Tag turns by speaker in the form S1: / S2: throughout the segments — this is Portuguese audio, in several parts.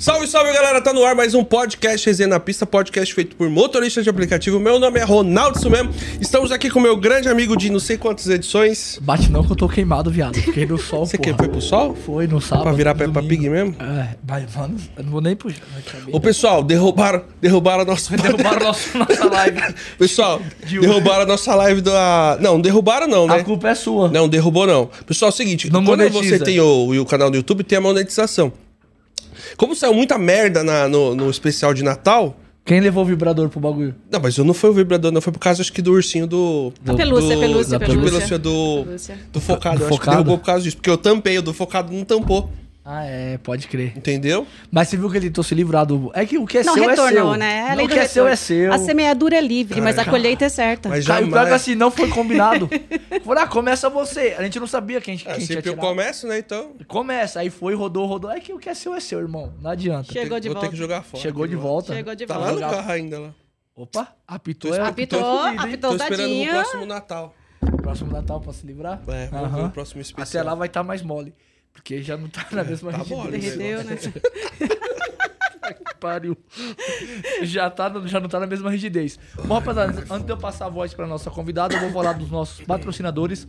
S1: Salve, salve, galera! Tá no ar mais um podcast Resenha na Pista, podcast feito por motoristas de aplicativo. Meu nome é Ronaldo Sumemo. Estamos aqui com meu grande amigo de não sei quantas edições.
S2: Bate não que eu tô queimado, viado. Fiquei no sol,
S1: Você
S2: porra.
S1: que foi pro sol?
S2: Foi no sábado.
S1: Pra virar
S2: no
S1: Peppa
S2: domingo.
S1: Pig mesmo?
S2: É, vai, mano. Eu não vou nem puxar. vai saber.
S1: Ô, pessoal, derrubaram, derrubaram a nossa...
S2: Derrubaram nosso, nossa live.
S1: Né? Pessoal,
S2: Gil.
S1: derrubaram a nossa live da... Não, derrubaram não, né?
S2: A culpa é sua.
S1: Não, derrubou não. Pessoal, é o seguinte,
S2: Não
S1: quando
S2: monetiza.
S1: você tem o, o canal do YouTube, tem a monetização. Como saiu muita merda na- no, no especial de Natal...
S2: Quem levou o vibrador pro bagulho?
S1: Não, mas eu não foi o vibrador, não. Foi por causa, acho que, do ursinho do...
S2: Da
S3: pelúcia,
S1: do- da
S3: pelúcia, pelúcia.
S1: pelúcia do,
S3: Pelúcia.
S1: do focado.
S2: Do
S1: eu acho que
S2: focado.
S1: derrubou por causa disso. Porque eu tampei, o do focado não tampou.
S2: Ah, é, pode crer.
S1: Entendeu?
S2: Mas você viu que ele tentou se livrar do... É que o que é
S3: Não
S2: seu é
S3: retornou,
S2: seu.
S3: né?
S2: Não,
S3: lei
S2: o
S3: do
S2: que é seu é
S3: retorno.
S2: seu.
S3: A semeadura é livre, mas a colheita é certa.
S1: Mas
S2: Caiu
S1: jamais...
S2: praga assim, não foi combinado. Falei, ah, começa você. A gente não sabia quem, quem
S1: Ah,
S2: tinha
S1: sempre eu
S2: tirado.
S1: começo, né? Então...
S2: Começa, aí foi, rodou, rodou. É que o que é seu é seu, irmão. Não adianta.
S3: Chegou
S1: tem-
S3: de
S1: Vou ter
S3: volta.
S1: que jogar fora.
S2: Chegou de
S1: entendeu?
S2: volta.
S3: Chegou de
S1: Tá
S3: volta.
S1: lá no
S2: Jogar-
S1: carro ainda, lá.
S2: Opa, apitou.
S1: Tô
S2: é-
S3: Apitou,
S2: é comida, hein?
S3: apitou
S1: Tô esperando no
S3: dadinho.
S1: próximo Natal.
S2: Próximo Natal pra se livrar?
S1: É, vamos
S2: Aham.
S1: ver o próximo
S2: Até
S1: especial.
S2: lá vai estar mais mole. Porque já não tá na mesma
S1: tá
S2: rigidez.
S1: mole,
S3: Derreteu, né?
S2: Que Pariu. Já, tá, no- já não tá na mesma rigidez. Bom, rapaziada, antes de eu passar a voz pra nossa convidada, eu vou falar dos nossos patrocinadores.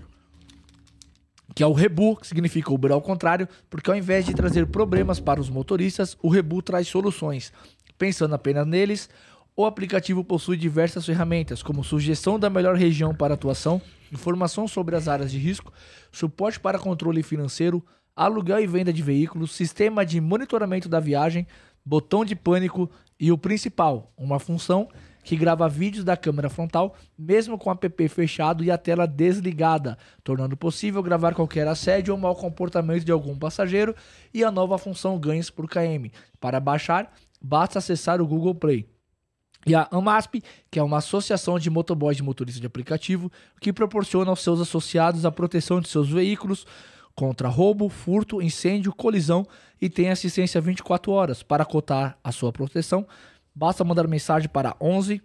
S2: Que é o Rebu, que significa Uber ao contrário, porque ao invés de trazer problemas para os motoristas, o Rebu traz soluções. Pensando apenas neles, o aplicativo possui diversas ferramentas, como sugestão da melhor região para atuação, informação sobre as áreas de risco, suporte para controle financeiro, aluguel e venda de veículos, sistema de monitoramento da viagem, botão de pânico e o principal, uma função que grava vídeos da câmera frontal, mesmo com o app fechado e a tela desligada, tornando possível gravar qualquer assédio ou mau comportamento de algum passageiro e a nova função ganhos por KM. Para baixar, basta acessar o Google Play. E a AMASP, que é uma associação de motoboys de motorista de aplicativo, que proporciona aos seus associados a proteção de seus veículos contra roubo, furto, incêndio, colisão e tem assistência 24 horas. Para cotar a sua proteção, basta mandar mensagem para 11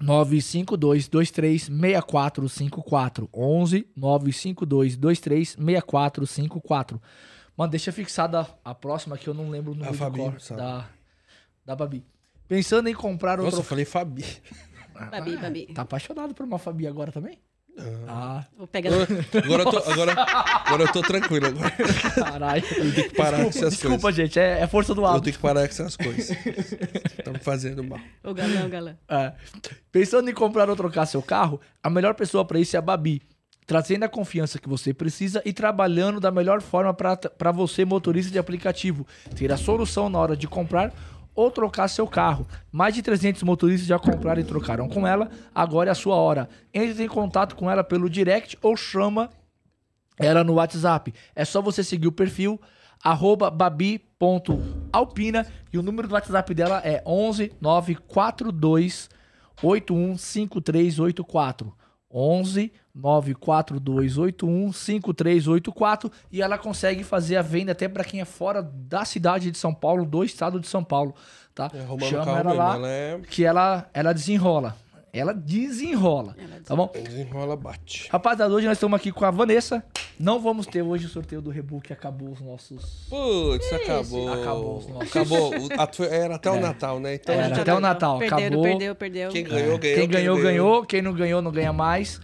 S2: 952 23 6454 11 952 23 6454 Mano, deixa fixada a próxima que eu não lembro o número de
S1: Fabi
S2: cor
S1: sabe.
S2: da, da Babi. Pensando em comprar um
S1: Nossa, eu
S2: troféu.
S1: falei Fabi.
S3: Babi, Babi.
S2: Tá apaixonado por uma Fabi agora também? Ah,
S3: Vou pegar.
S1: Agora eu tô, agora, agora eu tô tranquilo. Agora
S2: Ah, caralho.
S1: eu tenho que parar com
S2: Desculpa,
S1: essas
S2: desculpa,
S1: coisas.
S2: gente, é, é força do
S1: Eu
S2: hábito.
S1: tenho que parar com essas coisas. Tá me fazendo mal.
S3: O galã, o galã.
S2: É. Pensando em comprar ou trocar seu carro, a melhor pessoa para isso é a Babi. Trazendo a confiança que você precisa e trabalhando da melhor forma para você, motorista de aplicativo, ter a solução na hora de comprar ou trocar seu carro. Mais de 300 motoristas já compraram e trocaram com ela, agora é a sua hora. Entre em contato com ela pelo direct ou chama ela no WhatsApp. É só você seguir o perfil arroba babi.alpina e o número do WhatsApp dela é 11 942 815384. 11 942 815384 e ela consegue fazer a venda até para quem é fora da cidade de São Paulo, do estado de São Paulo, tá?
S1: É, roubando
S2: Chama
S1: carro
S2: ela
S1: mesmo.
S2: lá
S1: Ela é...
S2: que ela ela desenrola. Ela desenrola, tá bom?
S1: Desenrola, bate.
S2: Rapaziada, hoje nós estamos aqui com a Vanessa. Não vamos ter hoje o sorteio do Rebu que acabou os nossos.
S1: Putz, acabou.
S2: Acabou os nossos. É.
S1: Acabou. O- a tua- Era até o Natal, né? Então,
S2: Era
S1: a gente-
S2: até o Natal,
S3: Perderam,
S2: acabou.
S3: perdeu, perdeu.
S1: quem ganhou, ganhou.
S2: quem ganhou, ganhou. Quem não ganhou, não ganha mais.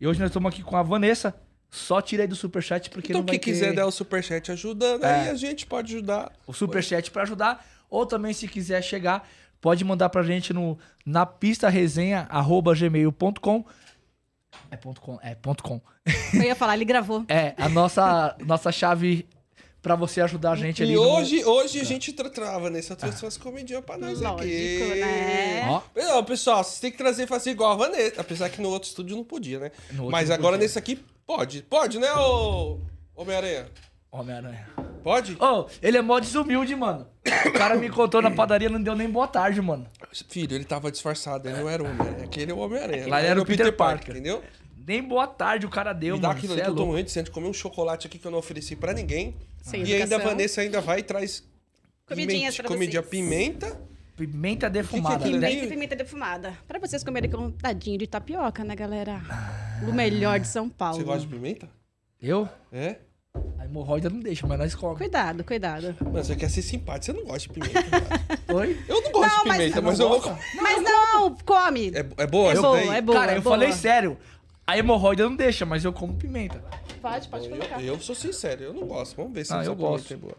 S2: E hoje nós estamos aqui com a Vanessa. Só tira aí do superchat porque
S1: Então,
S2: não vai É.
S1: quem quiser
S2: ter
S1: dar o superchat ajudando, aí a gente pode ajudar.
S2: o superchat para ajudar. Ou também, se quiser chegar, pode mandar pra gente no na pista resenha gmail.com. É ponto com, é ponto com.
S3: Eu ia falar, ele gravou.
S2: É a nossa, nossa chave pra você ajudar a gente é ali.
S1: E
S2: no-
S1: hoje, hoje a gente tra- trava, né? Você
S2: Ah.
S1: trouxe umas comidinhas pra nós
S3: Lógico,
S1: aqui.
S3: né?
S2: Ó,
S1: Não, pessoal, vocês têm que trazer e fazer igual a Vanessa. Apesar que no outro estúdio não podia, né?
S2: No outro
S1: Mas
S2: não
S1: agora
S2: podia.
S1: nesse aqui pode. Pode, né, ô Homem-Aranha?
S2: Homem-Aranha.
S1: Pode?
S2: Ô, ele é mó desumilde, mano. O cara me contou na padaria, não deu nem boa tarde, mano.
S1: Filho, ele tava disfarçado, ele não era o Homem-Aranha. Aquele é o Homem-Aranha.
S2: Lá ele era o Peter Parker.
S1: Entendeu?
S2: Nem boa tarde o cara deu,
S1: Me dá
S2: mano.
S1: aquilo
S2: Cê
S1: ali
S2: é
S1: que eu tô
S2: louco.
S1: morrendo de sede, comer um chocolate aqui que eu não ofereci pra ninguém.
S3: Sem
S1: e ainda a
S3: educação.
S1: Vanessa ainda vai e traz
S3: Comidinhas pra
S1: comidinha
S3: vocês.
S1: pimenta.
S2: Pimenta defumada,
S1: aquilo
S2: né?
S1: ali?
S3: Bem que pimenta defumada. Pra vocês comerem com um tadinho de
S2: Ah.
S3: tapioca, né, galera? O melhor de São Paulo.
S1: Você gosta de pimenta?
S2: Eu?
S1: É?
S2: A hemorroida não deixa, mas nós comemos.
S3: Cuidado, cuidado.
S1: Mano, você quer ser simpático, você não gosta de pimenta. cara.
S2: Oi?
S1: Eu não gosto
S3: Não,
S1: de
S3: mas-
S1: pimenta,
S2: Você
S1: mas,
S2: não
S1: eu vou.
S2: gosta?
S3: Mas não, come.
S1: É, é boa?
S3: É
S1: essa
S3: boa,
S1: daí?
S3: é boa.
S2: Cara, eu falei
S3: boa.
S2: sério. A hemorroida não deixa, mas eu como pimenta.
S3: Pode, pode colocar.
S1: Eu, eu sou sincero, eu não gosto. Vamos ver se
S2: Ah,
S1: essa
S2: eu
S1: pimenta
S2: gosto.
S1: é boa.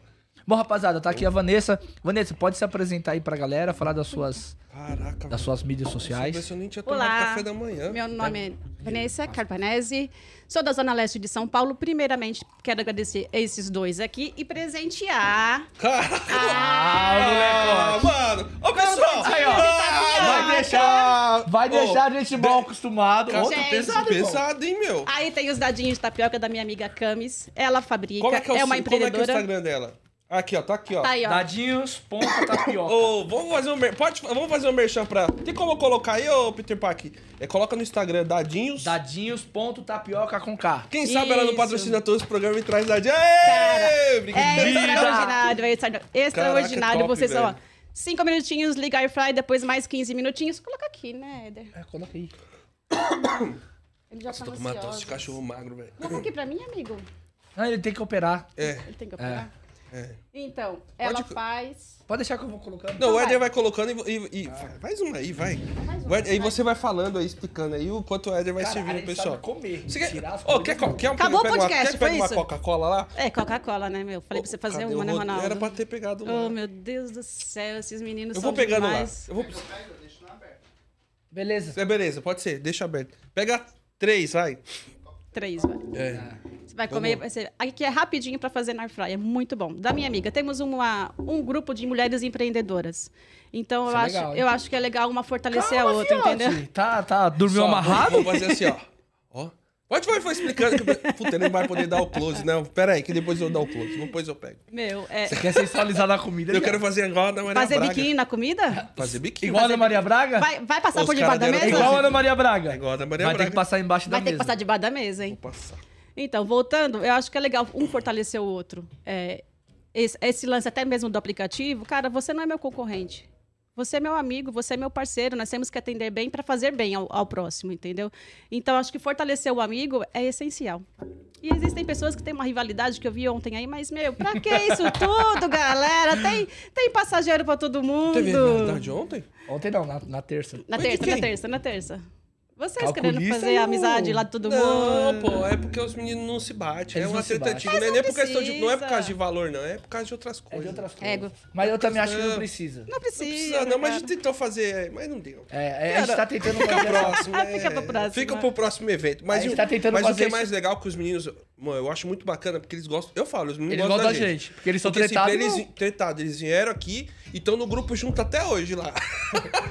S2: Bom, rapaziada, tá aqui a Vanessa. Vanessa, pode se apresentar aí pra galera, falar das suas,
S1: Caraca,
S2: das suas mídias sociais.
S1: Eu nem tinha tomado
S3: Olá.
S1: café da manhã.
S3: Meu nome
S1: um
S3: é Vanessa Carpanese, sou da Zona Leste de São Paulo. Primeiramente, quero agradecer a esses dois aqui e presentear.
S1: Caraca!
S2: Ah,
S1: Ah, mano! Ô, pessoal!
S2: tá Aí, ó.
S1: Ah,
S2: Vai deixar, vai deixar a gente mal acostumado.
S1: Cara,
S2: Ô, tá
S3: Gente.
S2: pesado, irmão.
S1: Pesado, hein, meu?
S3: Aí tem os dadinhos de tapioca da minha amiga Camis. Ela fabrica,
S1: Como é que é o, como
S3: uma
S1: é que é o
S3: empreendedora.
S1: Instagram dela? Aqui, ó, tá aqui, ó.
S3: Tá aí, ó.
S2: Dadinhos, ponto, tapioca.
S1: Ô, vamos fazer um mer... Pode, vamos fazer um merchan pra. Tem como eu colocar aí, ô Peter Pack? É, coloca no Instagram dadinhos.
S2: Dadinhos, ponto, tapioca com K.
S1: Quem sabe ela não
S3: Isso.
S1: patrocina todo esse programa e traz dadinhos.
S3: Cara,
S1: Aê!
S3: É
S1: Obrigado.
S3: extraordinário, é extra- extraordinário.
S1: top,
S3: Vocês são, ó,
S1: velho.
S3: cinco minutinhos, liga air fry, depois mais 15 minutinhos. Coloca aqui, né, Eder?
S2: É, coloca aí.
S3: Ele já
S1: Nossa,
S3: tá
S1: tô com uma tosse
S3: ansioso.
S1: de cachorro magro, velho.
S3: Coloca aqui pra mim, amigo.
S2: Ah, ele tem que operar.
S1: É.
S3: Ele tem que operar.
S1: é.
S3: Então, ela
S1: co-
S3: faz...
S2: Pode deixar que eu vou colocando.
S1: Não, o
S3: vai.
S1: Éder vai colocando e vo- e. e- fa- Faz uma aí, vai. O Éder- Aí você vai falando aí, explicando aí o quanto o Éder vai
S2: Cara,
S1: servir
S2: ele
S1: no pessoal.
S2: sabe comer,
S1: Você quer,
S2: tirar as
S1: Ô,
S2: coisas
S1: quer,
S2: do-
S1: co- quer um
S3: Acabou
S1: pega
S3: o
S1: uma-
S3: podcast,
S1: quer pega
S3: foi
S1: uma
S3: isso?
S1: Coca-Cola lá?
S3: É, Coca-Cola, né, meu? Falei pra você fazer
S1: Cadê
S3: uma,
S1: o
S3: né,
S1: Rod-
S3: Ronaldo?
S1: Era pra ter pegado lá.
S3: Oh, meu Deus do céu, esses meninos
S1: Eu
S3: são
S1: vou pegando lá.
S3: demais.
S1: Eu vou...
S2: Beleza.
S1: É, beleza, pode ser. Deixa aberto. Pega três, vai.
S3: Três, vai.
S1: É.
S3: Você vai comer, vai ser... Aqui é rapidinho pra fazer na air fry, é muito bom. Da minha amiga, temos uma, um grupo de mulheres empreendedoras. Então,
S2: Isso
S3: eu,
S2: é
S3: acho,
S2: legal, hein?
S3: eu acho que é legal uma fortalecer
S2: Calma,
S3: a outra,
S2: fiote.
S3: entendeu?
S2: Tá, tá, dormiu amarrado?
S1: Vou fazer assim, ó. Ó. Pode, vai, vai explicando. que- Puta, ele não vai poder dar o close, não. Pera aí, que depois eu dou o close. Depois eu pego.
S3: Meu, é...
S2: Quer sensualizar na comida?
S1: Eu quero fazer igual a da Maria
S3: Fazer
S1: Braga.
S3: biquinho na comida?
S1: Fazer biquinho.
S2: Igual a Ana Maria Braga?
S3: Vai, vai passar
S1: Os
S3: por debaixo da
S1: caras
S3: mesa?
S1: deram
S2: É igual a Ana Maria Braga?
S1: É igual a da Maria
S2: Vai ter
S1: Braga.
S2: que passar embaixo
S3: Vai
S2: da
S3: ter que
S2: mesa.
S3: passar debaixo da mesa, hein?
S1: Vou passar.
S3: Então, voltando, eu acho que é legal um fortalecer o outro. É, esse, esse lance até mesmo do aplicativo, cara, você não é meu concorrente. Você é meu amigo, você é meu parceiro, nós temos que atender bem para fazer bem ao, ao próximo, entendeu? Então, acho que fortalecer o amigo é essencial. E existem pessoas que têm uma rivalidade que eu vi ontem aí, mas, meu, pra que isso tudo, galera? Tem, tem passageiro para todo mundo.
S1: Teve verdade ontem?
S2: Ontem não, na, na terça. É
S3: Na
S1: Foi de
S3: terça, na
S1: quem?
S3: terça, na terça. Vocês querendo
S2: Calculista
S3: fazer
S2: não.
S3: amizade lá de todo
S1: Não,
S3: mundo.
S1: pô, é porque os meninos não se batem. É
S2: Eles
S1: uma
S2: não se
S1: treta
S2: batem.
S1: antiga. Não é nem por questão de. Não é por
S3: precisa.
S1: causa de valor, não. É por causa de outras
S2: É
S1: coisas.
S2: de outras coisas.
S3: Ego.
S2: Mas eu também acho que não precisa.
S3: Não
S1: Não
S3: precisa.
S1: precisa, não, mas a
S3: cara.
S1: gente tentou fazer, é, mas não deu.
S2: É, é, a gente tá tentando
S1: Fica
S2: fazer...
S1: próximo.
S3: Ah, fica pro próximo,
S1: Fica
S3: né?
S1: pro próximo evento. Mas,
S2: A gente
S1: o-
S2: tá tentando
S1: mas o que
S2: fazer
S1: é mais
S2: isso.
S1: legal que os meninos. Mano, eu acho muito bacana, porque eles gostam. Eu falo, os meninos
S2: Eles
S1: gostam da
S2: gostam da
S1: gente.
S2: gente, porque eles são
S1: se pra
S2: tretados,
S1: Eles,
S2: não.
S1: tretado, eles vieram aqui e estão no grupo junto até hoje lá.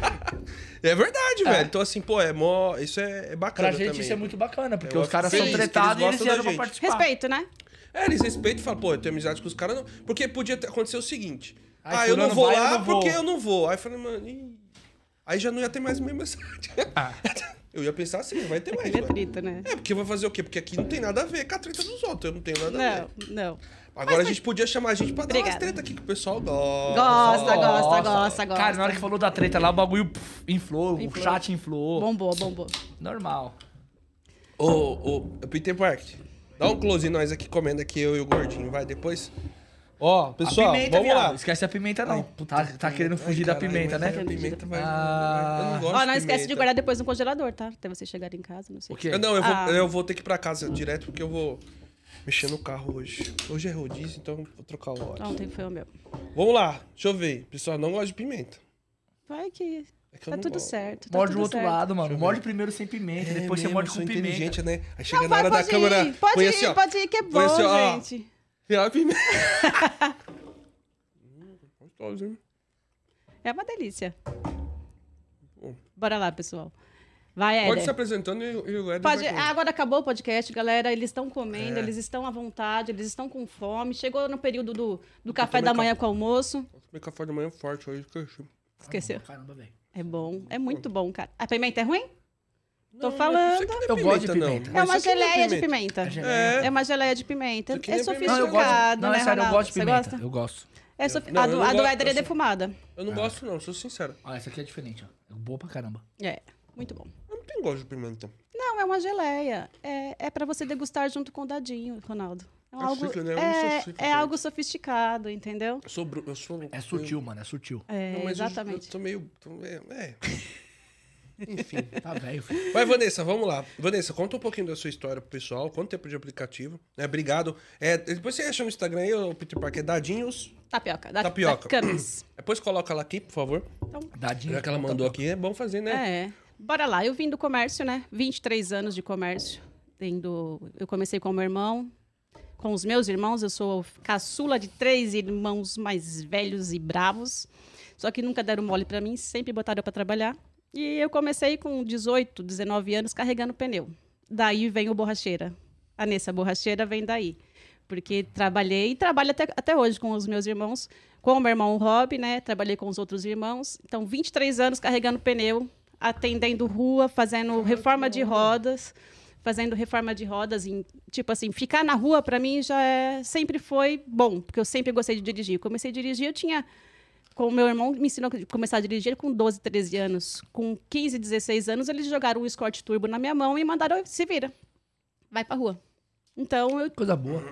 S1: é verdade, velho. Então, assim, pô, é mó. Isso é, é bacana.
S2: Pra gente
S1: também.
S2: isso é muito bacana, porque
S1: Eu
S2: os
S1: acho
S2: caras
S1: feliz
S2: são
S1: que eles
S2: tretados e eles
S1: gostam da
S2: vieram pra
S1: gente.
S2: participar.
S3: Respeito, né?
S1: É, eles respeitam e falam, pô, eu tenho amizade com os caras. não- Porque podia ter- acontecer o seguinte.
S2: Aí
S1: ah, eu não
S2: fulano
S1: vou
S2: vai, eu
S1: lá
S2: não vou.
S1: porque eu não vou. Aí eu falei, mano, ih. aí já não ia ter mais minha amizade.
S2: Ah.
S1: eu ia pensar assim, não vai ter mais.
S3: Aquele é
S1: velho.
S3: treta, né?
S1: É, porque vai fazer o quê? Porque aqui não tem nada a ver com a treta dos outros. Eu não tenho nada a
S3: Não,
S1: ver.
S3: não.
S1: Agora a gente podia chamar a gente pra dar umas
S3: Obrigada.
S1: treta aqui que o pessoal gosta.
S3: Gosta, gosta,
S2: Nossa.
S3: gosta, gosta.
S2: Cara, na hora que falou da treta lá, o bagulho pff, inflou, o
S3: Inflou.
S2: chat inflou.
S3: Bombou, bombou.
S2: Normal.
S1: Ô, ô, Peter Park, dá um close em nós aqui comendo aqui, eu e o gordinho, vai depois. Ó, pessoal,
S2: a pimenta,
S1: vamos
S2: viado.
S1: lá.
S2: Esquece a pimenta, não. tá tá querendo fugir da
S1: Caralho,
S2: pimenta, né?
S1: mas é a Pimenta vai.
S2: Ah.
S1: Eu não gosto
S3: Ó, não
S1: de
S3: esquece de
S1: pimenta.
S3: guardar depois no congelador, tá? Até vocês chegarem em casa, não sei.
S2: O quê?
S1: Eu, não, eu vou,
S3: Ah.
S1: eu vou ter que ir pra casa direto porque eu vou mexer no carro hoje. Hoje é rodízio, então vou trocar o óleo.
S3: Ontem foi o meu.
S1: Vamos lá, deixa eu ver. Pessoal, eu não gosto de pimenta.
S3: Vai que
S1: É que eu
S3: tá
S1: não
S3: tudo
S1: gosto.
S3: certo. Tá
S2: Morde o
S3: tudo
S2: um outro
S3: certo.
S2: lado, mano.
S1: eu ver.
S2: Morde primeiro sem pimenta,
S1: É
S2: depois você
S1: mesmo,
S2: morde
S1: eu
S2: com
S1: sou
S2: pimenta.
S1: inteligente, né? Aí chega na
S3: Não, vai,
S1: hora da
S3: pode
S1: câmera.
S3: ir. Pode
S1: põe
S3: ir,
S1: assim, ó.
S3: pode ir, que é bom,
S1: Põe assim, ó.
S3: gente.
S1: Real e pimenta. Hum, gostoso, hein?
S3: É uma delícia.
S1: Bom.
S3: Bora lá, pessoal. Vai,
S1: Hum. Pode se
S3: Éder.
S1: apresentando e, e o Ed
S3: É, né? Pode...
S1: vai com-
S3: Ah, agora acabou o podcast, galera. Eles estão comendo,
S1: É.
S3: eles estão à vontade, eles estão com fome. Chegou no período do, do café
S1: tomei
S3: da
S1: café.
S3: manhã com o almoço.
S1: Vou comer café da manhã é forte hoje, esqueci.
S3: Esqueceu.
S2: Caramba, velho.
S3: É bom, é muito bom, cara. A pimenta é ruim? Tô
S1: Isso
S3: falando.
S1: aqui não é
S2: Eu gosto de
S1: não.
S2: pimenta.
S3: É
S1: Mas
S3: uma
S1: isso aqui não é
S3: geleia de pimenta.
S2: É geleia.
S1: É.
S3: É. uma geleia de pimenta.
S1: Isso aqui
S3: É
S1: nem é pimenta.
S2: Não, eu gosto.
S3: sofisticado,
S2: Não,
S3: né,
S2: é sério, eu
S3: Ronaldo?
S2: gosto de
S3: Você
S2: pimenta.
S3: gosta?
S2: Eu gosto.
S3: É sof...
S1: Não,
S3: a
S1: eu
S3: do,
S1: não
S3: a do
S1: gosto, assim.
S3: Éder é
S1: eu sou-
S3: defumada.
S1: Eu
S2: É.
S1: não gosto, não, sou sincero.
S2: Ó, essa aqui é diferente, ó. É boa pra caramba.
S3: É, muito bom.
S1: Eu não tenho gosto de pimenta.
S3: Não, é uma geleia. É, é para você degustar junto com o dadinho, Ronaldo. É,
S1: É
S3: algo,
S1: chique, né? Eu não sou
S3: é,
S1: chique,
S3: é
S1: gente.
S3: algo sofisticado, entendeu?
S1: Eu sou. bru- Eu sou
S2: É sutil, mano, é sutil.
S3: É,
S1: Não, mas eu- Eu,
S3: exatamente.
S1: tô meio. tô meio- é. Enfim.
S2: Tá velho, filho.
S1: Mas, Vanessa, vamos lá. Vanessa, conta um pouquinho da sua história pro pessoal. Quanto tempo de aplicativo? É, obrigado. É, depois você acha no Instagram aí, o Peter Parker, Dadinhos.
S3: Tapioca. Da,
S1: Tapioca.
S3: Da camis.
S1: Depois coloca ela aqui, por favor.
S2: Dadinho.
S1: Já que ela mandou aqui, é bom fazer, né?
S3: É. Bora lá, eu vim do comércio, né? 23 anos de comércio. Tendo... Eu comecei com o meu irmão, com os meus irmãos. Eu sou caçula de três irmãos mais velhos e bravos. Só que nunca deram mole pra mim, sempre botaram pra trabalhar. E eu comecei com 18, 19 anos carregando pneu. Daí vem o borracheira. A Nessa borracheira vem daí. Porque trabalhei e trabalho até, até hoje com os meus irmãos, com o meu irmão Rob, né? Trabalhei com os outros irmãos. Então, 23 anos carregando pneu, atendendo rua, fazendo reforma de rodas, fazendo reforma de rodas. Em, tipo assim, ficar na rua para mim já é, sempre foi bom, porque eu sempre gostei de dirigir. Comecei a dirigir, eu tinha com meu irmão me ensinou a começar a dirigir com 12, 13 anos. Com 15, 16 anos, eles jogaram o Scott Turbo na minha mão e mandaram, se vira, vai pra rua. Então, eu,
S2: Coisa boa.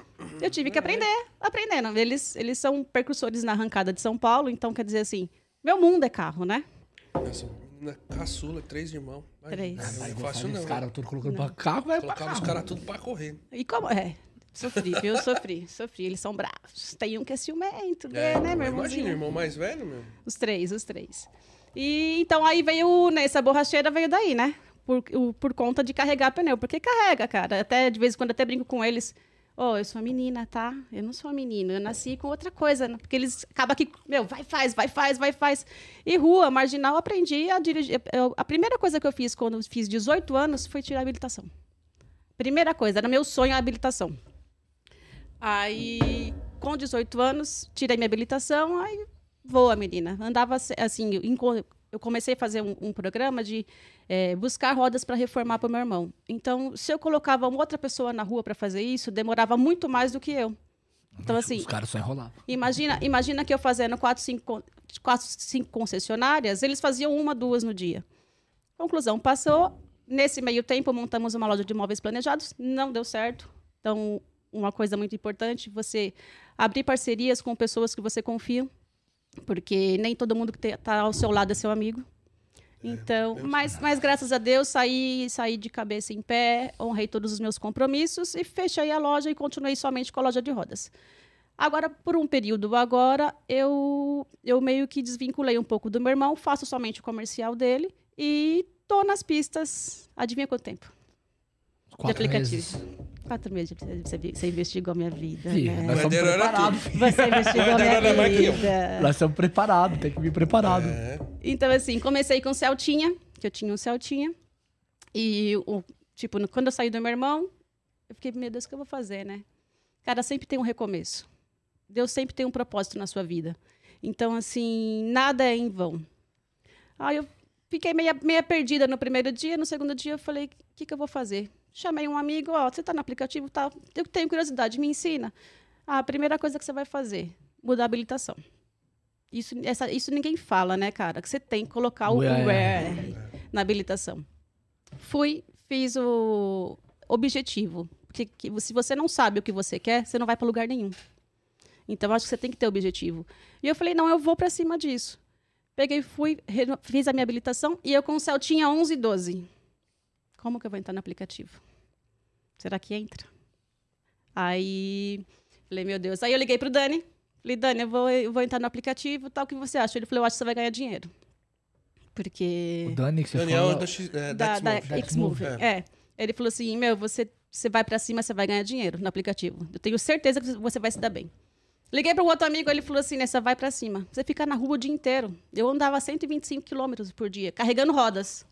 S3: eu tive que aprender, aprendendo. Eles, eles são percursores na arrancada de São Paulo, então quer dizer assim, meu mundo é carro, né?
S1: Nossa, menina caçula, três irmãos. Imagina,
S3: Três.
S1: Eu
S2: Aí
S1: não
S2: gostava
S1: faço,
S2: dos
S1: não. né?
S2: caras, tudo colocando pra carro, vai pra
S1: Colocava os
S2: carro.
S1: caras tudo pra correr.
S3: E como... É, sofri, viu? Sofri, sofri. Eles são bravos. Tem um que é ciumento, né, né, meu
S1: mas
S3: irmãozinho?
S1: Imagina, irmão mais velho, meu.
S3: Os três, os três. E então aí veio, né, essa borracheira veio daí, né? Por, o- por conta de carregar pneu. Porque carrega, cara. Até de vez em quando até brinco com eles. Ô, eu sou menina, tá? Eu não sou menino, eu nasci com outra coisa. né? Porque eles acabam aqui, meu, vai, faz, vai, faz, vai, faz. E rua, marginal, eu aprendi a dirigir. Eu- a primeira coisa que eu fiz quando eu fiz 18 anos foi tirar a habilitação. Primeira coisa, era meu sonho a habilitação. Aí, com 18 anos, tirei minha habilitação, aí voa, menina. Andava se- assim, eu enco- eu comecei a fazer um, um programa de eh, buscar rodas para reformar para o meu irmão. Então, se eu colocava uma outra pessoa na rua para fazer isso, demorava muito mais do que eu. Então, assim,
S2: Os caras só enrolavam.
S3: Imagina, imagina que eu fazendo quatro cinco, con- quatro, cinco concessionárias, eles faziam uma, duas no dia. Conclusão, passou. Nesse meio tempo, montamos uma loja de imóveis planejados. Não deu certo. Então, uma coisa muito importante, você abrir parcerias com pessoas que você confia, porque nem todo mundo que está ao seu lado é seu amigo. Então, mas, mas graças a Deus saí, saí de cabeça em pé, honrei todos os meus compromissos e fechei a loja e continuei somente com a loja de rodas. Agora, por um período agora, eu, eu meio que desvinculei um pouco do meu irmão, faço somente o comercial dele e tô nas pistas. Adivinha quanto tempo?
S2: Quatro
S3: aplicativo.
S2: meses.
S3: Quatro meses. Você, você investigou a minha vida,
S2: Fih,
S3: né?
S2: nós estamos
S1: Madeira era
S2: preparados. filho.
S3: Você investigou a minha
S1: Não, não, não, aqui, ó.
S3: vida.
S2: Nós estamos preparados, tem que vir preparado.
S1: É.
S3: Então, assim, comecei com Celtinha, que eu tinha um Celtinha. E, o, tipo, no- quando eu saí do meu irmão, eu fiquei, meu Deus, o que eu vou fazer, né? Cara, sempre tem um recomeço. Deus sempre tem um propósito na sua vida. Então, assim, nada é em vão. Aí eu fiquei meia, meia perdida no primeiro dia. No segundo dia, eu falei, o que, que eu vou fazer? Chamei um amigo, ó, você tá no aplicativo, tá? Eu tenho curiosidade, me ensina. Ah, a primeira coisa que você vai fazer, mudar a habilitação. Isso, essa, isso ninguém fala, né, cara? Que você tem que colocar o
S2: Where.
S3: where na habilitação. Fui, fiz o objetivo. Porque que- se você não sabe o que você quer, você não vai para lugar nenhum. Então, eu acho que você tem que ter objetivo. E eu falei, não, eu vou para cima disso. Peguei, fui, reno- fiz a minha habilitação e eu com o Celtinha 11 e 12. Como que eu vou entrar no aplicativo? Será que entra? Aí, falei, meu Deus. Aí eu liguei pro Dani. Falei, Dani, eu vou, eu vou entrar no aplicativo, tal, o que você acha? Ele falou, eu acho que você vai ganhar dinheiro. Porque
S2: O Dani, que você
S1: Daniel
S2: falou.
S1: da, X- é,
S3: da, da
S1: Dexmove.
S3: Xmove.
S1: Dexmove,
S3: É. Ele falou assim: meu, você, você vai pra cima, você vai ganhar dinheiro no aplicativo. Eu tenho certeza que você vai se dar bem. Liguei para um outro amigo, ele falou assim: né, você vai pra cima. Você fica na rua o dia inteiro. Eu andava 125 quilômetros por dia, carregando rodas.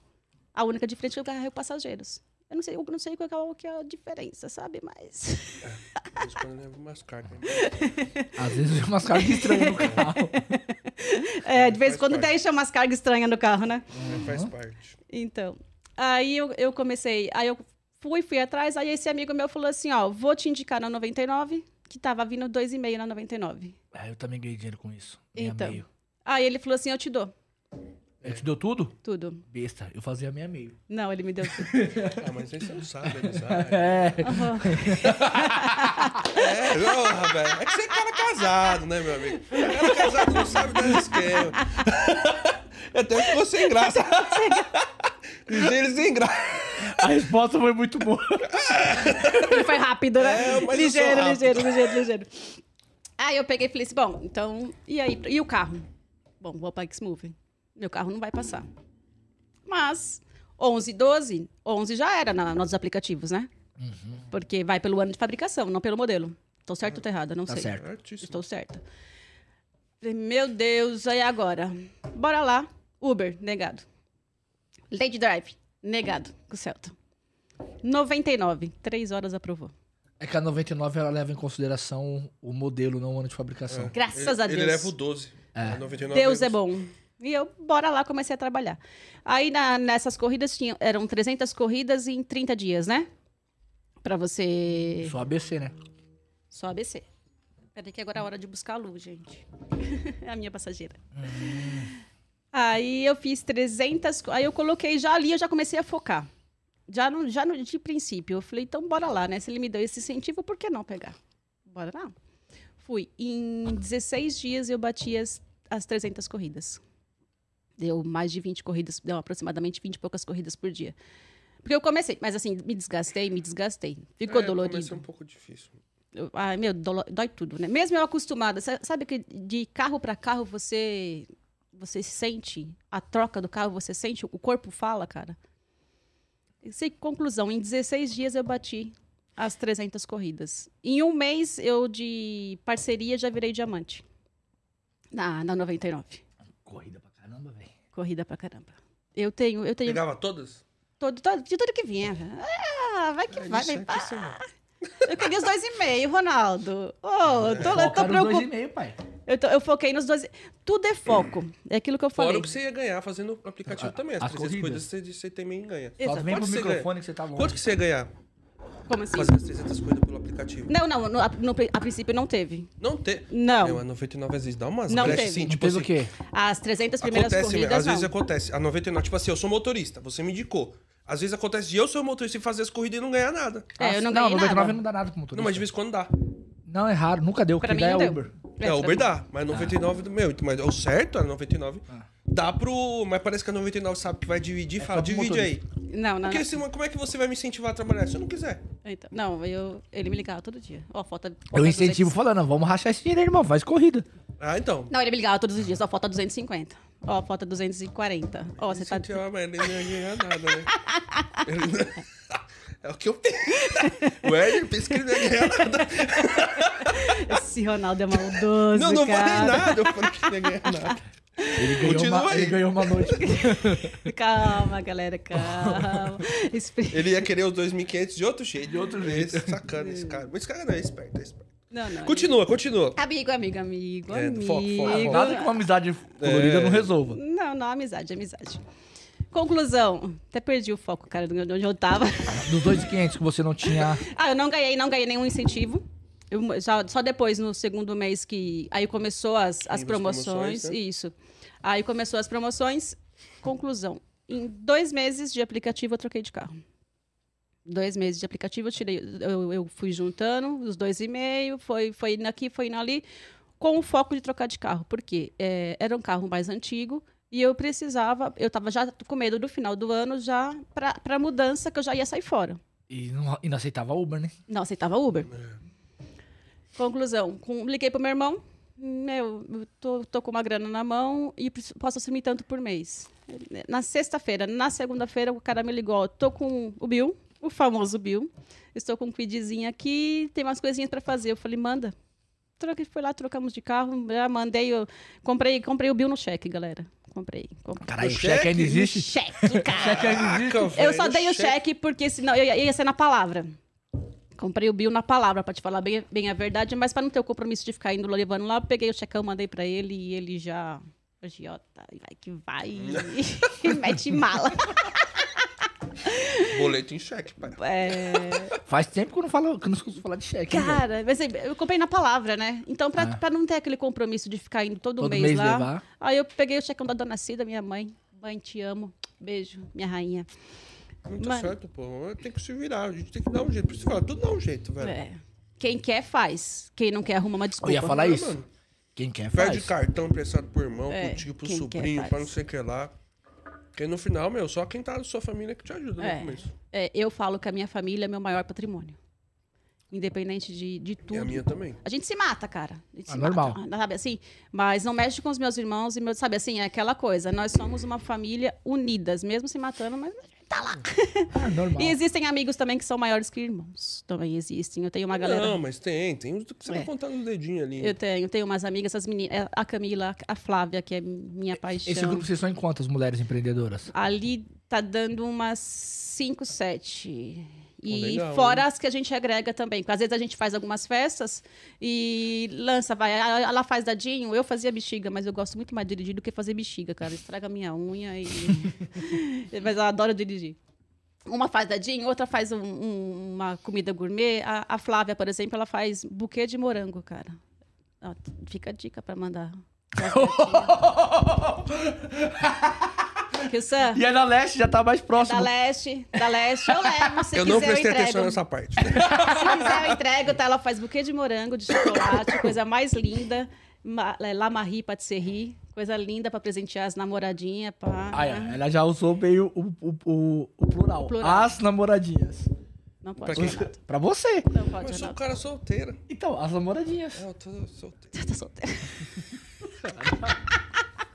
S3: A única diferença é que eu carrego passageiros. Eu não sei, eu não sei qual que é o- que é a diferença, sabe? Mas.
S1: Mas quando eu levo umas cartas. né?
S2: Às vezes vem umas caras estranhas no carro.
S3: É, de vez
S1: Faz
S3: em quando
S1: parte.
S3: deixa umas cargas estranhas no carro, né?
S1: né, Faz parte.
S3: Então, aí eu, eu comecei, aí eu fui, fui atrás, aí esse amigo meu falou assim, ó, vou te indicar na 99, que tava vindo 2,5 na 99.
S2: Ah, eu também ganhei dinheiro com isso. Meia
S3: Então.
S2: meio.
S3: Aí ele falou assim, eu te dou
S1: É.
S2: Ele te deu tudo?
S3: tudo.
S2: Besta, eu fazia meia meio.
S3: Não, ele me deu tudo.
S1: É. Ah, mas aí você não sabe, ele sabe.
S2: É.
S1: É, não, rapaz. É que você é cara casado, né, meu amigo? Cara casado não sabe desse esquema. Até ficou sem graça. Ligeiro sem graça.
S2: A resposta foi muito boa.
S3: Ele foi rápido, né?
S1: É, mas eu sou
S3: ligeiro,
S1: rápido.
S3: ligeiro, ligeiro, ligeiro. Aí eu peguei e falei assim, bom, então, e aí? E o carro? Bom, vou para X-Move. Meu carro não vai passar. Mas, 11, 12, 11 já era na, nos aplicativos, né?
S2: Uhum.
S3: Porque vai pelo ano de fabricação, não pelo modelo. Tô certo ou tô errada? Não
S2: Tá
S3: sei.
S2: certo.
S1: É Artista.
S3: Estou certa. Falei, meu Deus, aí agora? Bora lá. Uber, negado. Lady Drive, negado. Com o Celta. 99, três horas aprovou.
S2: É que a 99 ela leva em consideração o modelo, não o ano de fabricação.
S3: Graças
S1: ele,
S3: a Deus.
S1: Ele leva o 12. É. 99
S3: Deus é
S1: euros.
S3: bom. E eu, bora lá, comecei a trabalhar. Aí na- nessas corridas tinha, eram 300 corridas em 30 dias, né? Pra
S1: É.
S3: você.
S2: Só ABC, né?
S3: Só ABC. Peraí que agora é a hora de buscar a Lu, gente. É a minha passageira. Aí eu fiz 300... co- Aí eu coloquei já ali, eu já comecei a focar. Já no, já no de princípio. Eu falei, então bora lá, né? Se ele me deu esse incentivo, por que não pegar? Bora lá. Fui. Em 16 dias eu bati as, as 300 corridas. Deu mais de 20 corridas, deu aproximadamente 20 e poucas corridas por dia. Porque eu comecei, mas assim, me desgastei, me desgastei. Ficou
S1: É,
S3: dolorido.
S1: Começa um pouco difícil.
S3: Eu- Ai, meu, dolo- dói tudo, né? Mesmo eu acostumada, sa- sabe que de carro para carro você você sente a troca do carro, você sente, o corpo fala, cara. E Sei, conclusão, em 16 dias eu bati as 300 corridas. Em um mês eu de parceria já virei diamante. Na, na 99.
S2: Corrida pra caramba, velho.
S3: Corrida pra caramba. Eu tenho, eu tenho
S1: Pegava todas?
S3: todo, todo- de tudo que vinha. Ah, vai que vai, vai. Ah,
S1: Isso é bom.
S3: Eu queria os dois e meio, Ronaldo. Ô, eu tô, eu tô
S2: Colocaram
S3: preocupada.
S2: 2,5, pai.
S3: Eu, tô- eu foquei nos dois. Tudo é foco. É aquilo que eu
S1: Fora
S3: falei.
S1: o que você ia ganhar fazendo o aplicativo
S2: A-
S1: também. As
S2: as
S1: 300
S2: corridas.
S1: coisas você, você também ganha.
S2: Só
S3: Exato.
S2: vem pro
S1: Quanto você
S2: microfone
S1: ganha?
S2: que você tá longe.
S1: Quanto que você ia ganhar
S3: Como assim?
S1: fazer as 300 coisas pelo aplicativo?
S3: Não, não. no- a, no- a princípio não teve.
S1: Não ter.
S3: Não.
S1: Meu, a 99 às vezes dá umas
S3: Não
S1: brechas
S3: teve.
S1: assim,
S2: Não
S1: tipo
S2: teve
S1: assim.
S2: o quê?
S3: As 300 primeiras
S1: Acontece,
S3: corridas,
S1: meu, às
S3: não.
S1: vezes acontece. A 99, tipo assim, eu sou motorista, você me indicou. Às vezes acontece de eu ser o motorista e fazer as corridas e não ganhar nada.
S3: É, eu não
S2: não,
S3: ganhei
S2: 99
S3: nada.
S2: não dá nada pro motorista.
S1: Não, mas de vez em quando dá.
S2: Não, é raro, nunca deu. O que
S3: Pra mim
S2: dá é
S3: não deu.
S2: Uber.
S1: É,
S3: pra
S1: Uber
S3: mim-
S1: dá, mas 99, do meu, mas o certo é 99.
S3: Ah.
S1: Dá pro. Mas parece que a 99 sabe que vai dividir
S3: É
S1: e fala,
S2: só pro
S1: divide aí.
S3: Não, não.
S1: Porque
S3: Não,
S1: assim, mas como é que você vai me incentivar a trabalhar se eu não quiser?
S3: Então, não eu, ele me ligava todo dia. Ó, é falta. falta
S2: Eu incentivo
S3: 200.
S2: falando, vamos rachar esse dinheiro, irmão, faz corrida.
S1: Ah, então.
S3: Não, ele me ligava todos os dias. Ó, falta 250. Ó, falta 240. Ó, você tá.
S1: Sentiu, mas ele não ia ganhar nada, né? Ele não- É o que eu penso. O Hélio pensa que ele não ia ganhar nada.
S3: Esse Ronaldo é maldoso.
S1: Não, não
S3: cara.
S1: falei nada. Eu falei que não ia ganhar nada.
S2: Ele ganhou,
S1: Continua
S2: uma,
S1: aí.
S2: ele ganhou uma noite.
S3: Calma, galera, calma. Espre-
S1: Ele ia querer os 2.500 de outro jeito. De outro
S2: jeito.
S1: Esse, sacana esse cara. Mas esse cara não é esperto, é esperto.
S3: Não, não.
S1: Continua, continua.
S3: Amigo, amigo, amigo,
S1: É,
S3: amigo.
S1: foco, foco, foco.
S2: Nada que uma amizade colorida não resolva.
S3: Não, não, amizade, amizade. Conclusão. Até perdi o foco, cara, de onde eu tava.
S2: Dos 2,500 que você não tinha.
S3: Ah, eu não ganhei, não ganhei nenhum incentivo. Eu, só, só depois, no segundo mês, que. Aí começou as, as
S1: Teve as
S3: promoções.
S1: promoções, né?
S3: Isso. Aí começou as promoções. Conclusão. Em dois meses de aplicativo, eu troquei de carro. Dois meses de aplicativo, eu tirei. Eu, eu fui juntando os dois e meio, foi, foi indo aqui, foi indo ali, com o foco de trocar de carro. Porque é, era um carro mais antigo. E eu precisava, eu estava já com medo do final do ano, já para mudança, que eu já ia sair fora.
S2: E não, e não aceitava Uber, né?
S3: Não aceitava Uber. Conclusão. Com- liguei pro meu irmão. Meu, eu tô, tô com uma grana na mão e preciso- posso assumir tanto por mês. Na sexta-feira, na segunda-feira, o cara me ligou. ó, Tô com o Bill, o famoso Bill. Estou com um quidzinho aqui, tem umas coisinhas para fazer. Eu falei, manda. Troca, foi lá, trocamos de carro. Já mandei, eu comprei, comprei o Bill no cheque, galera. Comprei. comprei.
S2: Caralho, o
S1: O
S2: cheque
S1: cheque-
S2: ainda existe?
S3: Cheque, cara. Eu só dei o cheque porque senão eu ia, ia ser na palavra. Comprei o Bill na palavra, pra te falar bem, bem a verdade, mas pra não ter o compromisso de ficar indo lá, levando lá, eu peguei o checão, mandei pra ele e ele já. Agiota, e vai que vai. Mete mala.
S1: Boleto em cheque, pai.
S3: É,
S2: Faz tempo que eu não falo, que eu não escuto falar de cheque. hein, velho?
S3: cara, mas assim, eu comprei na palavra, né? Então, pra, pra não ter aquele compromisso de ficar indo todo,
S2: É. Todo
S3: mês,
S2: mês
S3: lá.
S2: levar.
S3: Aí eu peguei o checão da dona Cida, minha mãe. Mãe, te amo. Beijo, minha rainha.
S1: Não tá
S3: Mano.
S1: certo, pô. Tem que se virar. A gente tem que dar um jeito. Por isso que fala, tudo dá um jeito, velho.
S3: É. Quem quer, faz. Quem não quer, arruma uma
S2: Eu
S3: desculpa.
S2: ia falar
S1: Não,
S2: isso.
S1: mano.
S2: Quem quer
S1: Perde
S2: faz.
S1: cartão prestado pro irmão,
S3: É,
S1: pro tio, pro
S3: quem quer
S1: sobrinho,
S3: faz.
S1: pra não sei o que lá. Porque no final, meu, só quem tá da sua família que te ajuda
S3: É.
S1: no começo.
S3: É, eu falo que a minha família é meu maior patrimônio. Independente de, de tudo.
S1: E a minha também.
S3: A gente se mata, cara. A gente
S2: Ah,
S3: se
S2: normal.
S3: mata, sabe assim? Mas não mexe com os meus irmãos e meus. Sabe assim, é aquela coisa. Nós somos uma família unidas, mesmo se matando, mas a gente tá lá.
S2: Ah, normal.
S3: E existem amigos também que são maiores que irmãos. Também existem. Eu tenho uma galera.
S1: Não, mas tem, tem uns que você
S3: É.
S1: vai contar nos dedinhos ali.
S3: Eu tenho, tenho umas amigas, essas meninas. A Camila, a Flávia, que é minha paixão.
S2: Esse grupo vocês são em quantas mulheres empreendedoras?
S3: Ali tá dando umas 5, 7. E
S1: Pô, legal,
S3: fora
S1: hein?
S3: as que a gente agrega também. Porque às vezes a gente faz algumas festas e lança, vai. a- Ela faz dadinho, eu fazia bexiga, mas eu gosto muito mais de dirigir do que fazer bexiga, cara. Estraga minha unha e. mas eu adoro dirigir. Uma faz dadinho, outra faz um- um- uma comida gourmet. A, a Flávia, por exemplo, ela faz buquê de morango, cara. Ó, fica a dica pra mandar. Que isso é?
S2: E a da Leste já tá mais próximo.
S3: Da leste, da leste, eu levo. Se
S1: Eu
S3: quiser,
S1: não
S3: eu
S1: prestei
S3: entrego.
S1: atenção nessa parte.
S3: Se quiser, eu entrego, tá? Ela faz buquê de morango, de chocolate, coisa mais linda. Ma- é, La Marie Patisserie, coisa linda pra presentear as namoradinhas. Pra...
S2: Ah, é, ela já usou meio o, o, o- o plural.
S3: O plural.
S2: As namoradinhas.
S3: Não
S1: Pra
S3: pode,
S2: Hum.
S1: quem?
S3: Renato.
S2: Pra você.
S3: Não pode,
S1: Mas eu sou um
S3: Renato.
S1: cara solteiro.
S2: Então, as namoradinhas.
S1: É, eu tô solteiro.
S3: Tá solteira.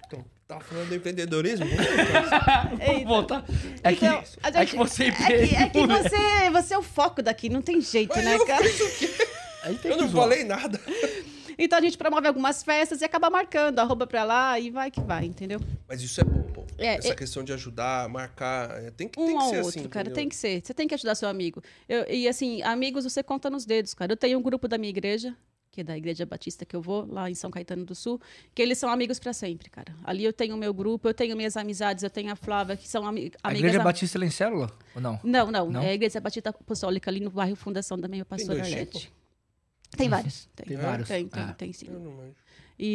S1: Então, tá falando de empreendedorismo?
S2: Vamos voltar. É que,
S3: Então, a
S2: é
S3: gente-
S2: que você
S3: é que, é que
S2: empreendeu, né?
S3: você, você é o foco daqui, não tem jeito,
S1: Mas
S3: né,
S1: eu
S3: cara?
S1: fiz o quê?
S2: Aí tem
S1: Eu
S2: que
S1: não
S2: zoar.
S1: falei nada.
S3: Então a gente promove algumas festas e acaba marcando, arroba pra lá e vai que vai, entendeu?
S1: Mas isso é bom, pô.
S3: É,
S1: Essa
S3: é-
S1: questão de ajudar, marcar, é, tem que,
S3: um
S1: tem que
S3: ao
S1: ser
S3: outro,
S1: assim.
S3: cara.
S1: entendeu?
S3: Tem que ser. Você tem que ajudar seu amigo. Eu- e assim, amigos você conta nos dedos, cara. Eu tenho um grupo da minha igreja, que é da Igreja Batista que eu vou, lá em São Caetano do Sul, que eles são amigos pra sempre, cara. Ali eu tenho o meu grupo, eu tenho minhas amizades, eu tenho a Flávia, que são ami
S2: A
S3: amigas.
S2: Igreja
S3: a-
S2: Batista ela é em célula? Ou não?
S3: Não, não,
S2: Não?
S3: É a Igreja Batista Apostólica, ali no bairro Fundação da minha pastora
S1: dois
S3: Arlete. Tem vários. Tem,
S2: Tem vários.
S3: Tem, tem,
S2: Ah.
S3: tem sim.
S1: Eu não manjo.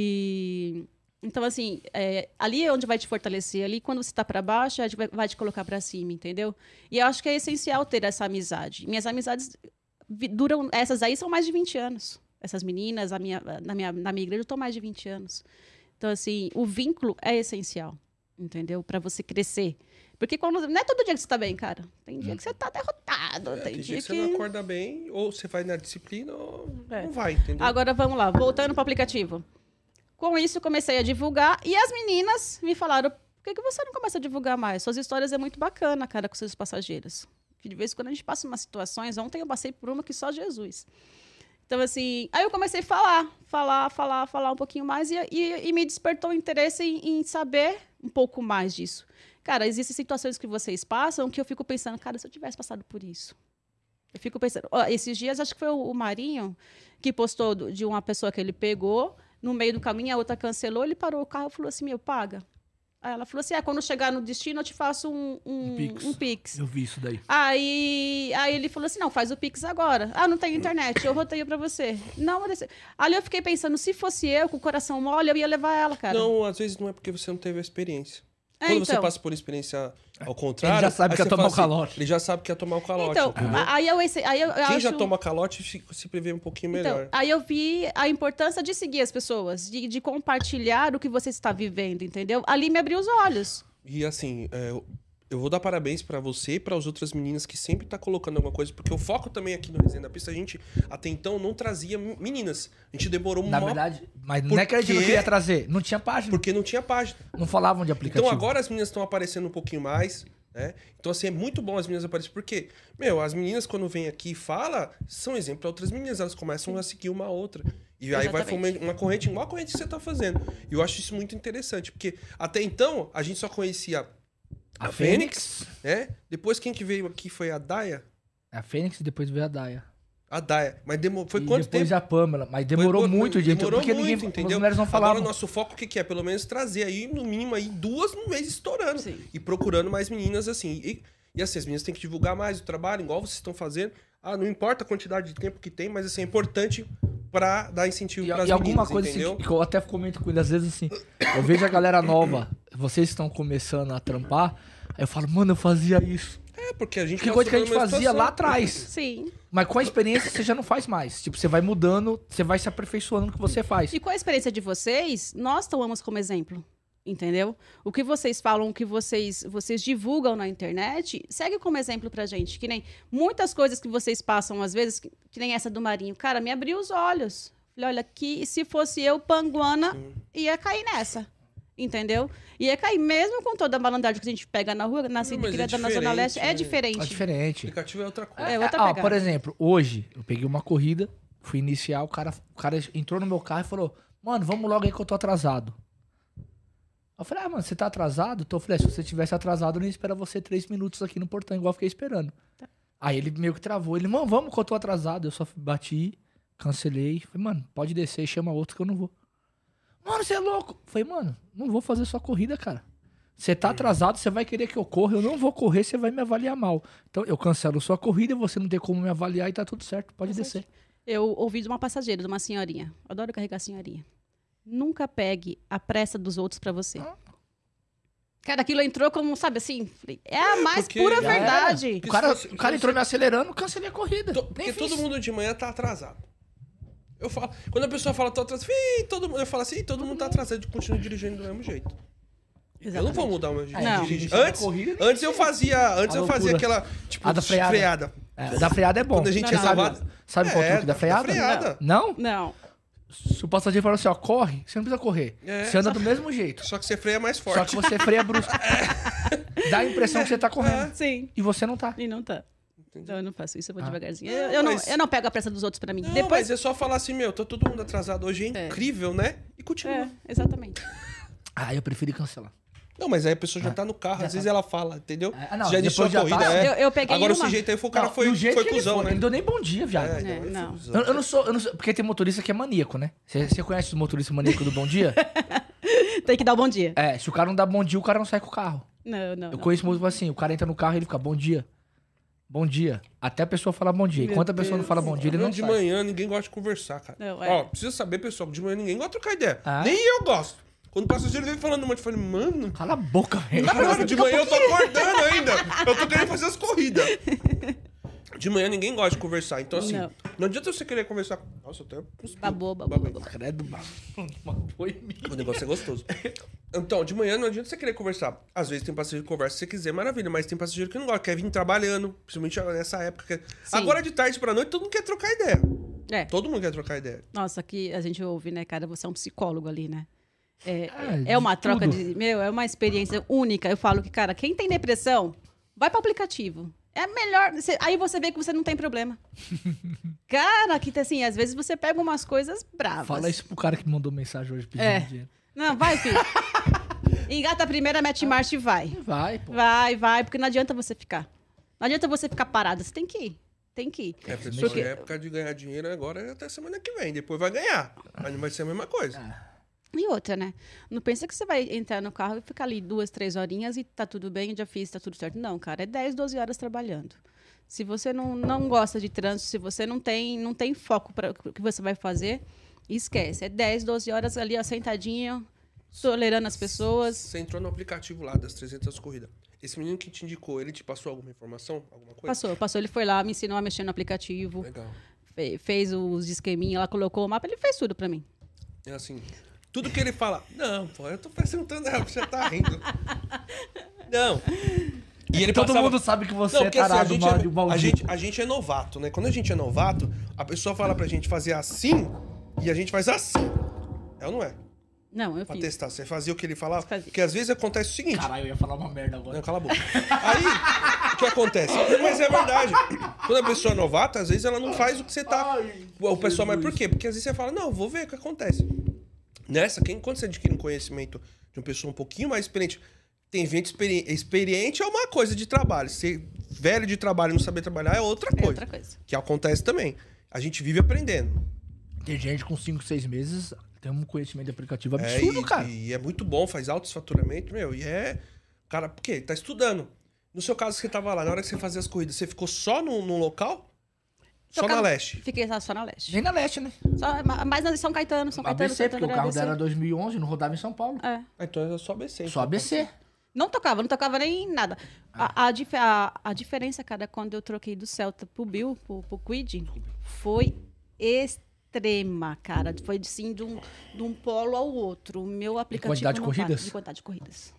S3: E então assim, é, ali é onde vai te fortalecer, ali quando você tá para baixo, é onde vai- vai te colocar para cima, entendeu? E eu acho que é essencial ter essa amizade. Minhas amizades vi- duram, essas aí são mais de 20 anos. Essas meninas, a minha, na minha na minha igreja eu tô mais de 20 anos. Então assim, o vínculo é essencial, entendeu? Para você crescer. Porque quando, não é todo dia que você tá bem, cara. Tem dia que você tá derrotado,
S1: É,
S3: tem, dia
S1: você não
S3: que
S1: acorda bem, ou você vai na disciplina, ou
S3: É.
S1: não vai, entendeu?
S3: Agora vamos lá, voltando pro aplicativo. Com isso, comecei a divulgar e as meninas me falaram: por que, que você não começa a divulgar mais? Suas histórias é muito bacana, cara, com seus passageiros. Que de vez em quando a gente passa umas situações. Ontem eu passei por uma que só Jesus. Então, assim, aí eu comecei a falar, falar, falar, falar um pouquinho mais e, e- e me despertou o interesse em, em saber um pouco mais disso. Cara, existem situações que vocês passam que eu fico pensando, cara, se eu tivesse passado por isso. Eu fico pensando, ó, esses dias acho que foi o o Marinho, que postou do- de uma pessoa que ele pegou, no meio do caminho a outra cancelou, ele parou o carro e falou assim, meu, paga. Aí ela falou assim, ah, quando chegar no destino eu te faço um, um,
S2: Um Pix.
S3: um pix.
S2: Eu vi isso daí.
S3: Aí, aí ele falou assim, não, faz o pix agora. Ah, não tem internet, eu roteio pra você. Não, mas esse- ali eu fiquei pensando, se fosse eu, com o coração mole, eu ia levar ela, cara.
S1: Não, às vezes não é porque você não teve a experiência.
S3: É,
S1: Quando você
S3: então.
S1: passa por experiência ao contrário...
S2: É. já sabe
S1: aí
S2: que ia
S1: você
S2: tomar
S1: fala assim,
S2: o calote.
S1: ele já sabe que ia tomar o calote.
S3: Então,
S1: entendeu?
S3: a- aí eu, esse- aí eu
S1: Quem
S3: acho...
S1: já toma calote se, se prevê um pouquinho melhor.
S3: Então, aí eu vi a importância de seguir as pessoas, de, de compartilhar o que você está vivendo, entendeu? Ali me abriu os olhos.
S1: E assim, é, eu- eu vou dar parabéns pra você e para as outras meninas que sempre tá colocando alguma coisa, porque o foco também aqui no Resenha da Pista, a gente até então não trazia m- meninas. A gente demorou
S2: Na
S1: mó-
S2: verdade, mas não
S1: Por
S2: é que a gente não
S1: quê?
S2: queria trazer. Não tinha página.
S1: porque não tinha página.
S2: Não falavam de aplicativo.
S1: Então agora as meninas estão aparecendo um pouquinho mais, né? Então assim, é muito bom as meninas aparecerem, porque, meu, as meninas quando vêm aqui e fala, são exemplo para outras meninas, elas começam a seguir uma a outra. E aí vai
S3: Exatamente.
S1: formando uma corrente, igual a corrente que você tá fazendo. E eu acho isso muito interessante, porque até então a gente só conhecia,
S2: a
S1: a
S2: Fênix.
S1: né? Depois quem que veio aqui foi a Daya.
S2: A Fênix e depois veio a Daya.
S1: A Daya. Mas demo... foi
S2: e
S1: quanto
S2: depois
S1: tempo?
S2: a Pamela. Mas
S1: Foi
S2: demorou
S1: quanto-
S2: muito, gente.
S1: Demorou
S2: porque
S1: muito,
S2: ninguém,
S1: entendeu?
S2: as mulheres não
S1: Agora
S2: falavam.
S1: o nosso foco o que, que é? Pelo menos trazer aí, no mínimo, aí duas no mês estourando.
S3: Sim.
S1: E procurando mais meninas assim. E, e assim, as meninas têm que divulgar mais o trabalho, igual vocês estão fazendo. Ah, não importa a quantidade de tempo que tem, mas assim, é importante pra dar incentivo
S2: E,
S1: pras
S2: e
S1: meninas,
S2: alguma coisa assim,
S1: entendeu?
S2: que eu até comento com ele, às vezes assim, eu vejo a galera nova, vocês estão começando a trampar, aí eu falo, mano, eu fazia isso.
S1: É, porque a gente
S2: Que
S1: passou
S2: coisa que a
S1: pela
S2: gente
S1: mesma
S2: fazia
S1: situação.
S2: lá atrás.
S3: Sim.
S2: Mas com a experiência você já não faz mais. Tipo, você vai mudando, você vai se aperfeiçoando no que você faz.
S3: E com a experiência de vocês, nós tomamos como exemplo. Entendeu? O que vocês falam, o que vocês, vocês divulgam na internet, segue como exemplo pra gente. Que nem muitas coisas que vocês passam, às vezes, que, que nem essa do Marinho. Cara, me abriu os olhos. Falei, olha, que se fosse eu, panguana, ia cair nessa. Entendeu? Ia cair, mesmo com toda a malandragem que a gente pega na rua, na
S1: Não, mas é
S3: cidade, na Zona
S1: diferente,
S3: Leste,
S1: né?
S3: é diferente.
S2: É
S1: O
S2: diferente.
S1: aplicativo é outra coisa.
S3: É outra
S2: Ah,
S3: pegada.
S2: por exemplo, hoje eu peguei uma corrida, fui iniciar, o cara, o cara entrou no meu carro e falou: Mano, vamos logo aí que eu tô atrasado. Eu falei, ah, mano, você tá atrasado? Então eu falei, "É, se você tivesse atrasado, eu não ia esperar você três minutos aqui no portão, igual eu fiquei esperando.
S3: Tá.
S2: Aí ele meio que travou. Ele, mano, vamos que eu tô atrasado. Eu só bati, cancelei. Falei, mano, pode descer, chama outro que eu não vou. Mano, você é louco. Falei, mano, não vou fazer sua corrida, cara. Você
S1: É.
S2: tá atrasado, você vai querer que eu corra, eu não vou correr, você vai me avaliar mal. Então eu cancelo sua corrida, você não tem como me avaliar e tá tudo certo, pode descer.
S3: Eu ouvi de uma passageira, de uma senhorinha. Adoro carregar senhorinha. Nunca pegue a pressa dos outros pra você. Cara, aquilo entrou como, sabe assim, falei, é a mais
S1: Porque
S3: pura
S1: já
S2: era.
S3: verdade.
S2: O cara,
S1: Isso-
S2: o cara
S1: isso-
S2: entrou me acelerando, cancelei a corrida.
S1: To-
S2: Nem
S1: Porque
S2: fiz.
S1: todo mundo de manhã tá atrasado. Eu falo, quando a pessoa fala, tô atrasado, "Ih, todo mundo, eu falo assim, "Ih, todo
S3: Uhum.
S1: mundo tá atrasado, eu continuo dirigindo do mesmo jeito. Eu não vou mudar o meu jeito de
S3: É, Não.
S1: dirigir.
S2: Dirigir na
S1: Antes,
S2: corrida,
S1: antes eu fazia, antes
S2: A
S1: eu fazia
S2: loucura.
S1: aquela, tipo,
S2: A da freada. É, da freada é bom.
S1: Quando a gente
S2: Você
S1: é
S2: sabe,
S1: levado-
S2: sabe qual é
S1: É,
S2: o truque da
S1: da
S2: freada?
S1: freada.
S2: Não?
S3: Não.
S2: Se o passageiro falar assim, ó, corre, você não precisa correr.
S1: É.
S2: Você anda do mesmo jeito.
S1: Só que você freia mais
S2: Só
S1: forte. É.
S2: que você freia brusco. Dá a impressão que você tá correndo.
S3: Sim.
S2: E você não tá.
S3: E não tá. Então eu não faço isso, eu vou
S2: Ah.
S3: devagarzinho.
S1: Não,
S3: Eu, eu não,
S1: mas-
S3: eu não pego a pressa dos outros pra mim.
S1: Não,
S3: Depois.
S1: mas é só falar assim, meu, tá todo mundo atrasado hoje, é
S3: É.
S1: incrível, né? E continua.
S3: É, exatamente.
S2: Ah, eu prefiro cancelar.
S1: Não, mas aí a pessoa já tá no carro, às vezes ela fala, entendeu?
S2: Ah, não,
S1: já iniciou a
S2: depois já
S1: corrida,
S2: tá-
S1: é.
S3: Eu- eu peguei
S1: Agora
S3: uma-
S1: esse jeito aí foi o cara
S2: Não,
S1: foi,
S2: do jeito
S1: foi
S2: que ele
S1: cuzão,
S2: Ele
S1: né?
S2: não deu nem bom dia, viado.
S1: É, então,
S3: É,
S1: ele
S3: não.
S1: foi cuzão.
S2: Eu, eu não sou, eu não sou- Porque tem motorista que é maníaco, né? Você, você conhece os motoristas maníacos do Bom Dia?
S3: Tem que dar o bom dia.
S2: É, se o cara não dá bom dia, o cara não sai com o carro.
S3: Não, não.
S2: Eu
S3: não.
S2: conheço muito assim, o cara entra no carro e ele fica bom dia. Bom dia. Até a pessoa falar bom dia. Enquanto a pessoa não fala bom dia, ele
S1: Não,
S2: não
S1: de
S2: sai.
S1: manhã ninguém gosta de conversar, cara.
S3: Não, é.
S1: Ó, precisa saber, pessoal, que de manhã ninguém gosta de trocar ideia.
S2: Ah.
S1: Nem eu gosto. Quando o passageiro vem falando um monte, eu falei, mano,
S2: Cala a boca, velho.
S1: caralho,
S2: um
S1: de manhã eu tô acordando ainda. Eu tô querendo fazer as corridas. De manhã ninguém gosta de conversar. Então, assim, não,
S3: Não.
S1: adianta você querer conversar. Nossa, um até.
S3: Babou, babou, babou.
S2: Credo, mano. Matou em mim.
S1: O negócio é gostoso. Então, de manhã não adianta você querer conversar. Às vezes tem passageiro que conversa se você quiser, maravilha, mas tem passageiro que não gosta, quer vir trabalhando, principalmente nessa época. que-
S3: Sim.
S1: Agora de tarde pra noite, todo mundo quer trocar ideia.
S3: É.
S1: Todo mundo quer trocar ideia.
S3: Nossa, que a gente ouve, né, cara? Você é um psicólogo ali, né? É,
S2: Ah,
S3: é
S2: de
S3: uma troca
S2: tudo.
S3: de. Meu, é uma experiência única. Eu falo que, cara, quem tem depressão, vai para aplicativo. É melhor. você- aí você vê que você não tem problema. cara, que assim, às vezes você pega umas coisas bravas.
S2: Fala isso pro cara que mandou mensagem hoje pedindo
S3: É.
S2: dinheiro.
S3: Não, vai, filho. Engata a primeira, mete marcha e vai.
S2: Vai, pô.
S3: Vai, vai, porque não adianta você ficar. Não adianta você ficar parado. Você tem que ir. Tem que ir.
S1: É,
S2: Porque-
S1: pessoal, é época de ganhar dinheiro agora é até semana que vem. Depois vai ganhar. Mas não vai ser a mesma coisa.
S3: E outra, né? Não pensa que você vai entrar no carro e ficar ali duas, três horinhas e tá tudo bem, já fiz, tá tudo certo. Não, cara, é 10, 12 horas trabalhando. Se você não, não gosta de trânsito, se você não tem, não tem foco para o que você vai fazer, esquece. É 10, 12 horas ali, ó, sentadinho, tolerando as pessoas.
S1: Você entrou no aplicativo lá das 300 corridas. Esse menino que te indicou, ele te passou alguma informação? Alguma coisa?
S3: Passou, passou. Ele foi lá, me ensinou a mexer no aplicativo,
S1: Legal.
S3: fe- fez os esqueminha, ela colocou o mapa, ele fez tudo pra mim.
S1: É assim, tudo que ele fala, não, pô, eu tô perguntando, você tá rindo. Não. E ele
S2: Todo
S1: passava-
S2: mundo sabe que você
S1: Não,
S2: é
S1: porque assim, a
S2: tarado
S1: gente
S2: mal,
S1: é, a,
S2: maldito.
S1: gente, a gente é novato, né? Quando a gente é novato, a pessoa fala pra gente fazer assim e a gente faz assim. É ou não é?
S3: Não, eu
S1: Pra
S3: fiz.
S1: testar. Você fazia o que ele falava?
S3: Fazia.
S1: Porque às vezes acontece o seguinte.
S2: Caralho, eu ia falar uma merda
S1: Não,
S2: agora.
S1: cala a boca. Aí, o que acontece? Mas é verdade. Quando a pessoa é novata, às vezes ela não faz o que você tá.
S2: Ai,
S1: o pessoal, mas por quê? Porque às vezes você fala, não, vou ver o que acontece. Nessa, quem, quando você adquire um conhecimento de uma pessoa um pouquinho mais experiente, tem gente experi- experiente é uma coisa de trabalho. Ser velho de trabalho e não saber trabalhar é outra
S3: É
S1: coisa.
S3: outra coisa.
S1: Que acontece também. A gente vive aprendendo.
S2: Tem gente com 5, 6 meses tem um conhecimento de aplicativo
S1: É,
S2: absurdo,
S1: e,
S2: cara.
S1: e é muito bom, faz altos faturamento, meu. E é. Cara, por quê? Tá estudando. No seu caso, você tava lá, na hora que você fazia as corridas, você ficou só num, num local? Só
S3: Tocava-
S1: na leste.
S3: Fiquei só- só na leste.
S2: Vem na leste, né?
S3: Só, mas na São Caetano, São Caetano,
S2: ABC,
S3: Santo
S2: porque o
S3: André,
S2: carro
S3: ABC.
S2: dela era 2011, não rodava em São Paulo.
S3: É.
S1: Ah, Então era só ABC.
S2: Só ABC.
S3: Não tocava, não tocava nem nada. A, a, dif- a- a diferença, cara, quando eu troquei do Celta pro Bill, pro, pro Quid, foi extrema, cara. Foi assim, de um, de um polo ao outro. O meu aplicativo.
S2: quantidade de
S3: não para
S2: corridas?
S3: De quantidade de corridas.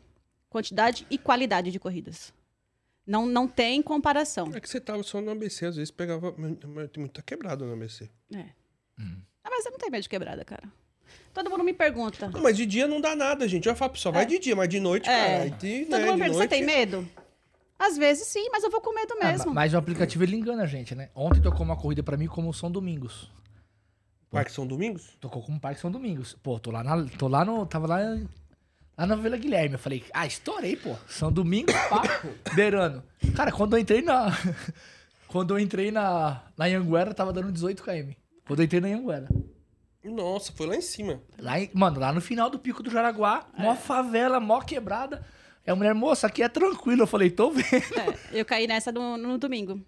S3: Quantidade e qualidade de corridas. Não, não tem comparação.
S1: É que você tava só no ABC, às vezes pegava. Meu, meu time tá quebrado no ABC.
S3: É. Ah, mas eu não tenho medo de quebrada, cara. Todo mundo me pergunta.
S1: Não, mas de dia não dá nada, gente. Eu ia falar pro pessoal, vai de dia, mas de noite,
S3: É.
S1: cara. aí tem,
S3: Todo
S1: né,
S3: mundo
S1: de
S3: pergunta, você
S1: noite-
S3: tem medo? Às vezes sim, mas eu vou com medo
S2: Ah,
S3: mesmo.
S2: ma- mas o aplicativo ele engana a gente, né? Ontem tocou uma corrida pra mim como São Domingos.
S1: Parque São Domingos?
S2: Tocou como Parque São Domingos. Pô, tô lá na. Tô lá no. Tava lá, lá na Vila Guilherme. Eu falei, ah, estourei, pô. São Domingos, pá, pô, beirando. Cara, quando eu entrei na. quando eu entrei na, na Anhanguera, tava dando 18 km. Quando eu entrei na Anhanguera.
S1: Nossa, foi lá em cima.
S2: Lá, em- mano, lá no final do Pico do Jaraguá, mó favela, mó quebrada. É a mulher, moça, aqui é tranquilo. Eu falei, tô vendo.
S3: É, eu caí nessa no, no domingo.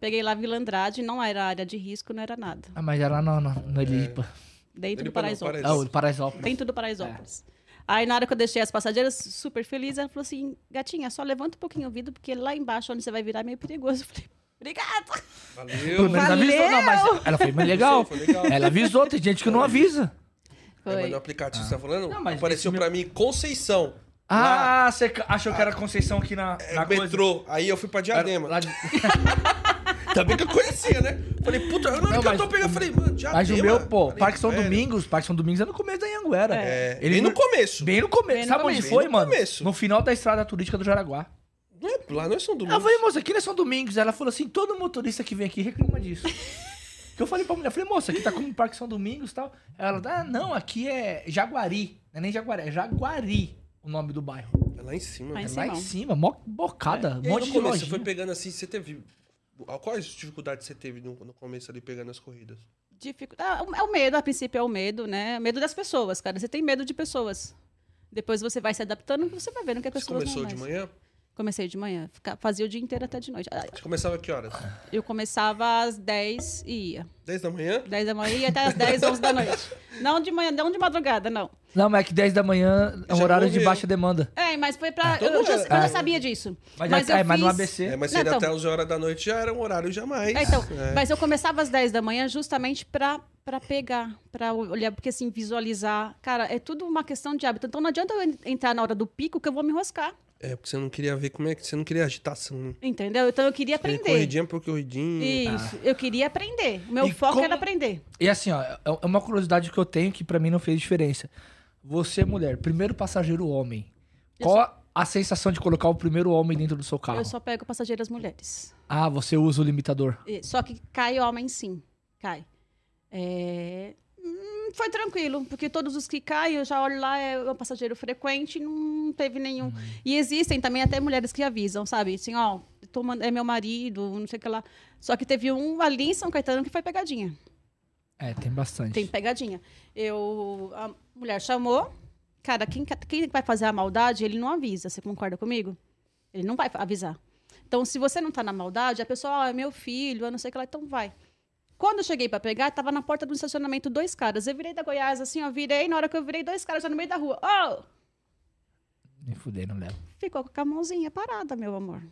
S3: Peguei lá Vila Andrade, não era área de risco, não era nada.
S2: Ah, mas era lá no, no, no Elipa.
S3: Dentro do
S1: Elipa não,
S3: Paraisópolis.
S2: Ah, o Paraisópolis.
S3: Dentro do Paraisópolis. Aí na hora que eu deixei as passageiras super felizes, ela falou assim, gatinha, só levanta um pouquinho o vidro, porque lá embaixo, onde você vai virar, é meio perigoso. Eu falei, obrigada!
S1: Valeu. né?
S2: Pelo menos avisou, não, mas ela foi mas legal.
S1: Foi legal.
S2: Ela avisou, tem gente que não avisa.
S1: É, mas no
S3: Foi.
S1: aplicativo, você tá falando?
S2: Não, mas
S1: Apareceu
S2: esse
S1: pra mim Conceição. Lá,
S2: Ah, você ca- achou que era Conceição aqui na,
S1: é,
S2: na coisa?
S1: metrô. Aí eu fui pra
S2: Era
S1: Diadema.
S2: lá de-
S1: Também que eu conhecia, né? Falei, puta, na hora
S2: Não,
S1: que eu
S2: mas-
S1: tô pegando, eu falei, mano, Diadema.
S2: Mas o meu, pô,
S1: Falei,
S2: Parque São
S1: velho.
S2: Domingos, Parque São Domingos é no começo da Anhanguera.
S1: É,
S2: Ele
S1: bem no começo.
S2: Bem no
S3: Bem
S2: começo.
S3: no
S2: Sabe onde
S3: começo.
S2: foi,
S1: Bem no
S2: mano?
S1: começo.
S2: No final da estrada turística do Jaraguá.
S1: Não é- lá não é São Domingos.
S2: Ela falou, moça, aqui não é São Domingos. Ela falou assim, todo motorista que vem aqui reclama disso. que eu falei pra mulher, eu falei, moça, aqui tá como Parque São Domingos e tal. Ela, ah, não, aqui é Jaguari. Não é nem Jaguari, é Jaguari o nome do bairro.
S1: É lá em cima.
S3: Lá
S1: né?
S3: em
S2: É
S3: Sim,
S2: lá em
S3: Assim não.
S2: cima, mó bocada,
S1: É. E
S2: um
S1: aí,
S2: monte
S1: no começo,
S2: de
S1: você
S2: lojinha.
S1: foi pegando assim, você teve... ah, é Quais dificuldades você teve no, no começo ali, pegando as corridas?
S3: Dificu- Ah, É o medo, a princípio é o medo, né? O medo das pessoas, cara. Você tem medo de pessoas. Depois você vai se adaptando, você vai vendo que a
S1: Você
S3: pessoa
S1: começou de manhã?
S3: Comecei de manhã. Fica- Fazia o dia inteiro até de noite. Ah,
S1: Você começava que horas?
S3: Eu começava às 10 e ia.
S1: 10 da manhã?
S3: 10 da manhã e ia até às 10, 11 da noite. Não de manhã, não de madrugada, não.
S2: Não, mas é que 10 da manhã é um
S1: Já
S2: horário de
S1: morreu.
S2: baixa demanda.
S3: É, mas foi pra.
S1: Todo
S3: eu, já,
S1: mundo-
S3: eu já
S2: Ah.
S3: sabia disso.
S2: Mas,
S3: Mas
S2: é,
S3: eu
S2: mas no
S3: fiz-
S2: ABC...
S1: É, mas
S3: Não,
S1: seria
S3: então-
S1: até 11 horas da noite, já era um horário jamais.
S3: É, então,
S1: É.
S3: mas eu começava às 10 da manhã justamente pra, pra pegar, pra olhar, porque assim, visualizar. Cara, é tudo uma questão de hábito. Então não adianta eu en- entrar na hora do pico que eu vou me enroscar.
S1: É, porque você não queria ver como é que... Você não queria agitação, né?
S3: Entendeu? Então eu queria
S1: Queria
S3: aprender.
S1: Corridinha por corridinha.
S3: Isso,
S2: Ah.
S3: eu queria aprender. O meu
S2: E
S3: foco
S2: como-
S3: era aprender.
S2: E assim, ó, é- é uma curiosidade que eu tenho que pra mim não fez diferença. Você, mulher, primeiro passageiro homem. Qual a- a sensação de colocar o primeiro homem dentro do seu carro?
S3: Eu só pego passageiras mulheres.
S2: Ah, você usa o limitador.
S3: E- É, Só que cai homem sim, cai. É, hum, Foi tranquilo, porque todos os que caem, eu já olho lá, é um passageiro frequente, não teve nenhum. E existem também até mulheres que avisam, sabe? Assim, ó, tô mand- é meu marido, não sei o que lá. Só que teve um ali em São Caetano que foi pegadinha.
S2: É, tem bastante.
S3: Tem pegadinha. Eu, a mulher chamou, cara, quem, ca- quem vai fazer a maldade, ele não avisa, você concorda comigo? Ele não vai fa- avisar. Então, se você não tá na maldade, a pessoa, ó, é meu filho, eu não sei o que lá, então vai. Quando eu cheguei pra pegar, tava na porta do estacionamento dois caras. Eu virei da Goiás, assim, ó, virei, na hora que eu virei, dois caras já no meio da rua. Oh!
S2: Me né? fudei, não leva.
S3: Ficou com a mãozinha parada, meu amor.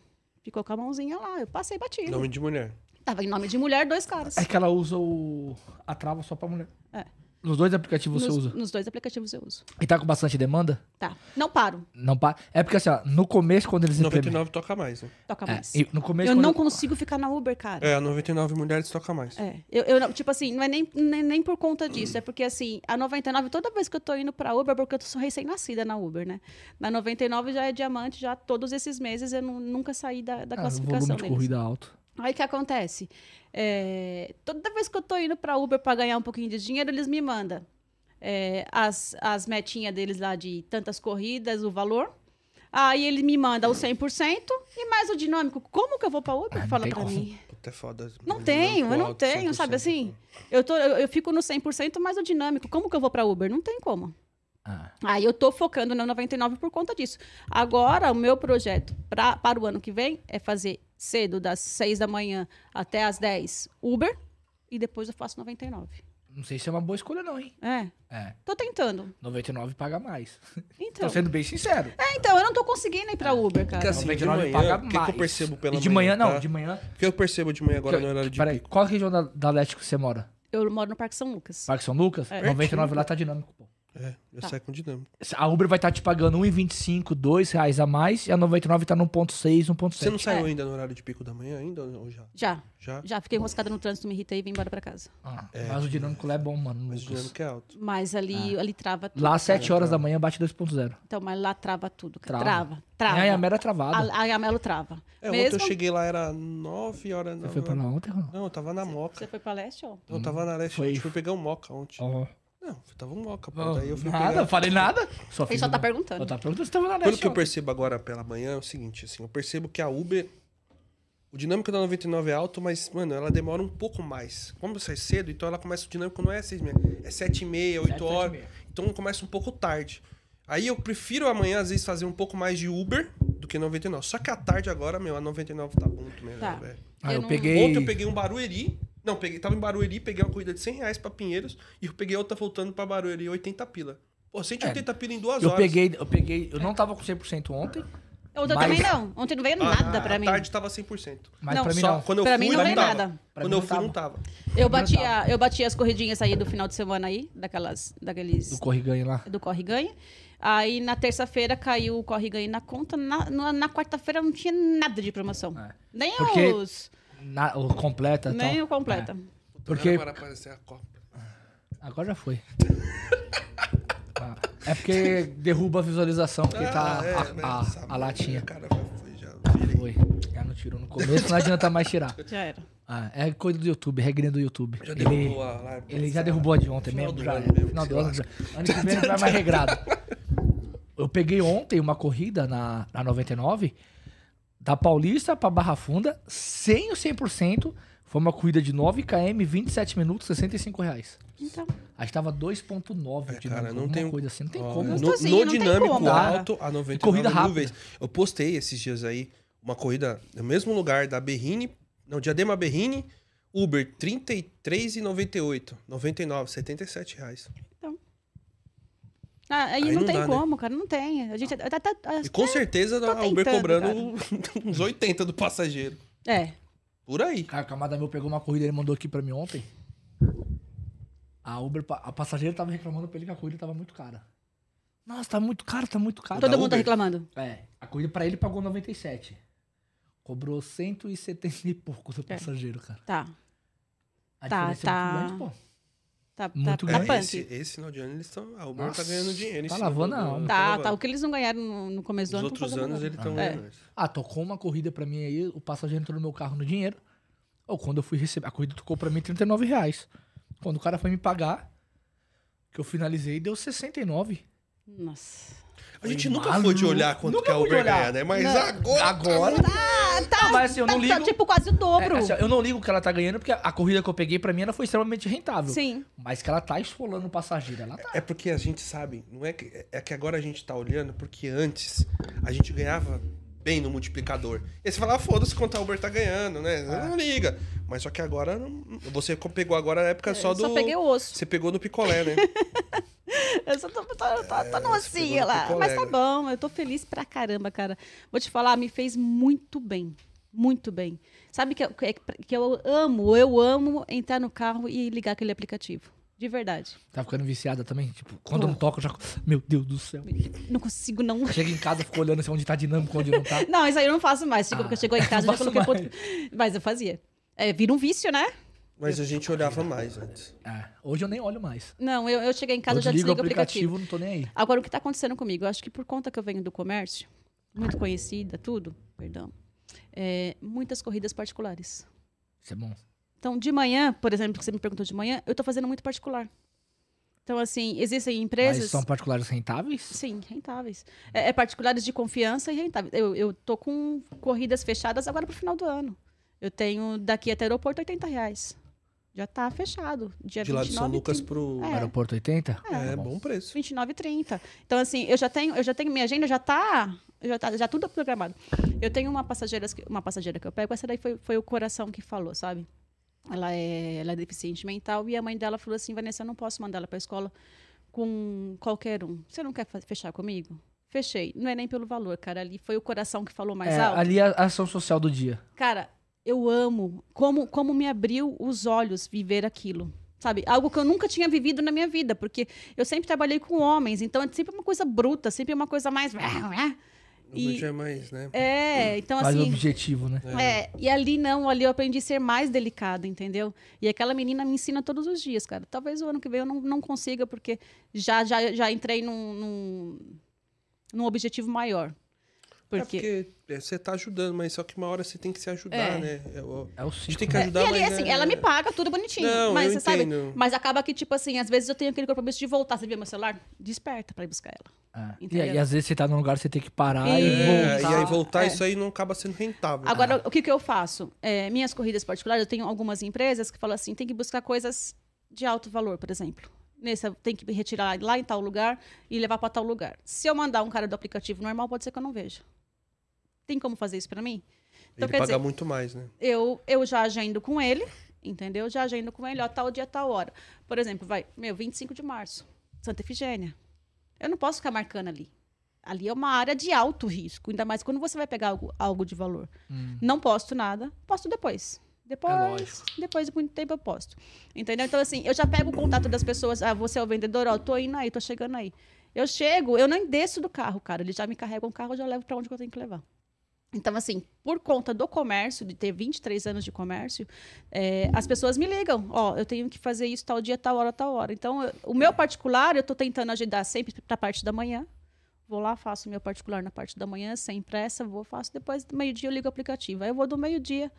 S3: Ficou com a mãozinha lá, eu passei batido.
S1: Nome de mulher.
S3: Tava em nome de mulher, dois caras.
S2: É que ela usa o... a trava só pra mulher.
S3: É.
S2: Nos dois aplicativos
S3: nos,
S2: você usa.
S3: nos dois aplicativos eu uso.
S2: E tá com bastante demanda?
S3: Tá. Não paro.
S2: Não pa... É porque assim, ó, no começo, quando eles implementam.
S1: 99 toca mais, né?
S3: Toca
S2: É,
S3: mais.
S2: e no começo,
S3: eu
S2: quando-
S3: não consigo ficar na Uber, cara.
S1: É, a 99 mulheres toca mais.
S3: É, eu, eu não- tipo assim, não é nem, nem, nem por conta disso, é porque assim, a 99, toda vez que eu tô indo pra Uber, é porque eu sou recém-nascida na Uber, né? Na 99 já é diamante, já todos esses meses eu nu- nunca saí da, da
S2: Ah,
S3: classificação
S2: volume de
S3: deles.
S2: corrida alto.
S3: Aí o que acontece? É, toda vez que eu tô indo pra Uber pra ganhar um pouquinho de dinheiro, eles me mandam é, as, as metinhas deles lá de tantas corridas, o valor. Aí ele me manda o 100% e mais o dinâmico. Como que eu vou pra
S2: Ah,
S3: Uber?
S2: não
S3: Fala
S2: tem
S3: pra
S2: como.
S3: mim.
S1: Puta, é foda.
S3: Não tenho, eu não tenho, sabe assim? Eu, tô, eu, eu fico no 100%, mas o dinâmico, como que eu vou pra Uber? Não tem como.
S2: Ah.
S3: Aí eu tô focando no 99 por conta disso. Agora, o meu projeto pra, para o ano que vem é fazer cedo, das 6 da manhã até as 10, Uber, e depois eu faço 99.
S2: Não sei se é uma boa escolha, não, hein?
S3: É.
S2: É.
S3: Tô tentando.
S2: 99 paga mais.
S3: Então.
S2: Tô sendo bem sincero.
S3: É, então, eu não tô conseguindo ir pra Uber,
S1: Porque
S3: cara.
S1: assim, de
S2: 99
S1: manhã,
S2: paga
S1: o que,
S2: mais.
S1: que eu percebo pela
S2: E de manhã, não,
S1: tá?
S2: de manhã.
S3: assim?
S1: O que eu percebo de manhã agora
S2: Que-
S1: no horário de
S2: Peraí,
S1: pico?
S2: qual região da, da Atlético você mora?
S3: Eu moro no Parque São Lucas.
S2: Parque São Lucas?
S3: É.
S2: 99 lá tá dinâmico, pô.
S1: É, eu
S3: Tá.
S1: saio com dinâmico.
S2: A Uber vai estar te pagando 1,25, 2 reais a mais e a 99 tá no 1,6,
S1: Você
S2: 1,7.
S1: não
S3: É.
S1: saiu ainda no horário de pico da manhã ainda ou já?
S3: Já.
S1: Já?
S3: Já fiquei enroscada no trânsito, me irritei e vim embora pra casa.
S2: Ah, mas o dinâmico lá é bom, mano.
S1: Mas o
S2: Lucas.
S1: dinâmico é alto.
S3: Mas ali, ali trava tudo.
S2: Lá, 7 horas da manhã, bate 2,0.
S3: Então, mas lá trava tudo. cara.
S2: Trava.
S3: Trava. Trava.
S2: É, a Yamera é travada.
S3: A, a Yamelo trava.
S1: É, ontem
S3: Mesmo...
S1: eu cheguei lá, era 9 horas da
S2: Você foi pra lá ontem, Ronaldo?
S1: Não, eu tava na moca.
S3: Você foi pra leste, ó.
S1: Eu tava na leste.
S2: Foi.
S1: A gente foi pegar um moca ontem.
S2: Ó.
S1: Não, tava um moca, pô. Daí eu fui
S2: Nada,
S1: pegar...
S2: falei nada. Só
S3: Ele
S2: fiz
S3: só tá
S2: uma-
S3: perguntando.
S2: Só tá perguntando se tava na
S1: Pelo
S2: net.
S1: que eu
S2: ó.
S1: percebo agora pela manhã é o seguinte, assim, eu percebo que a Uber. O dinâmico da 99 é alto, mas, mano, ela demora um pouco mais. Como eu saio cedo, então ela começa o dinâmico não é 6 é 7 e meia, 8
S2: 7,
S3: É,
S1: horas.
S2: 7h30.
S1: Então começa um pouco tarde. Aí eu prefiro amanhã, às vezes, fazer um pouco mais de Uber do que 99. Só que a tarde agora, meu, a 99 tá muito melhor,
S3: Tá.
S1: velho.
S2: Ah, eu
S3: Eu não-
S2: peguei.
S1: Ontem eu peguei um Barueri. Não, peguei, tava em Barueri, peguei uma corrida de 100 reais pra Pinheiros e eu peguei outra voltando pra Barueri, 80 pila. Pô, 180 pila em duas
S2: É. Eu
S1: horas.
S2: peguei, eu peguei, eu não tava com 100% ontem,
S3: Ontem
S2: Mas-
S3: também não. Ontem não veio nada pra mim.
S1: A Ah, tarde tava 100%.
S2: mas
S3: Não,
S2: pra mim
S1: Só
S2: não.
S1: quando eu
S3: Pra
S1: fui,
S3: mim não
S1: não,
S3: veio
S1: tava.
S3: nada.
S2: Pra
S1: quando
S2: mim
S1: eu
S2: não
S1: fui,
S2: tava.
S1: não tava.
S3: Eu bati, a, eu bati as corridinhas aí do final de semana aí, daquelas, daqueles
S2: Do Corriganha lá.
S3: do corre e ganha. Aí na terça-feira caiu o corre e ganha na conta. Na, na, na quarta-feira não tinha nada de promoção.
S2: É. Então,
S3: Nem
S2: Porque-
S3: os.
S2: Na, o completa e tal. É,
S3: Nem o completa.
S2: Porque-
S1: Agora aparecer a Copa.
S2: Agora já foi. Ah, é porque derruba a visualização, porque tá
S1: Ah, é,
S2: a,
S1: né?
S2: a-
S1: Essa é
S2: a
S1: merda,
S2: latinha.
S1: Cara, foi já. virei.
S2: Foi. Já não tirou no começo, não adianta mais tirar.
S3: Já era.
S2: Ah, é coisa do YouTube, regrinha do YouTube.
S1: Já
S2: Ele,
S1: derrubou a live.
S2: ele já derrubou a de ontem
S1: Final
S2: mesmo,
S1: do
S2: já
S1: ano né?
S2: era.
S1: mesmo,
S2: Final
S1: que
S2: do
S1: se
S2: ano. já-
S1: lasca.
S2: Ano que vem não vai mais regrado. Eu peguei ontem uma corrida na, na 99, da Paulista pra Barra Funda, sem o 100%. Foi uma corrida de 9 km, 27 minutos, 65 reais.
S3: Então,
S2: Acho que tava 2.9
S1: É,
S2: de
S1: cara, não
S2: alguma
S1: tem
S2: coisa assim, não tem
S1: Ó,
S2: como.
S1: No,
S3: Não, assim,
S1: no
S3: não tem
S1: dinâmico
S3: como, cara.
S1: alto, a 99
S2: corrida
S1: mil
S2: rápida.
S1: vezes. Eu postei esses dias aí uma corrida no mesmo lugar da Berrine, não, Diadema Berrine, Uber R$ 33,98, 99, 77 reais.
S3: ah, aí,
S1: Aí
S3: não,
S1: não
S3: tem
S1: dá, né?
S3: como, cara. Não tem. A gente tá, até. até-
S1: E com certeza a Uber
S3: tentando,
S1: cobrando uns 80 do passageiro.
S3: É.
S1: Por aí.
S2: Cara, o camada meu pegou uma corrida, ele mandou aqui pra mim ontem. A Uber, pa- a passageira tava reclamando pra ele que a corrida tava muito cara. Nossa, tá muito caro, tá muito caro.
S1: da
S3: Todo mundo tá
S1: Uber?
S3: reclamando.
S2: É, a corrida pra ele pagou 97. Cobrou 170 e pouco do passageiro, cara.
S3: Tá.
S2: A
S3: É. Tá,
S2: diferença
S3: tá.
S2: é muito grande, pô.
S3: Tá, tá,
S2: Muito
S3: tá
S2: grande.
S1: É,
S3: punk.
S1: esse, esse final de ano eles estão. A Uber
S2: Nossa,
S1: tá ganhando dinheiro. em
S2: tá
S1: cima
S2: lavando
S1: do-
S2: a alma.
S1: do-
S3: Tá,
S1: do-
S3: tá. O que eles não ganharam no, no começo
S1: Os
S3: do ano. tá
S1: outros anos eles estão
S3: É.
S1: ganhando.
S2: Ah, tocou uma corrida pra mim aí, o passageiro entrou no meu carro no dinheiro. Ou quando eu fui receber, a corrida tocou pra mim 39 reais. Quando o cara foi me pagar, que eu finalizei, deu 69.
S3: Nossa.
S1: A gente nunca foi de olhar quanto
S2: Nunca
S1: que a
S2: fui de
S1: Uber
S2: olhar.
S1: ganha, né? Mas
S3: Não.
S1: agora.
S2: Agora.
S3: Tá,
S2: Não, mas assim, eu não
S3: tá-
S2: ligo.
S3: Tá, tipo quase o dobro.
S2: É, assim, ó, eu não ligo que ela tá ganhando, porque a- a corrida que eu peguei pra mim ela foi extremamente rentável.
S3: Sim.
S2: Mas que ela tá esfolando o passageiro. Ela tá.
S1: É porque a gente sabe, não é que, é que agora a gente tá olhando, porque antes a gente ganhava bem no multiplicador. E aí você fala, ah, foda-se quanto a Uber tá ganhando,
S3: É.
S1: né? Não liga. Mas só que agora, não- você co- pegou agora na época só
S3: É, Eu
S1: do...
S3: só peguei o osso.
S1: Você pegou no picolé, né?
S3: Eu só tô, tô, tô, tô no
S1: pegou
S3: ossinho
S1: no
S3: lá.
S1: picolé,
S3: Mas tá
S1: né?
S3: bom, eu tô feliz pra caramba, cara. Vou te falar, me fez muito bem. Muito bem. Sabe que eu, que, que eu amo, eu amo entrar no carro e ligar aquele aplicativo. De verdade.
S2: Tá ficando viciada também. Tipo, quando eu não toco, eu já. Meu Deus do céu.
S3: Não consigo, não.
S2: Chega em casa, fico olhando assim, onde tá dinâmico, onde não tá.
S3: Não, isso aí eu não faço mais. Tipo,
S2: Ah,
S3: porque chegou em casa,
S2: não
S3: eu já coloquei
S2: faço
S3: ponto. Mas eu fazia. É, vira um vício, né?
S1: Mas a gente olhava mais antes.
S2: É, hoje eu nem olho mais.
S3: Não, eu, eu cheguei em casa, eu
S2: Hoje
S3: já
S2: eu ligo
S3: desligo
S2: o aplicativo,
S3: o aplicativo.
S2: não tô nem aí.
S3: Agora, o que está acontecendo comigo? Eu acho que por conta que eu venho do comércio, muito conhecida, tudo, perdão, é, muitas corridas particulares.
S2: Isso é bom.
S3: Então, de manhã, por exemplo, que você me perguntou de manhã, eu tô fazendo muito particular. Então, assim, existem
S2: Mas
S3: empresas.
S2: são particulares rentáveis?
S3: Sim, rentáveis. É, é particulares de confiança e rentáveis. Eu, eu tô com corridas fechadas agora pro final do ano. Eu tenho daqui até o aeroporto 80 reais. Já tá fechado. Dia
S1: De lá de São
S3: 29 e
S1: Lucas
S3: 30.
S1: pro...
S3: É.
S2: Aeroporto 80?
S1: É,
S2: Tá bom.
S1: bom preço.
S3: 29 e 30. Então, assim, eu já tenho, eu já tenho, minha agenda já tá, já tá, já tudo programado. Eu tenho uma passageira, que- uma passageira que eu pego, essa daí foi, foi o coração que falou, sabe? Ela é, ela é deficiente mental e a mãe dela falou assim: Vanessa, eu não posso mandar ela para a escola com qualquer um. Você não quer fa- fechar comigo? Fechei. Não é nem pelo valor, cara. Ali foi o coração que falou mais
S2: É,
S3: alto. Então,
S2: ali é a ação social do dia.
S3: Cara, eu amo como, como me abriu os olhos viver aquilo. Sabe? Algo que eu nunca tinha vivido na minha vida, porque eu sempre trabalhei com homens, então é sempre uma coisa bruta, sempre uma coisa mais.
S1: Não
S3: E,
S1: tinha mais, né?
S3: é, então
S2: Mais
S3: assim.
S2: objetivo, né?
S3: É, e ali não, ali eu aprendi a ser mais delicada, entendeu? E aquela menina me ensina todos os dias, cara. Talvez o ano que vem eu não, não consiga, porque já, já, já entrei num, num, num objetivo maior. Porque.
S1: É porque é, você tá ajudando, mas só que uma hora você tem que se ajudar,
S3: É.
S1: né? É, ó,
S2: É o
S1: a gente tem
S2: ciclo.
S1: que
S2: né?
S1: ajudar,
S3: e ali,
S1: mas
S3: assim,
S1: é-
S3: ela me paga tudo bonitinho.
S1: Não,
S3: mas
S1: eu
S3: você
S1: entendo.
S3: sabe. Mas acaba que, tipo assim, às vezes eu tenho aquele compromisso de voltar. Você vê meu celular? Desperta pra ir buscar ela.
S2: Ah, E,
S3: Entendeu?
S2: e às vezes você tá num lugar, você tem que parar
S1: É,
S2: e
S1: e aí
S2: voltar.
S1: voltar,
S3: É.
S1: isso aí não acaba sendo rentável.
S3: Agora, o que, que eu faço? É, minhas corridas particulares, eu tenho algumas empresas que falam assim, tem que buscar coisas de alto valor, por exemplo. Nessa, tem que retirar lá em tal lugar e levar para tal lugar. Se eu mandar um cara do aplicativo normal, pode ser que eu não veja. Tem como fazer isso para mim?
S1: Ele
S3: Então, quer
S1: paga
S3: dizer,
S1: muito mais, né?
S3: eu, eu já agendo com ele, entendeu? Já agendo com ele, ó, tal dia, tal hora. Por exemplo, vai, meu, 25 de março, Santa Efigênia. Eu não posso ficar marcando ali. Ali é uma área de alto risco, ainda mais quando você vai pegar algo, algo de valor. Não posto nada, posto depois. Depois,
S2: lógico.
S3: depois de muito tempo eu posto. Entendeu? Então, assim, eu já pego o contato das pessoas. Ah, você é o vendedor, ó, tô indo aí, tô chegando aí. Eu chego, eu nem desço do carro, cara. Eles já me carregam o carro, eu já levo para onde que eu tenho que levar. Então, assim, por conta do comércio, de ter 23 anos de comércio, é, as pessoas me ligam. Ó, eu tenho que fazer isso tal dia, tal hora, tal hora. Então, eu- o meu particular, eu estou tentando ajudar sempre para a parte da manhã. Vou lá, faço o meu particular na parte da manhã, sem pressa, vou, faço. Depois do meio-dia eu ligo o aplicativo. Aí eu vou do meio-dia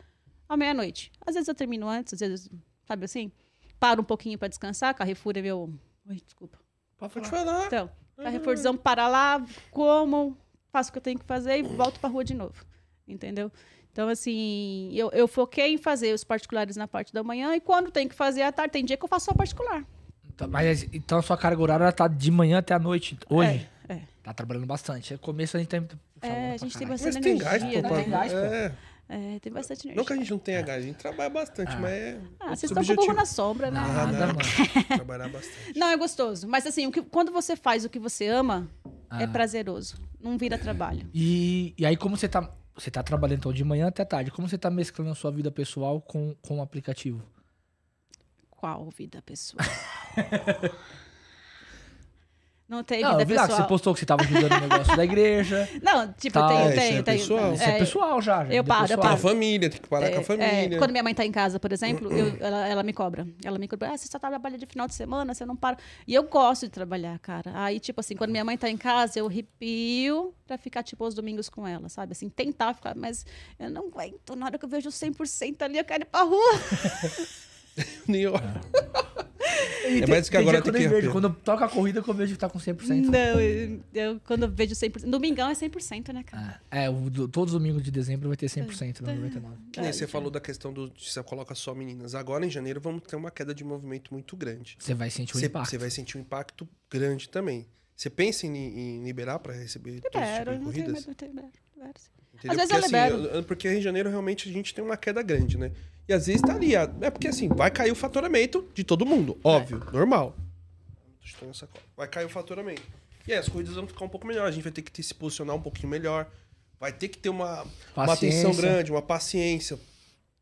S3: à meia-noite. Às vezes eu termino antes, às vezes, sabe assim? Paro um pouquinho para descansar. Carrefour é meu. Oi, desculpa.
S1: Pode falar.
S3: Então,
S2: Ah.
S3: Carrefourdão para lá, como, faço o que eu tenho que fazer e volto para rua de novo. Entendeu? Então, assim, eu, eu foquei em fazer os particulares na parte da manhã e quando tem que fazer à tarde, tem dia que eu faço só particular.
S2: Então, Mas então a sua carga horária ela tá de manhã até a noite. Hoje?
S3: É, é.
S2: Tá trabalhando bastante. No começo a gente tem.
S3: É, a gente tem
S1: Mas
S3: bastante
S1: tem gás, pô.
S3: energia. né?
S1: pra-
S2: Tem gás, pô.
S1: É.
S3: É, tem bastante energia.
S1: Não que a gente não tenha gás, a gente trabalha bastante, mas é.
S3: Ah, vocês estão com o burro na sombra, né?
S1: Ah,
S2: Nada,
S1: não.
S2: mano.
S1: Trabalhar bastante.
S3: Não, é gostoso. Mas assim, o que- quando você faz o que você ama, é
S2: Ah.
S3: prazeroso. Não vira trabalho.
S2: E, e aí, como você tá. Você tá trabalhando então de manhã até tarde. Como você tá mesclando a sua vida pessoal com, com o aplicativo?
S3: Qual vida pessoal? Não tem
S2: não,
S3: vida
S2: eu vi lá que
S3: pessoal.
S2: você postou que você tava ajudando o negócio da igreja.
S3: Não, tipo,
S2: Tal.
S3: tem,
S2: É,
S1: isso
S3: tem,
S1: é
S3: tem.
S1: pessoal.
S2: Isso é, pessoal já. já vida
S3: eu paro, eu
S2: pessoal.
S1: Com
S3: paro.
S1: a família, tem que parar com a
S3: é,
S1: família.
S3: quando minha mãe tá em casa, por exemplo, eu- ela, ela me cobra. Ela me cobra, ah, você só trabalha de final de semana, você não para. E eu gosto de trabalhar, cara. Aí, tipo assim, quando minha mãe tá em casa, eu arrepio pra ficar, tipo, os domingos com ela, sabe? Assim, tentar ficar, mas eu não aguento. Na hora que eu vejo 100% ali, eu quero ir pra rua.
S1: Nem eu-
S2: E
S1: É
S2: tem-
S1: mais que
S2: tem
S1: agora
S2: dia
S1: tem
S2: eu
S1: que
S2: vejo,
S1: arrepiar.
S2: Quando toca a corrida que eu vejo que tá com 100%.
S3: Não, eu, eu- quando eu vejo 100%. Domingão é 100%, né, cara?
S2: Ah, É, o do- todos os domingos de dezembro vai ter 100%, não 99%.
S1: Que
S3: é,
S1: nem você falou da questão do de você coloca só meninas. Agora em janeiro vamos ter uma queda de movimento muito grande.
S2: Você vai sentir o
S1: Você
S2: impacto.
S1: você vai sentir um impacto grande também. Você pensa em, em liberar pra receber todo esse tipo
S3: Libero,
S1: de
S3: não tenho
S1: corridas?
S3: medo, não tenho medo. libero, sim.
S1: Entendeu?
S3: Às vezes
S1: porque,
S3: eu
S1: assim, eu- porque em janeiro realmente a gente tem uma queda grande, né? E às vezes tá ali. a- É porque assim, vai cair o faturamento de todo mundo. Óbvio,
S2: É.
S1: normal. Tô chutando a sacola. Vai cair o faturamento. E aí as corridas vão ficar um pouco melhor. A gente vai ter que ter- se posicionar um pouquinho melhor. Vai ter que ter uma, uma
S2: Paciência.
S1: atenção grande, uma paciência.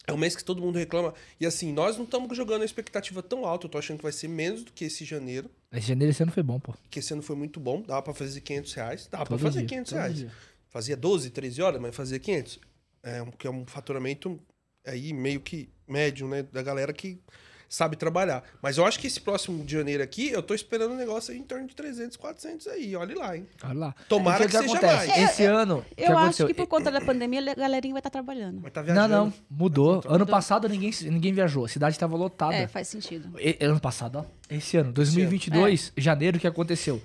S1: É um mês que todo mundo reclama. E assim, nós não estamos jogando a expectativa tão alta. Eu tô achando que vai ser menos do que esse janeiro.
S2: Esse janeiro esse ano foi bom, pô.
S1: Que esse ano foi muito bom. Dava pra fazer 500 reais. Dava pra
S2: Todo
S1: Ah, fazer
S2: dia,
S1: 500
S2: todo
S1: reais
S2: dia.
S1: fazia 12, 13 horas, mas fazia 500. É, um- que é um faturamento aí meio que médio, né? Da galera que sabe trabalhar. Mas eu acho que esse próximo de janeiro aqui, eu tô esperando um negócio aí em torno de 300, 400 aí. Olha lá, hein?
S2: Olha lá.
S1: Tomara
S2: É
S1: que seja mais.
S2: Esse ano. o que
S3: Eu acho
S2: aconteceu? É,
S3: que por conta da pandemia, a galerinha vai estar trabalhando.
S1: Mas tá
S2: Não,
S1: viajando.
S2: não. Mudou. Ano passado ninguém, ninguém viajou. A cidade tava lotada.
S3: É, faz sentido.
S2: E- Ano passado, ó. Esse ano, 2022,
S3: É.
S2: janeiro, o que aconteceu?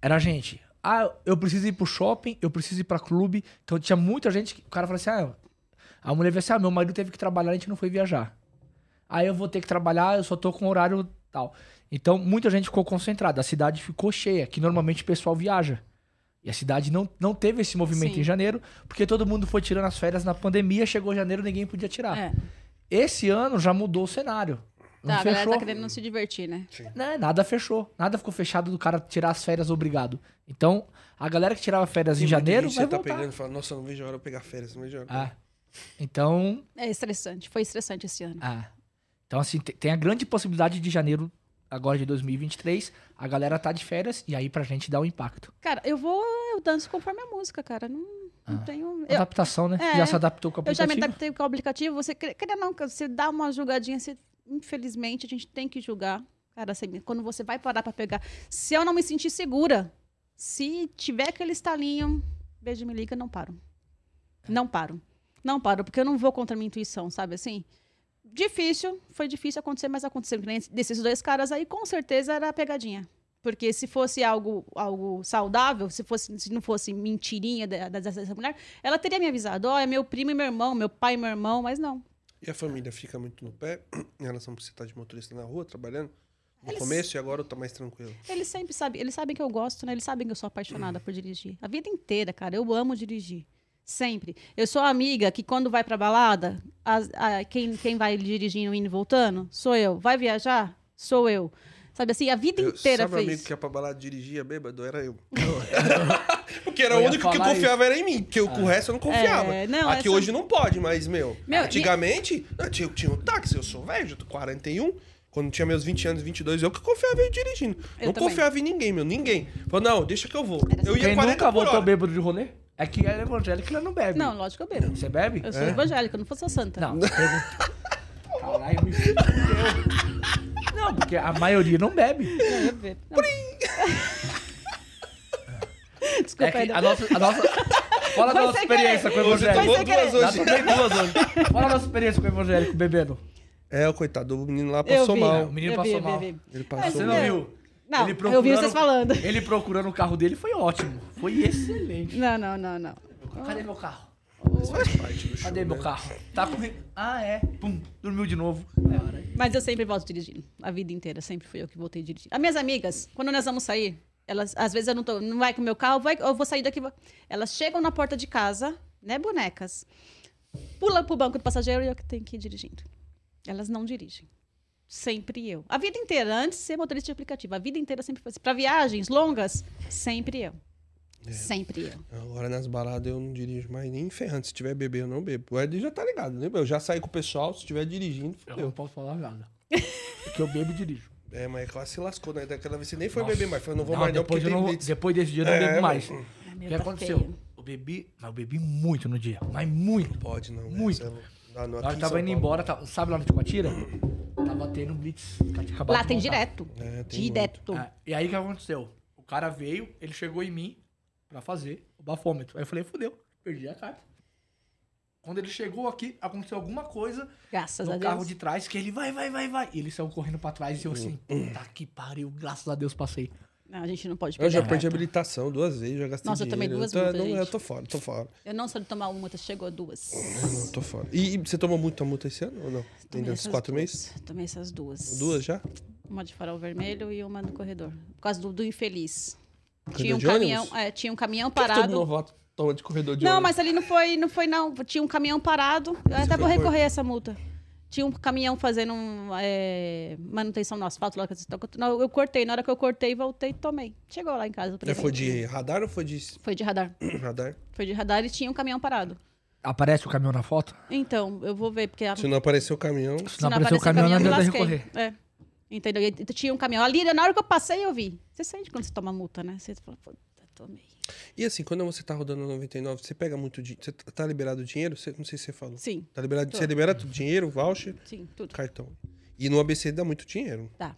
S2: Era gente. Ah, eu preciso ir pro shopping, eu preciso ir pra clube. Então tinha muita gente que o cara falou assim: ah, a mulher veio assim: ah, meu marido teve que trabalhar, a gente não foi viajar. Aí eu vou ter que trabalhar, eu só tô com horário tal. Então muita gente ficou concentrada, a cidade ficou cheia, que normalmente o pessoal viaja. E a cidade não, não teve esse movimento
S3: Sim.
S2: em janeiro, porque todo mundo foi tirando as férias na pandemia, chegou janeiro, ninguém podia tirar.
S3: É.
S2: Esse ano já mudou o cenário. Não
S3: Tá, a galera
S2: fechou.
S3: tá querendo não se divertir, né?
S2: Né, nada fechou. Nada ficou fechado do cara tirar as férias obrigado. Então, a galera que tirava férias em janeiro
S1: Você
S2: vai
S1: tá
S2: voltar.
S1: pegando e fala, nossa, não vejo a hora de eu pegar férias, não vejo a hora.
S2: Ah, então,
S3: É estressante. Foi estressante esse ano.
S2: ah, então assim, te- tem a grande possibilidade de janeiro agora de 2023, a galera tá de férias e aí pra gente dá o impacto.
S3: Cara, eu vou, eu danço conforme a música, cara. Não, não
S2: Ah.
S3: tenho. Eu,
S2: Adaptação, né?
S3: é,
S2: já se adaptou com a
S3: eu já me
S2: aplicativo.
S3: adaptei com o aplicativo. Você quer quer não, cara, você dá uma julgadinha, você, infelizmente, a gente tem que julgar. Cara, assim, quando você vai parar pra pegar. Se eu não me sentir segura, se tiver aquele estalinho, beijo me liga, não paro. Não paro. Não paro, porque eu não vou contra a minha intuição, sabe assim? Difícil, foi difícil acontecer, mas aconteceu. Que nem esse- Desses dois caras aí, com certeza era a pegadinha. Porque se fosse algo, algo saudável, se, fosse, se não fosse mentirinha da- da- dessa mulher, ela teria me avisado, ó, é meu primo e meu irmão, meu pai e meu irmão, mas não.
S1: E a família fica muito no pé em relação a você estar de motorista na rua, trabalhando? No
S3: Eles-
S1: começo e agora eu tô mais tranquilo.
S3: Eles sempre sabem, eles sabem que eu gosto, né? Eles sabem que eu sou apaixonada por dirigir. A vida inteira, cara, eu amo dirigir. Sempre. Eu sou a amiga que quando vai pra balada, as- a- quem, quem vai dirigindo, indo e voltando, sou eu. Vai viajar? Sou eu. Sabe assim, a vida
S1: Eu,
S3: inteira
S1: sabe o
S3: foi
S1: amigo
S3: isso.
S1: que ia pra balada dirigia bêbado? Era eu. Porque era
S2: Eu
S1: o
S2: ia
S1: único que eu
S2: falar
S1: confiava era em mim, porque eu- com o resto eu não confiava.
S3: É, não,
S1: Aqui
S3: essa-
S1: hoje não pode, mas, meu,
S3: Meu,
S1: antigamente eu tinha, eu tinha um táxi, eu sou velho, eu tô 41. Quando tinha meus 20 anos, 22, eu que confiava em eu dirigindo.
S3: Eu
S1: não
S3: também.
S1: confiava em ninguém, meu, ninguém. Falei, não, deixa que eu vou. Eu ia
S2: Quem
S1: 40
S2: nunca
S1: por
S2: voltou
S1: hora.
S2: bêbado de rolê? É que é evangélico que não
S1: um
S2: bebe.
S3: Não, lógico que eu bebo.
S2: Você bebe?
S1: É?
S3: Eu sou evangélica, eu não fosse santa.
S2: Não. pergunta- Caralho, me fudeu. Não, porque a maioria não bebe.
S3: Eu ia beber. Não. Desculpa,
S2: É que
S3: Eda.
S2: a nossa, a nossa... Fala da
S3: Foi
S2: nossa
S3: sem
S2: experiência com o
S3: querer.
S1: Hoje
S2: evangélico.
S3: Foi
S1: tomou duas
S3: sem querer.
S2: Já
S1: hoje.
S2: tomei duas hoje. Fala a nossa experiência com o evangélico bebendo.
S1: É, o coitado do menino lá
S3: Eu
S1: passou
S3: vi.
S2: O
S1: mal.
S2: menino
S3: Eu
S2: passou
S3: vi,
S2: mal.
S3: vi, vi.
S1: Ele
S3: É,
S1: passou
S2: Você
S1: mal.
S2: não viu?
S3: Não, eu vi vocês falando.
S2: Ele procurando o carro dele foi ótimo. Foi excelente.
S3: Não, não, não, não.
S2: Cadê meu carro?
S1: Isso faz parte do show,
S2: Cadê meu
S1: né?
S2: carro? Tá correndo. Ah, é. Pum, dormiu de novo.
S3: Mas eu sempre volto dirigindo. A vida inteira sempre fui eu que voltei dirigindo. As minhas amigas, quando nós vamos sair, elas, às vezes eu não, tô, não vai com o meu carro, vai, eu vou sair daqui. vou- Elas chegam na porta de casa, né, bonecas? Pula pro banco do passageiro e eu que tenho que ir dirigindo. Elas não dirigem. Sempre eu. A vida inteira, antes de ser motorista de aplicativo, a vida inteira sempre foi assim. Pra viagens longas, sempre eu.
S1: É.
S3: Sempre eu.
S1: Agora nas baladas eu não dirijo mais nem ferrando. Se tiver bebê, eu não bebo. O Ed já tá ligado, né? Eu já saí com o pessoal, se tiver dirigindo,
S2: Eu não
S1: fodeu.
S2: posso falar nada. Porque eu bebo e dirijo.
S1: É, mas ela se lascou, né? Daquela vez você nem foi
S2: Nossa.
S1: beber mais. Falou, não vou
S2: Não,
S1: mais não, porque
S2: depois,
S1: tem
S2: eu não vou-
S1: blitz.
S2: depois desse dia eu não
S1: É,
S2: bebo
S1: mas-
S2: mais.
S3: Ai,
S2: O
S3: meu,
S2: que
S3: tá
S2: aconteceu?
S3: feio.
S2: Eu bebi, mas eu bebi muito no dia. Mas muito.
S1: Pode não. né?
S2: Muito.
S1: Você não- Não, não,
S2: Nós
S1: aqui em
S2: tava
S1: São
S2: indo
S1: Paulo.
S2: embora, tava- sabe lá no Ticuatira? Tava tendo blitz. acabado
S3: Lá
S2: de
S3: tem
S2: montar.
S3: direto.
S1: É, tem
S3: direto.
S2: Ah, e aí o que aconteceu? O cara veio, ele chegou em mim pra fazer o bafômetro. Aí eu falei, fudeu, perdi a carta. Quando ele chegou aqui, aconteceu alguma coisa
S3: Graças a
S2: no
S3: Deus.
S2: carro de trás que ele vai, vai, vai, vai. E ele saiu correndo pra trás e eu assim,
S1: Hum.
S2: puta que pariu, graças a Deus passei.
S3: Não, a gente não pode
S1: Eu já
S3: perder.
S1: perdi a habilitação duas vezes, já gastei
S3: Nossa, eu tomei
S1: dinheiro.
S3: duas
S1: tô,
S3: multas,
S1: não, Eu
S3: gente.
S1: tô fora, tô fora.
S3: Eu não soube tomar uma, tá, chegou a duas.
S1: Não, tô fora. E, e você tomou muita multa esse ano ou não?
S3: Tomei
S1: Ainda esses
S3: essas
S1: quatro
S3: duas.
S1: meses?
S3: Tomei essas duas.
S1: Duas já?
S3: Uma de farol vermelho e uma no corredor. Por causa do, do infeliz.
S1: Corredor
S3: Tinha um,
S1: de
S3: caminhão,
S1: ônibus?
S3: é, tinha um caminhão
S1: Por que que todo
S3: parado.
S1: novato toma de corredor de
S3: Não,
S1: ônibus?
S3: mas ali não foi, não foi, não. Tinha um caminhão parado. Eu até
S1: foi
S3: vou
S1: por-
S3: recorrer a essa multa. Tinha um caminhão fazendo um, é, manutenção no asfalto lá. que eu- não, Eu cortei. Na hora que eu cortei, voltei e tomei. Chegou lá em casa. o
S1: É,
S3: presente.
S1: foi de radar ou foi de
S3: Foi de radar.
S1: radar?
S3: Foi de radar e tinha um caminhão parado.
S2: Aparece o caminhão na foto?
S3: Então, eu vou ver, porque a
S1: Se não apareceu o caminhão,
S2: Se não apareceu o caminhão, não
S3: eu
S2: adianta
S3: me
S2: recorrer.
S3: lasquei. É. Entendeu? E aí, tinha um caminhão. Ali, na hora que eu passei, eu vi. Você sente quando você toma multa, né? Você fala, puta, tomei.
S1: E assim, quando você tá rodando 99, você pega muito dinheiro. Você tá liberado o dinheiro? Você, não sei se você falou.
S3: Sim,
S1: Tá liberado, você
S3: Tô.
S1: libera tudo, dinheiro, voucher,
S3: sim, tudo.
S1: cartão. E no ABC dá muito dinheiro.
S3: Tá.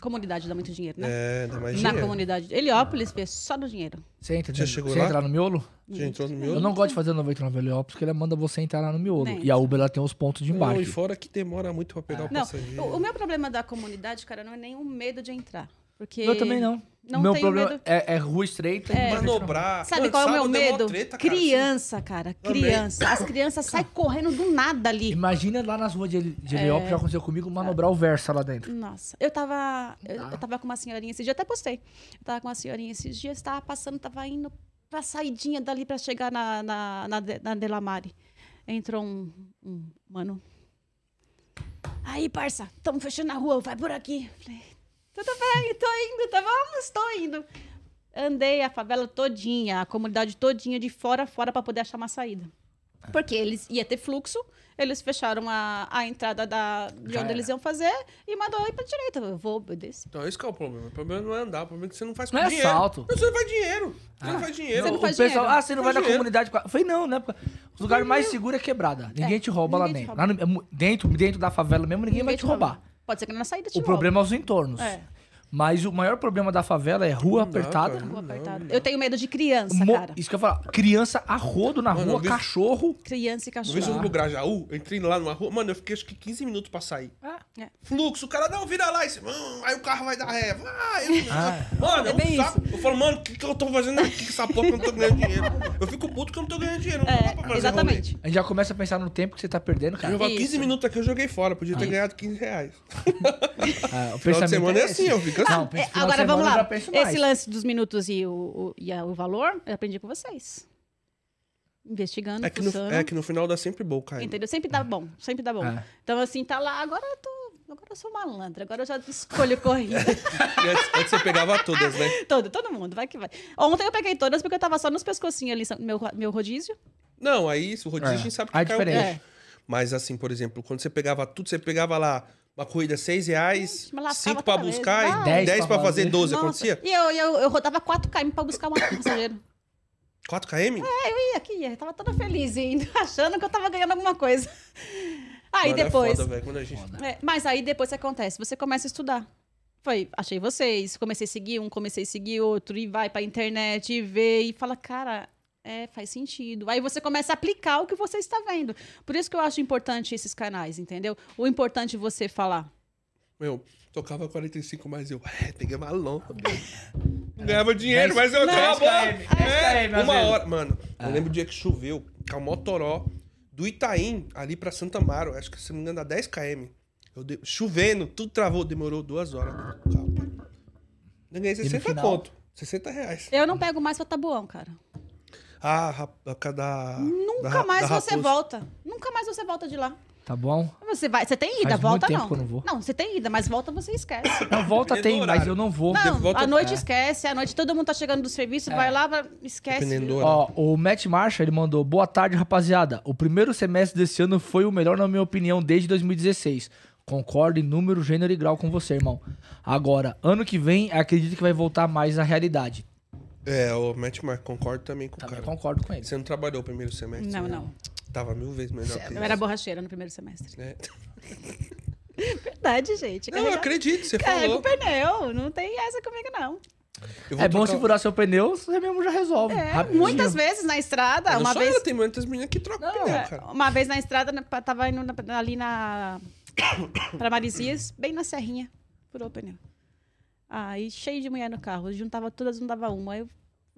S3: Comunidade dá muito dinheiro, né?
S1: É, dá mais
S3: na
S1: dinheiro.
S3: comunidade. Heliópolis fez só no dinheiro.
S2: Você entra,
S1: Já
S2: dentro-
S1: chegou
S2: você
S1: lá?
S2: entra lá no miolo?
S1: Já entrou no
S3: né?
S1: meu?
S2: Eu não gosto de fazer 99 Heliópolis, porque ela manda você entrar lá no miolo.
S3: Nem.
S2: E a Uber ela tem os pontos de
S1: Não,
S2: embarque.
S1: e fora que demora muito pra pegar o
S3: Ah, Não,
S1: passageiro.
S3: o, o meu problema da comunidade, cara, não é nenhum medo de entrar. Porque.
S2: Eu também não.
S3: Não
S2: meu
S3: tenho
S2: problema
S3: medo.
S2: é, é rua estreita.
S3: É.
S1: Manobrar.
S3: Sabe
S1: Mano,
S3: qual é o meu
S1: sábado é mó
S3: medo?
S1: treta, cara.
S3: criança, cara.
S1: Também.
S3: Criança. As crianças saem correndo do nada ali.
S2: Imagina lá nas ruas de, Heli- de
S3: É.
S2: Heliópolis, já aconteceu comigo, manobrar o Versa lá dentro.
S3: Nossa, eu tava. Eu,
S2: Tá.
S3: eu tava com uma senhorinha esses dias, até postei. Eu tava com uma senhorinha esses dias, estava passando, tava indo pra saidinha dali pra chegar na, na, na, De- na Delamare. Entrou um, um mano Aí, parça, estamos fechando a rua, vai por aqui. Falei, tudo bem, tô indo, tá, vamos, tô indo. Andei a favela todinha, a comunidade todinha de fora a fora para poder achar uma saída. Porque eles ia ter fluxo, eles fecharam a, a entrada da, de
S2: Já
S3: onde
S2: era.
S3: eles iam fazer e mandou eu ir pra direita. Eu vou obedecer.
S1: Então, esse que é o problema. O problema não é andar, o problema é que você não faz com
S2: Não é
S1: dinheiro.
S2: assalto. Ah.
S1: Não, Você não faz dinheiro. Você não faz dinheiro.
S3: Você não
S2: o
S3: faz
S2: pessoal,
S3: dinheiro.
S2: ah, você não vai
S1: Faz
S2: na
S1: dinheiro.
S2: comunidade. Eu Falei, não, né? Os lugares mais seguros é quebrada. Ninguém te rouba
S3: ninguém te
S2: lá dentro. Lá no- é dentro. Dentro da favela mesmo, ninguém, vai
S3: Ninguém
S2: te roubar.
S3: Pode ser que na saída te
S2: O
S3: roube.
S2: problema é os entornos.
S3: É.
S2: Mas o maior problema da favela é rua
S1: Não dá,
S2: apertada.
S1: cara.
S3: Rua apertada. Eu tenho medo de criança,
S2: mo-
S3: cara.
S2: Isso que eu ia falar. Criança a rodo na
S1: Mano,
S2: rua,
S1: eu vi-
S2: cachorro.
S3: Criança e
S1: Uma vez eu fui
S3: cachorro.
S1: no Grajaú, eu entrei lá numa rua, mano, eu fiquei acho que 15 minutos pra sair.
S2: Ah.
S3: É.
S1: Fluxo, o cara não vira lá, e você, "Hum", aí o carro vai dar ré. vai, eu-
S2: Ah.
S1: Mano,
S3: É
S1: é
S3: bem
S1: um saco. Eu falo, mano, o que, que eu tô fazendo aqui com essa porra que eu não tô ganhando dinheiro? Eu fico puto que eu não tô ganhando dinheiro. Não dá pra
S3: É,
S1: fazer
S3: exatamente. É
S2: A gente já começa a pensar no tempo que você tá perdendo,
S1: rolê.
S2: cara.
S1: Eu jogo
S3: Isso.
S1: 15 minutos aqui, eu joguei fora, podia ter
S2: Isso.
S1: ganhado 15 reais.
S2: Ah, o
S1: Final de
S2: pensamento
S1: semana é
S2: esse.
S1: assim, eu fico assim.
S2: Não,
S3: É,
S2: pensa- final de
S3: agora
S2: semana
S3: vamos
S2: eu já
S3: lá.
S2: penso mais.
S3: Esse lance dos minutos e o, o- e a- o valor, eu aprendi com vocês. Investigando,
S1: É que, no,
S3: fuçando,
S1: é que no final dá sempre né? bom, cara.
S3: Entendeu? Sempre dá bom, sempre dá bom.
S2: É.
S3: Então, assim, tá lá, agora eu tô. Agora eu sou malandra, agora eu já escolho corrida.
S1: E Antes, antes você pegava todas, né?
S3: todo, todo mundo, vai que vai. Ontem eu peguei todas porque eu tava só nos pescocinhos ali, são- meu, meu rodízio.
S1: Não, aí isso, o rodízio a gente
S2: É.
S1: sabe
S2: Ah,
S1: que
S2: é
S1: caiu um
S2: diferente.
S1: pouco. Mas assim, por exemplo, quando você pegava tudo, você pegava lá uma corrida 6 reais,
S3: Gente, mas lascava
S1: 5 pra
S3: toda vez.
S1: buscar
S3: Vai.
S1: e
S2: Dez
S1: 10,
S2: pra
S1: pra fazer,
S2: fazer.
S1: 12.
S3: Nossa.
S1: Acontecia?
S3: E eu, eu, eu rodava 4km pra buscar uma passageira.
S1: 4 km?
S3: E aqui, eu tava toda feliz indo, achando que eu tava ganhando alguma coisa. Aí
S1: Mano, é
S3: depois.
S1: foda, velho, quando a gente-
S3: É, mas aí depois o que acontece? Você começa a estudar. Foi, achei vocês, comecei a seguir um, comecei a seguir outro, e vai pra internet e vê, e fala, cara, é, faz sentido. Aí você começa a aplicar o que você está vendo. Por isso que eu acho importante esses canais, entendeu? O importante é você falar.
S1: Meu, tocava 45, mas eu é, peguei uma longa. Não ganhava dinheiro,
S2: Dez-
S1: mas eu
S2: Não,
S1: ganhava.
S2: dez KM, dez
S1: É,
S2: KM, às
S1: uma
S2: vezes.
S1: hora. Mano,
S2: Ah.
S1: eu lembro do dia que choveu, com a Motoró, do Itaim, ali pra Santa Amaro, acho que se não me engano, dá 10 km. Eu de- Chovendo, tudo travou, demorou duas horas. dentro do carro. Eu ganhei 60
S2: final?
S1: conto. 60 reais.
S3: Eu não pego mais pra tabuão, cara.
S1: Ah, rapa, da.
S3: Nunca
S1: da-
S3: mais
S1: da
S3: você
S1: raposa.
S3: volta. Nunca mais você volta de lá.
S2: Tá bom?
S3: Você vai, você tem ida,
S2: Faz
S3: volta
S2: muito tempo
S3: não.
S2: que eu não vou.
S3: você tem ida, mas volta você esquece.
S2: Não, volta
S1: Dependendo
S2: tem,
S1: do
S2: mas
S1: horário.
S2: eu não vou.
S3: Não,
S1: volta-
S3: à noite
S1: é.
S3: esquece, à noite todo mundo tá chegando do
S2: É.
S3: serviço, vai lá, vai- esquece.
S1: Dependendo do horário.
S2: Ó, o Matt Marshall, ele mandou, boa tarde, rapaziada. O primeiro semestre desse ano foi o melhor, na minha opinião, desde 2016. Concordo em número, gênero e grau com você, irmão. Agora, ano que vem, acredito que vai voltar mais à realidade.
S1: É, o Matt Mark, concordo também com o
S2: Também
S1: cara.
S2: concordo com ele.
S1: Você não trabalhou o primeiro semestre?
S3: Não,
S1: né?
S3: não.
S1: Tava mil vezes melhor que
S3: Eu era borracheira no primeiro semestre.
S1: né?
S3: Verdade, gente.
S1: Não, eu acredito, você
S3: Carrega
S1: falou.
S3: o pneu, não tem essa comigo, não.
S1: Eu vou
S2: É bom
S1: trocar-
S2: se furar seu pneu, você mesmo já resolve.
S3: É,
S2: Rapidinho.
S3: muitas vezes na estrada,
S1: Mas não
S3: É uma
S1: só
S3: vez.
S1: ela, tem muitas meninas que trocam
S2: Não,
S1: pneu,
S2: é-
S1: cara.
S3: Uma vez na estrada, na- pra- tava indo na- ali na. pra Marizias, bem na Serrinha. Furou o pneu. Aí, cheio de mulher no carro. Juntava todas, não dava uma. Aí eu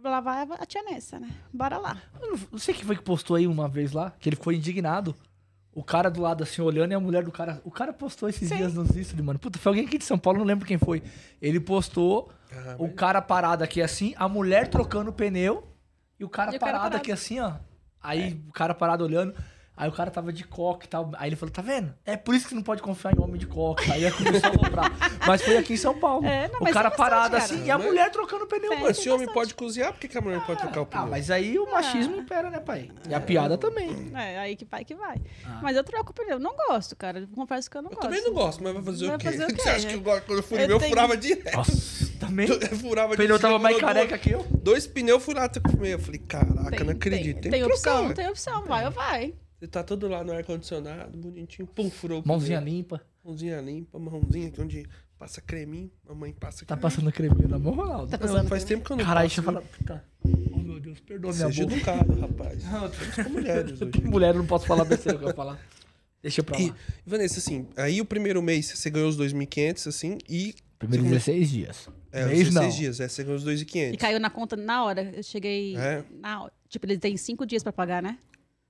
S3: lavava a tia Nessa, né? Bora lá.
S2: Eu não- Não sei quem foi que postou aí uma vez lá, que ele ficou indignado. O cara do lado assim olhando e a mulher do cara. O cara postou esses
S3: Sim.
S2: dias nos stories, mano. Puta, foi alguém aqui de São Paulo, não lembro quem foi. Ele postou
S1: Ah,
S2: o cara parado aqui assim, a mulher trocando o pneu e o cara
S3: E o cara
S2: parado
S3: parado.
S2: aqui assim, ó. Aí o cara parado olhando. Aí o cara tava de coque e tal. Aí ele falou: tá vendo? É por isso que não pode confiar em homem de coque. Aí ele começou a comprar. mas foi aqui em São Paulo.
S3: É, não,
S2: o
S3: mas
S2: cara
S3: tem bastante,
S2: parado
S3: cara.
S2: assim e a
S1: Mas-
S2: mulher trocando o pneu,
S3: É.
S2: mano.
S1: Mano, se o homem pode cozinhar, por que, que a mulher não pode trocar o pneu?
S2: Ah, mas aí o machismo impera, né, pai? E a piada também.
S3: É, aí que vai que vai.
S2: Ah.
S3: Mas eu troco o pneu. Não gosto, cara. Eu Confesso que eu não
S1: Eu
S3: gosto.
S1: também não gosto, mas vai fazer
S3: Vai
S1: o quê?
S3: fazer o quê,
S1: Você acha que
S3: né?
S1: eu gosto quando eu fui
S3: Eu
S1: meu, eu
S3: tenho-
S1: furava direto.
S2: Nossa, também.
S1: Eu furava
S2: O pneu
S1: direto,
S2: tava mais
S1: demorou
S2: careca que eu.
S1: Dois pneus, fui lá, fumei. Eu falei, caraca,
S3: Tem-
S1: não acredito.
S3: Tem,
S1: Tem, né?
S3: tem
S1: que trocar,
S3: opção,
S1: velho.
S3: tem opção. Vai ou vai.
S1: Você tá todo lá no ar-condicionado, bonitinho. Pum, furou o pneu.
S2: Mãozinha limpa.
S1: Mãozinha limpa, mãozinha aqui onde passa creminho. Mamãe passa
S2: Tá
S1: creminho.
S2: passando creminho na mão, Ronaldo?
S3: Tá
S1: Não,
S3: passando
S1: faz
S3: creminho.
S1: tempo que eu não
S2: Caralho, deixa
S1: passo.
S2: eu falar. Tá. Oh, meu Deus, perdoa minha
S1: Seja
S2: boca.
S1: educado, rapaz. São mulheres hoje.
S2: Mulher, eu não posso falar besteira que eu ia falar. Deixa pra
S1: E,
S2: lá.
S1: Vanessa, assim, aí o primeiro mês você ganhou os 2.500, assim, e...
S2: Primeiro
S1: você come-
S2: 16 dias.
S1: É, os
S2: Mês não.
S1: 16 dias, é, você ganhou os
S3: E
S1: 2.500.
S3: caiu na conta na hora. Eu cheguei.
S1: É.
S3: Na hora. Tipo, eles têm cinco dias pra pagar, né?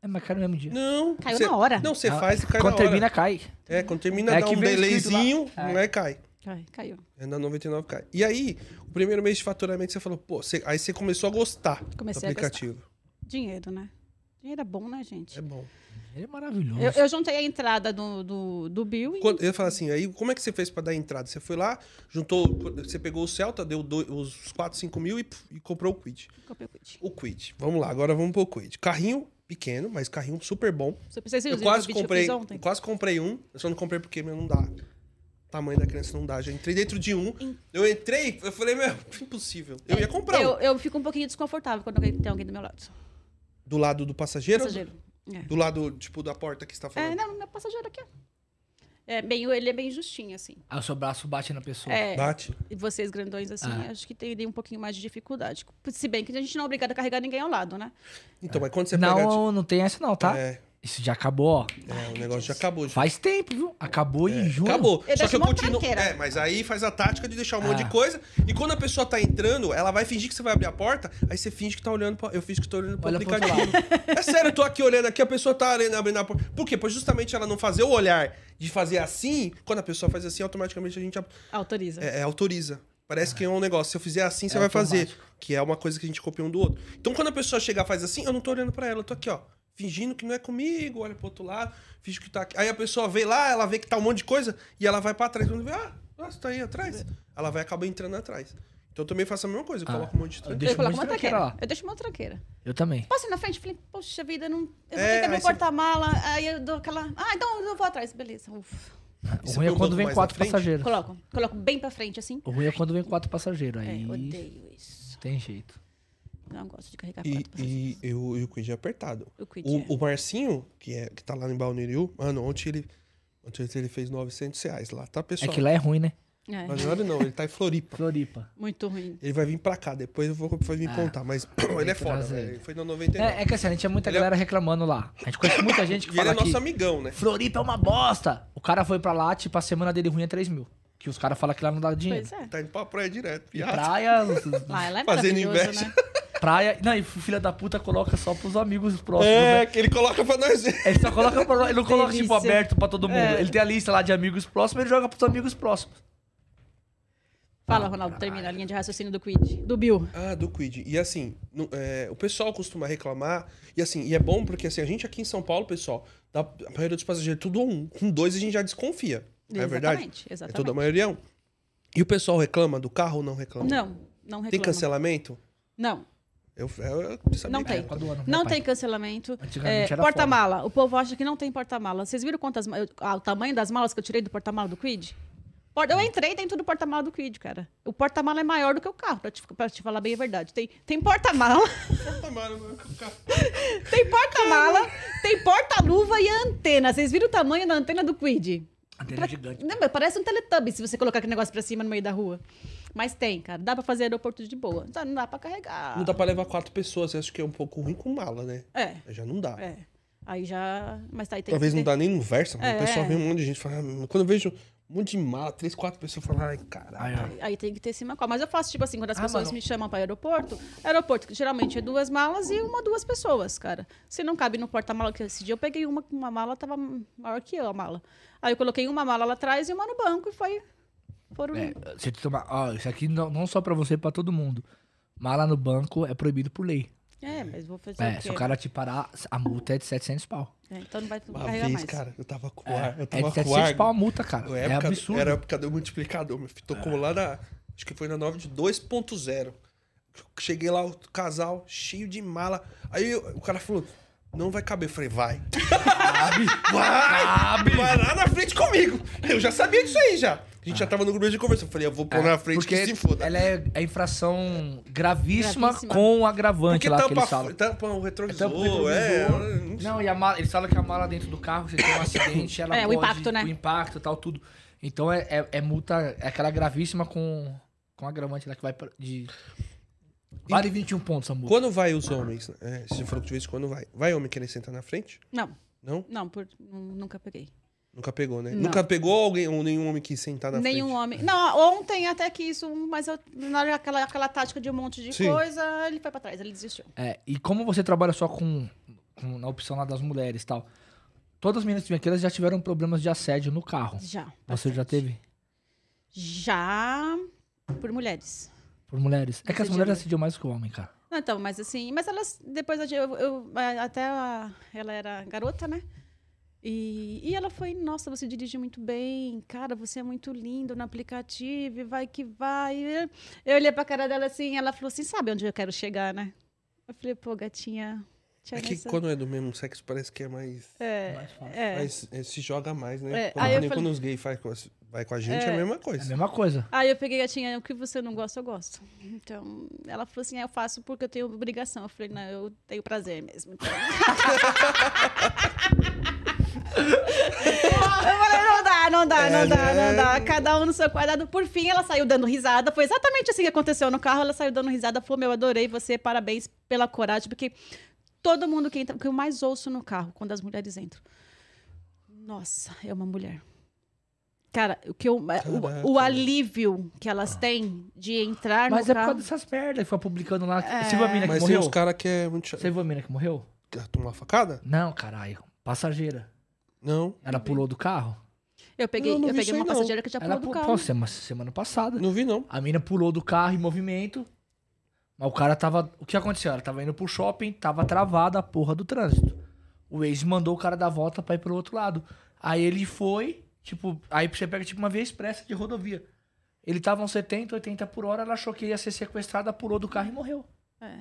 S2: É, mas cai no mesmo dia.
S1: Não.
S3: Caiu
S1: você-
S3: na hora.
S1: Não, você
S2: Ah,
S1: faz e cai
S2: Quando
S1: na
S2: termina,
S1: hora.
S2: cai.
S1: É, quando termina,
S2: É
S1: dá
S2: que
S1: um
S2: vem escrito
S1: delayzinho,
S2: lá.
S1: não é, cai.
S3: Cai- Caiu.
S1: É na 99 cai. E aí, o primeiro mês de faturamento, você falou, pô, você- aí você começou a gostar
S3: Comecei
S1: do
S3: a
S1: aplicativo.
S3: Dinheiro, né? Dinheiro é bom, né, gente?
S1: É bom.
S2: Ele é maravilhoso.
S3: Eu, eu juntei a entrada do, do, do Bill e
S1: Quando- eu falo assim, aí como é que você fez pra dar entrada? Você foi lá, juntou, você pegou o Celta, deu dois- os 4, 5 mil e, puf, e comprou o Quid.
S3: comprei o Quid.
S1: O Quid. Vamos lá, agora vamos pro Quid. Carrinho pequeno, mas carrinho super bom.
S3: Você precisa ir
S1: Eu
S3: os
S1: quase
S3: vídeos que
S1: comprei,
S3: eu fiz
S1: eu
S3: ontem.
S1: quase comprei um, eu só não comprei porque meu não dá. O tamanho da criança não dá. Já entrei dentro de um. Eu entrei, eu falei, meu, impossível. Eu ia comprar um.
S3: Eu, eu fico um pouquinho desconfortável quando alguém- tem alguém do meu lado.
S1: Do lado do passageiro?
S3: Passageiro. É.
S1: Do lado, tipo, da porta que você tá
S3: É,
S1: falando.
S3: não, meu passageiro aqui. ó. É, bem, ele é bem justinho, assim.
S2: Aí o seu braço bate na pessoa.
S3: É,
S1: Bate.
S3: e vocês grandões, assim,
S2: Ah.
S3: acho que tem um pouquinho mais de dificuldade. Se bem que a gente não é obrigado a carregar ninguém ao lado, né?
S1: Então, mas quando você pega. de-
S2: Não, é não tem essa não, tá?
S1: É,
S2: Isso já acabou, ó.
S1: é, o negócio já acabou. Já.
S2: Faz tempo, viu? É. Acabou em julho.
S1: Acabou. Só
S3: Ele
S1: que eu
S3: deixa uma
S1: continuo.
S3: tranqueira.
S1: É, mas aí faz a tática de deixar um monte
S2: Ah.
S1: de coisa. E quando a pessoa tá entrando, ela vai fingir que você vai abrir a porta, aí você finge que tá olhando. Pra... Eu finge que tô olhando pro
S2: Olha pro outro
S1: aplicativo. é sério, eu tô aqui olhando aqui, a pessoa tá olhando, abrindo a porta. Por quê? Pois justamente ela não fazer o olhar de fazer assim, quando a pessoa faz assim, automaticamente a gente a-
S3: Autoriza.
S1: é, é, autoriza. Parece que é um negócio. Se eu fizer assim, você
S2: É
S1: vai
S2: automático.
S1: fazer. Que é uma coisa que a gente copia um do outro. Então, quando a pessoa chegar e faz assim, eu não tô olhando pra ela, eu tô aqui, ó. Fingindo que não é comigo, olha pro outro lado, finge que tá aqui. Aí a pessoa vê lá, ela vê que tá um monte de coisa e ela vai pra trás. Quando vê, ah, nossa, tá aí atrás. Ela vai acabar entrando atrás. Então eu também faço a mesma coisa, eu
S2: Ah.
S1: coloco um monte de
S2: Eu
S1: tranqueira.
S2: deixo
S3: eu coloco
S2: um monte
S3: uma
S2: de tranqueira
S3: tranqueira.
S2: lá.
S3: Eu deixo uma tranqueira.
S2: Eu também.
S3: Passei na frente, falei, poxa vida, não, eu vou
S1: É,
S3: ter que abrir
S1: aí
S3: o
S1: você-
S3: porta-mala. Aí eu dou aquela. Ah, então eu vou atrás. Beleza. Ufa.
S2: O
S1: Você
S2: ruim é
S1: põe um
S2: quando
S1: pouco
S2: vem
S1: mais
S2: quatro
S1: na frente?
S2: passageiros.
S3: Coloco. Coloco bem pra frente, assim.
S2: O ruim é quando vem quatro passageiros.
S3: É,
S2: Aí
S3: odeio isso.
S2: tem jeito.
S3: Não gosto de carregar
S1: E,
S3: quatro
S1: e eu, eu cuidei apertado.
S3: Eu
S2: é.
S3: cuidei.
S1: O, o Marcinho, que, é, que tá lá em Balneário, mano, ontem ele, ontem ele fez 900 reais lá, tá,
S2: É
S1: pessoal?
S2: que lá é ruim, né?
S3: É,
S1: Balneário não, ele tá em Floripa.
S2: Floripa.
S3: muito ruim.
S1: Ele vai vir pra cá, depois eu vou vai vir
S2: Ah.
S1: contar. Mas ele é foda,
S2: trazer
S1: velho.
S2: ele.
S1: Ele foi no 99.
S2: É, é que assim, a gente é muita
S1: Ele é-
S2: galera reclamando lá. A gente conhece muita gente
S1: e ele
S2: que fala
S1: é
S2: que
S1: nosso amigão, né?
S2: Floripa é uma bosta. O cara foi pra lá, tipo, a semana dele ruim é 3 mil. Que os caras falam que lá não dá dinheiro.
S3: Pois é.
S1: Tá indo pra praia direto. Ah,
S2: E
S1: viado.
S2: praia,
S3: Lá ela é
S1: Fazendo
S3: maravilhosa,
S1: inveja.
S3: né?
S2: praia. Não, e o filho da puta coloca só pros amigos próximos. né?
S1: É, que ele coloca pra nós ver.
S2: Ele só coloca pra. Ele não coloca, tipo,
S3: Delícia.
S2: aberto pra todo mundo.
S3: É.
S2: Ele tem a lista lá de amigos próximos, ele joga pros amigos próximos.
S3: Fala, Ronaldo, termina a linha de raciocínio do Quid. Do Bill.
S1: Ah, do Quid. E assim, no- é, o pessoal costuma reclamar. E assim, e é bom porque assim, a gente aqui em São Paulo, pessoal, da, a maioria dos passageiros, tudo é um. Com dois a gente já desconfia. Não é verdade?
S3: Exatamente,
S1: É
S3: exatamente.
S1: toda a maioria é um. E o pessoal reclama do carro ou não reclama?
S3: Não, não reclama.
S1: Tem cancelamento?
S3: Não,
S1: Eu, eu, eu sabia
S3: Não
S1: que
S3: tem.
S1: era.
S2: Época do ano,
S3: não
S2: meu pai.
S3: tem cancelamento.
S2: Antigamente
S3: É,
S2: era
S3: porta-mala. O povo acha que não tem porta-mala. Vocês viram quantas ma- eu- ah, o tamanho das malas que eu tirei do porta-mala do Quid? Por- Eu entrei dentro do porta-mala do Quid, cara. O porta-mala é maior do que o carro, pra te, pra te falar bem a verdade. Tem, tem porta-mala,
S1: Tomaram no meu carro.
S3: tem porta-mala, tem porta-luva e a antena. Vocês viram o tamanho da antena do Quid?
S2: Antena é gigante.
S3: Não, mas parece um teletubbie se você colocar aquele negócio pra cima no meio da rua. Mas tem, cara. Dá pra fazer aeroporto de boa. Só não dá pra carregar.
S1: Não dá pra levar quatro pessoas, eu acho que é um pouco ruim com mala, né?
S3: É.
S1: Já não dá.
S3: É. Aí já. Mas tá aí tem
S1: Talvez
S3: que
S1: não dá nem no Versa, mas
S3: É,
S1: o pessoal
S3: é.
S1: vê um monte de gente e fala, "Ah, mano", quando eu vejo um monte de mala, três, quatro pessoas falam, ai, caralho.
S2: Aí, ó.
S3: Aí tem que ter cima qual. Mas eu faço, tipo assim, quando as
S2: Ah,
S3: pessoas
S2: mano.
S3: me chamam pra aeroporto, aeroporto que geralmente é duas malas e uma, duas pessoas, cara. Se não cabe no porta-mala, que esse dia eu peguei uma, uma mala tava maior que eu, a mala. Aí eu coloquei uma mala lá atrás e uma no banco e foi. Foram.
S2: É, você toma. Ó, isso aqui não, não só pra você, pra todo mundo. Mala no banco é proibido por lei.
S3: É, mas vou fazer
S2: É,
S3: o quê?
S2: se o cara te parar, a multa é de 700 pau.
S3: É, então não vai
S1: Uma
S3: carregar
S1: vez,
S3: mais.
S1: cara, eu tava com ar,
S2: É,
S1: eu
S2: é de
S1: tava
S2: 700
S1: com ar.
S2: pau a multa, cara.
S1: na
S2: É
S1: época-
S2: absurdo.
S1: Era a época do multiplicador, meu filho. Tocou lá na. Acho que foi na 9 de 2.0. Cheguei lá, o casal, cheio de mala. Aí eu- o cara falou, não vai caber. Eu falei, vai.
S2: Cabe.
S1: Vai!
S2: Cabe.
S1: Vai lá na frente comigo. Eu já sabia disso aí já. A gente já tava no grupo de conversa. Eu falei, eu vou pôr na frente
S2: É, Porque
S1: que se foda.
S2: Ela é, é infração gravíssima,
S3: Gravíssima.
S2: com agravante
S1: Porque
S2: lá que
S1: tampa,
S2: eles falam.
S1: tampa o
S2: É
S1: retrovisor,
S2: tampa
S1: é.
S2: o retrovisor. né?
S1: não sei.
S2: Não, e a mala, eles falam que a mala dentro do carro, se tem um acidente, ela
S3: É, o
S2: pode-
S3: impacto, né?
S2: O impacto e tal, tudo. Então é, é, é multa, é aquela gravíssima com, com agravante lá que vai pra- de... Vale 21 pontos a multa.
S1: Quando vai os homens? né? É, você falou que de vez em quando vai. Vai homem querer sentar na frente?
S3: Não,
S1: Não?
S3: não, por, nu- nunca peguei.
S1: Nunca pegou, né?
S3: Não.
S1: Nunca pegou alguém ou nenhum homem quis sentar Tá na
S3: Nenhum
S1: frente?
S3: homem. Não, ontem até que isso, mas eu, na hora aquela, aquela tática de um monte de
S1: Sim.
S3: coisa, ele foi pra trás, ele desistiu.
S2: É, e como você trabalha só com, com- na opção lá das mulheres e tal, todas as meninas que vêm aqui, elas já tiveram problemas de assédio no carro.
S3: Já.
S2: Você já teve?
S3: Já por mulheres.
S2: Por mulheres? É que as
S3: Assediador.
S2: mulheres assediam mais que o homem,
S3: Ah,
S2: cara.
S3: eh, Não, Então, mas assim, mas elas, depois eu, eu- eu- até a- ela era garota, né? E, e ela foi, nossa, você dirige muito bem, cara, você é muito lindo no aplicativo, e vai que vai. Eu olhei pra cara dela assim, ela falou assim, sabe onde eu quero chegar, né? Eu falei, pô, gatinha, tinha
S1: É que
S3: nessa-
S1: quando é do mesmo sexo parece que é mais.
S3: É,
S2: Mais fácil.
S3: é.
S1: mais- é, se joga mais, né?
S3: É,
S1: Quando,
S3: aí eu
S1: nem
S3: falei-
S1: quando os gays faz com as- vai com a gente é, a mesma
S2: É a
S1: coisa.
S2: mesma coisa.
S3: Aí eu peguei a gatinha, o que você não gosta, eu gosto. Então, ela falou assim, "Ah, eu faço porque eu tenho obrigação. Eu falei, não, eu tenho prazer mesmo. Então. eu falei, não dá, não dá, não dá, não dá. Cada um no seu quadrado. Por fim, ela saiu dando risada. Foi exatamente assim que aconteceu no carro. Ela saiu dando risada, falou, meu, adorei você, parabéns pela coragem, porque todo mundo que entra, o que eu mais ouço no carro, quando as mulheres entram. Nossa, é uma mulher. Cara, o que eu,
S1: Caraca.
S3: o, o alívio que elas têm de entrar
S2: Mas
S3: no
S2: é por
S3: carro. É.
S2: causa dessas merdas que foi publicando lá. Você viu a mina que
S1: Mas tem
S2: morreu?
S1: uns caras que é muito chato.
S2: Você viu a mina que morreu?
S1: Quer tomar uma facada?
S2: Não, caralho. Passageira.
S1: Não.
S2: Ela pulou do carro?
S3: Eu peguei,
S1: Eu não
S3: eu
S1: vi isso
S3: peguei uma
S1: aí, não.
S3: passageira que já
S2: Ela
S3: pulou do
S2: pu-
S3: carro.
S2: Pô, sema- semana passada.
S1: Não vi, não.
S2: A mina pulou do carro em movimento. Mas o cara tava. O que aconteceu? Ela tava indo pro shopping, tava travada a porra do trânsito. O ex mandou o cara dar a volta pra ir pro outro lado. Aí ele foi, tipo, aí você pega tipo uma via expressa de rodovia. Ele tava uns 70, 80 por hora, ela achou que ia ser sequestrada, pulou do carro e morreu.
S3: É.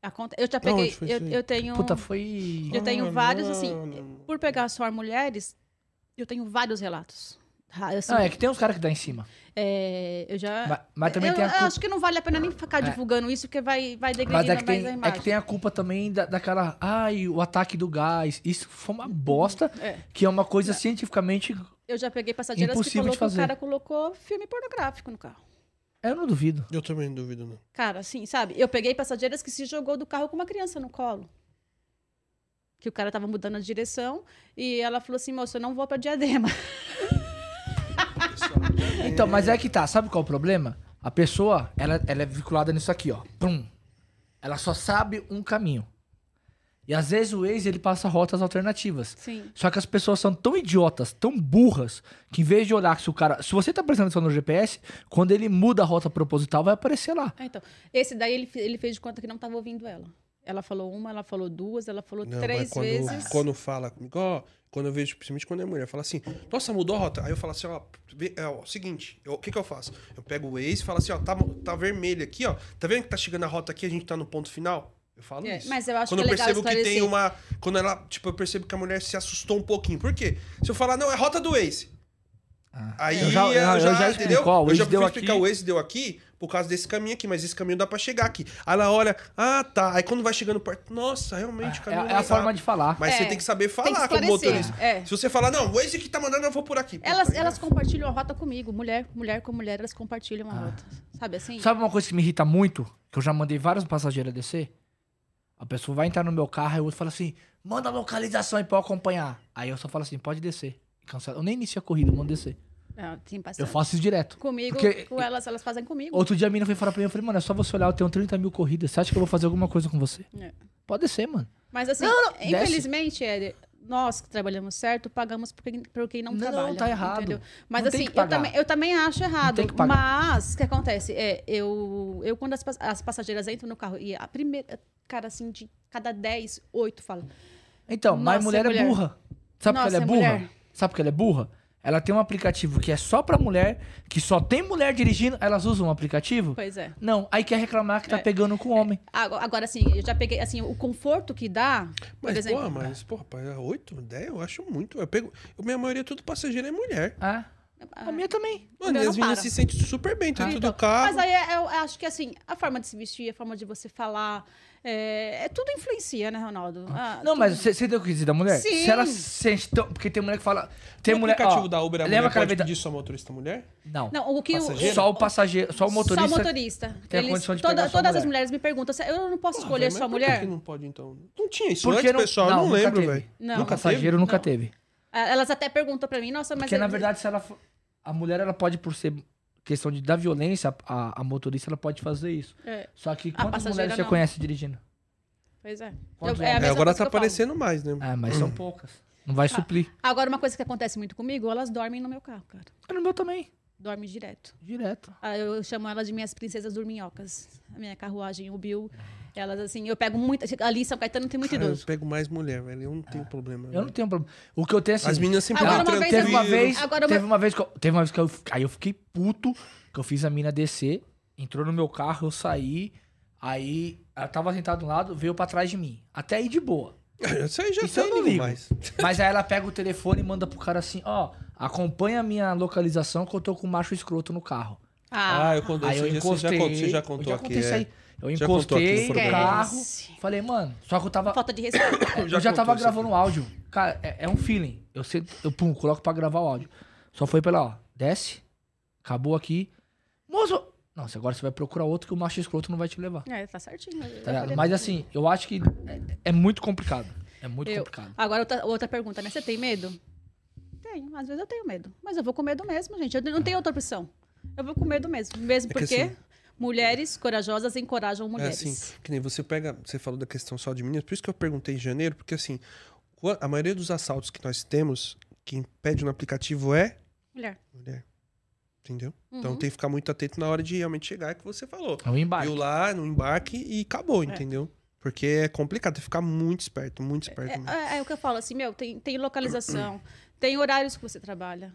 S3: Aconte- Eu já
S1: Aonde
S3: peguei,
S1: foi
S3: eu,
S1: isso aí?
S3: eu tenho...
S2: Puta, foi.
S3: Eu tenho
S1: Ah,
S3: vários,
S1: não,
S3: assim,
S1: não.
S3: Por pegar só mulheres, eu tenho vários relatos. Ah, assim,
S2: Não, é que tem uns caras que dá em cima.
S3: é, eu já...
S2: Mas, mas também
S3: eu,
S2: tem a
S3: eu
S2: culpa. É.
S3: acho que não vale a pena nem ficar divulgando isso, porque vai, vai degradando
S2: Mas é
S3: mais
S2: que, tem,
S3: a
S2: é
S3: imagem.
S2: que tem a culpa também da, daquela. Ai, o ataque do gás. Isso foi uma bosta,
S3: É.
S2: que é uma coisa cientificamente.
S3: Eu já peguei passageiras que
S2: Impossível
S3: falou
S2: de
S3: que o
S2: fazer.
S3: cara colocou filme pornográfico no carro.
S2: Eu não duvido.
S1: Eu também não duvido, não.
S3: Cara, assim, sabe? Eu peguei passageiras que se jogou do carro com uma criança no colo. Que o cara tava mudando a direção e ela falou assim, moço, eu não vou pra Diadema.
S2: Então, mas é que tá. Sabe qual é o problema? A pessoa, ela, ela é vinculada nisso aqui, ó. Pum. Ela só sabe um caminho. E às vezes o ex, ele passa rotas alternativas.
S3: Sim.
S2: Só que as pessoas são tão idiotas, tão burras, que em vez de olhar se o cara... Se você tá prestando atenção no GPS, quando ele muda a rota proposital, vai aparecer lá.
S3: Ah, então. Esse daí ele, fe- ele fez de conta que não tava ouvindo ela. Ela falou uma, ela falou duas, ela falou
S1: Não, mas
S3: três
S1: quando,
S3: vezes.
S1: quando fala comigo, ó, quando eu vejo, principalmente quando é mulher, fala assim, nossa, mudou a rota. Aí eu falo assim, ó, vê- é, ó, seguinte, eu- o que que eu faço? Eu pego o Waze e falo assim, ó, tá, tá vermelho aqui, ó, tá vendo que tá chegando a rota aqui, a gente tá no ponto final? Eu falo
S3: É,
S1: isso.
S3: mas eu acho
S1: quando
S3: que é
S1: eu
S3: legal
S1: percebo que tem
S3: esclarecer.
S1: uma, quando ela, tipo, eu percebo que a mulher se assustou um pouquinho. Por quê? Se eu falar, não, é rota do Waze. Aí
S2: Ah. Eu já- eu já- eu já explico,
S1: entendeu?
S2: ó, o
S1: eu já
S2: Waze deu
S1: fui explicar
S2: aqui.
S1: o Waze deu aqui por causa desse caminho aqui, mas esse caminho dá pra chegar aqui. Aí ela olha, ah, tá. Aí quando vai chegando perto, nossa, realmente o
S2: É,
S1: caminho
S2: é a
S1: mais
S2: forma
S1: rápido.
S2: de falar.
S1: Mas
S3: É,
S1: você tem que saber
S3: Tem que
S1: falar com o
S3: esclarecer.
S1: motorista.
S3: É.
S1: Se você falar, não, o Waze que tá mandando, eu vou por aqui. Puta, é.
S3: Elas,
S1: aí
S3: elas compartilham a rota comigo. Mulher, mulher com mulher, elas compartilham a
S2: Ah.
S3: rota. Sabe assim?
S2: Sabe uma coisa que me irrita muito? Que eu já mandei vários passageiros descer? A pessoa vai entrar no meu carro e o outro fala assim: manda a localização aí pra eu acompanhar. Aí eu só falo assim: pode descer. Cancela. Eu nem inicio a corrida, eu mando descer.
S3: Não, É, tem
S2: Eu
S3: bastante.
S2: faço isso direto.
S3: Comigo,
S2: Porque-
S3: com elas, elas fazem comigo.
S2: Outro dia a mina foi falar pra mim: eu falei, mano, é só você olhar, eu tenho 30 mil corridas. Você acha que eu vou fazer alguma coisa com você?
S3: É.
S2: Pode descer, mano.
S3: Mas assim,
S2: desce.
S3: infelizmente, Éder, nós que trabalhamos certo, pagamos por quem, por quem não,
S2: Não,
S3: trabalha.
S2: tá errado.
S3: entendeu? Mas
S2: Não tem
S3: assim,
S2: que
S3: eu
S2: pagar.
S3: também, eu também acho errado.
S2: tem que pagar.
S3: Mas o que acontece? É, eu, eu quando as, pas- as passageiras entram no carro e a primeira, cara, assim, de cada 10, 8 falam.
S2: Então, mas
S3: Nossa,
S2: mulher,
S3: mulher.
S2: é burra. Sabe por que ela
S3: Nossa,
S2: é burra?
S3: mulher.
S2: Sabe por que ela é burra? Ela tem um aplicativo que é só pra mulher, que só tem mulher dirigindo, elas usam um aplicativo?
S3: Pois é.
S2: Não, aí quer reclamar que tá pegando com o homem.
S3: Agora, agora, assim, eu já peguei, assim, o conforto que dá, por
S1: Mas,
S3: exemplo.
S1: pô, mas, pô, rapaz, 8, 10, eu acho muito. Eu pego. Eu, minha maioria, tudo passageiro é mulher.
S2: Ah.
S3: Ah.
S2: A minha também.
S1: Mano,
S3: Eu
S1: e
S3: não
S1: as meninas
S3: paro.
S1: se sentem super bem tá dentro
S3: Então,
S1: do carro.
S3: Mas aí é- eu acho que assim, a forma de se vestir, a forma de você falar, é, é tudo influencia, né, Ronaldo? Ah,
S2: Não,
S3: tudo.
S2: mas você você entendeu o que eu quis dizer da mulher?
S3: Sim.
S2: Se ela se sente tão. Porque tem mulher que fala. Tem
S1: o
S2: mulher.
S1: aplicativo
S2: ó,
S1: da Uber, a
S2: lembra
S1: mulher
S2: aquela
S1: pode
S2: vez da-
S1: pedir só motorista mulher?
S2: Não.
S3: Não, o que o-
S1: Passageiro?
S2: Só o passageiro. Só o motorista.
S3: Só o motorista.
S2: tem a condição de pegar só a
S3: todas
S2: mulher.
S3: as mulheres me perguntam, se eu não posso
S1: Porra,
S3: escolher
S1: Ah, velho, mas
S3: só
S1: por
S3: mulher?
S1: Que não pode, então. Não tinha isso
S2: Porque
S1: antes, pessoal. eu não
S2: nunca
S1: lembro,
S2: teve.
S1: velho.
S3: Não.
S1: Nunca
S2: passageiro nunca teve.
S3: Ah, Elas até perguntam pra mim, nossa, mas...
S2: Porque
S3: eu-
S2: na verdade, se ela. for- A mulher, ela pode, por ser questão de, da violência, a, a motorista, ela pode fazer isso.
S3: É,
S2: Só que quantas
S3: passageira
S2: mulheres você
S3: não.
S2: conhece dirigindo?
S3: pois é.
S2: Quantos
S3: Eu- é a
S2: homens?
S1: É,
S3: mesma
S1: agora tá
S3: coisa que eu falo.
S1: aparecendo mais, né?
S2: Ah, mas são poucas. Não vai suplir.
S3: Agora, uma coisa que acontece muito comigo, elas dormem no meu carro, cara.
S2: É no meu também.
S3: Dorme direto.
S2: Direto.
S3: Ah, Eu chamo elas de minhas princesas dorminhocas. A minha carruagem, o Bill. Elas, assim, eu pego muita. Ali, São Caetano tem muito
S1: Cara, eu
S3: idoso.
S1: pego mais mulher, velho. Ah. Eu não tenho problema.
S2: Eu não
S1: velho.
S2: tenho problema. O que eu tenho é assim.
S1: As meninas sempre
S3: Agora,
S1: andam
S3: uma vez
S2: teve
S1: tranquilo.
S2: uma vez,
S3: Agora uma-
S2: teve uma vez que eu, teve uma vez que eu, aí eu fiquei puto, que eu fiz a mina descer, entrou no meu carro, eu saí, aí ela tava sentada do lado, veio pra trás de mim. Até aí de boa.
S1: Isso aí já
S2: Isso eu
S1: tá
S2: não
S1: indo
S2: ligo.
S1: mais.
S2: Mas aí ela pega o telefone e manda pro cara assim, ó, acompanha a minha localização que eu tô com o macho escroto no carro.
S1: Ah, eu contei.
S2: Aí eu
S1: Você já- você já
S2: encostei.
S1: contou- você já
S2: eu
S1: contou
S2: já
S1: aqui,
S2: contei isso
S1: é.
S2: aí. Eu
S1: Já contou aqui no
S2: encostei no
S1: programa.
S2: carro,
S3: Esquece.
S2: falei, mano, só que eu tava
S3: Falta de respeito.
S1: Eu
S2: eu já
S1: contou
S2: tava
S1: isso
S2: gravando
S1: aqui.
S2: um áudio. Cara, é, é um feeling. Eu, sento, eu pum, coloco pra gravar o áudio. Só foi pela, ó, desce, acabou aqui. Moço! Não, você agora você vai procurar outro que o macho escroto não vai te levar.
S3: É, tá certinho. Eu
S2: tá
S3: já
S2: ligado?
S3: falei
S2: Mas
S3: no-
S2: assim, eu acho que é, é muito complicado. É muito
S3: Eu-
S2: complicado.
S3: Agora, outra, outra pergunta, né? Você tem medo? Tenho. Às vezes eu tenho medo. Mas eu vou com medo mesmo, gente. Eu não tenho outra opção. Eu vou com medo mesmo. Mesmo
S1: É que
S3: porque
S1: assim-
S3: mulheres corajosas encorajam
S1: É
S3: mulheres.
S1: assim, que nem você pega, você falou da questão só de meninas, por isso que eu perguntei em janeiro, porque assim, qua- a maioria dos assaltos que nós temos, quem pede no aplicativo é
S3: Mulher.
S1: mulher. Entendeu? Então
S3: Uhum.
S1: tem que ficar muito atento na hora de realmente chegar, é que você falou.
S2: É um embarque.
S1: Viu lá no embarque e acabou,
S3: É.
S1: entendeu? Porque é complicado, tem que ficar muito esperto, muito esperto mesmo.
S3: É, é, é o que eu falo, assim, meu, tem, tem localização, tem horários que você trabalha,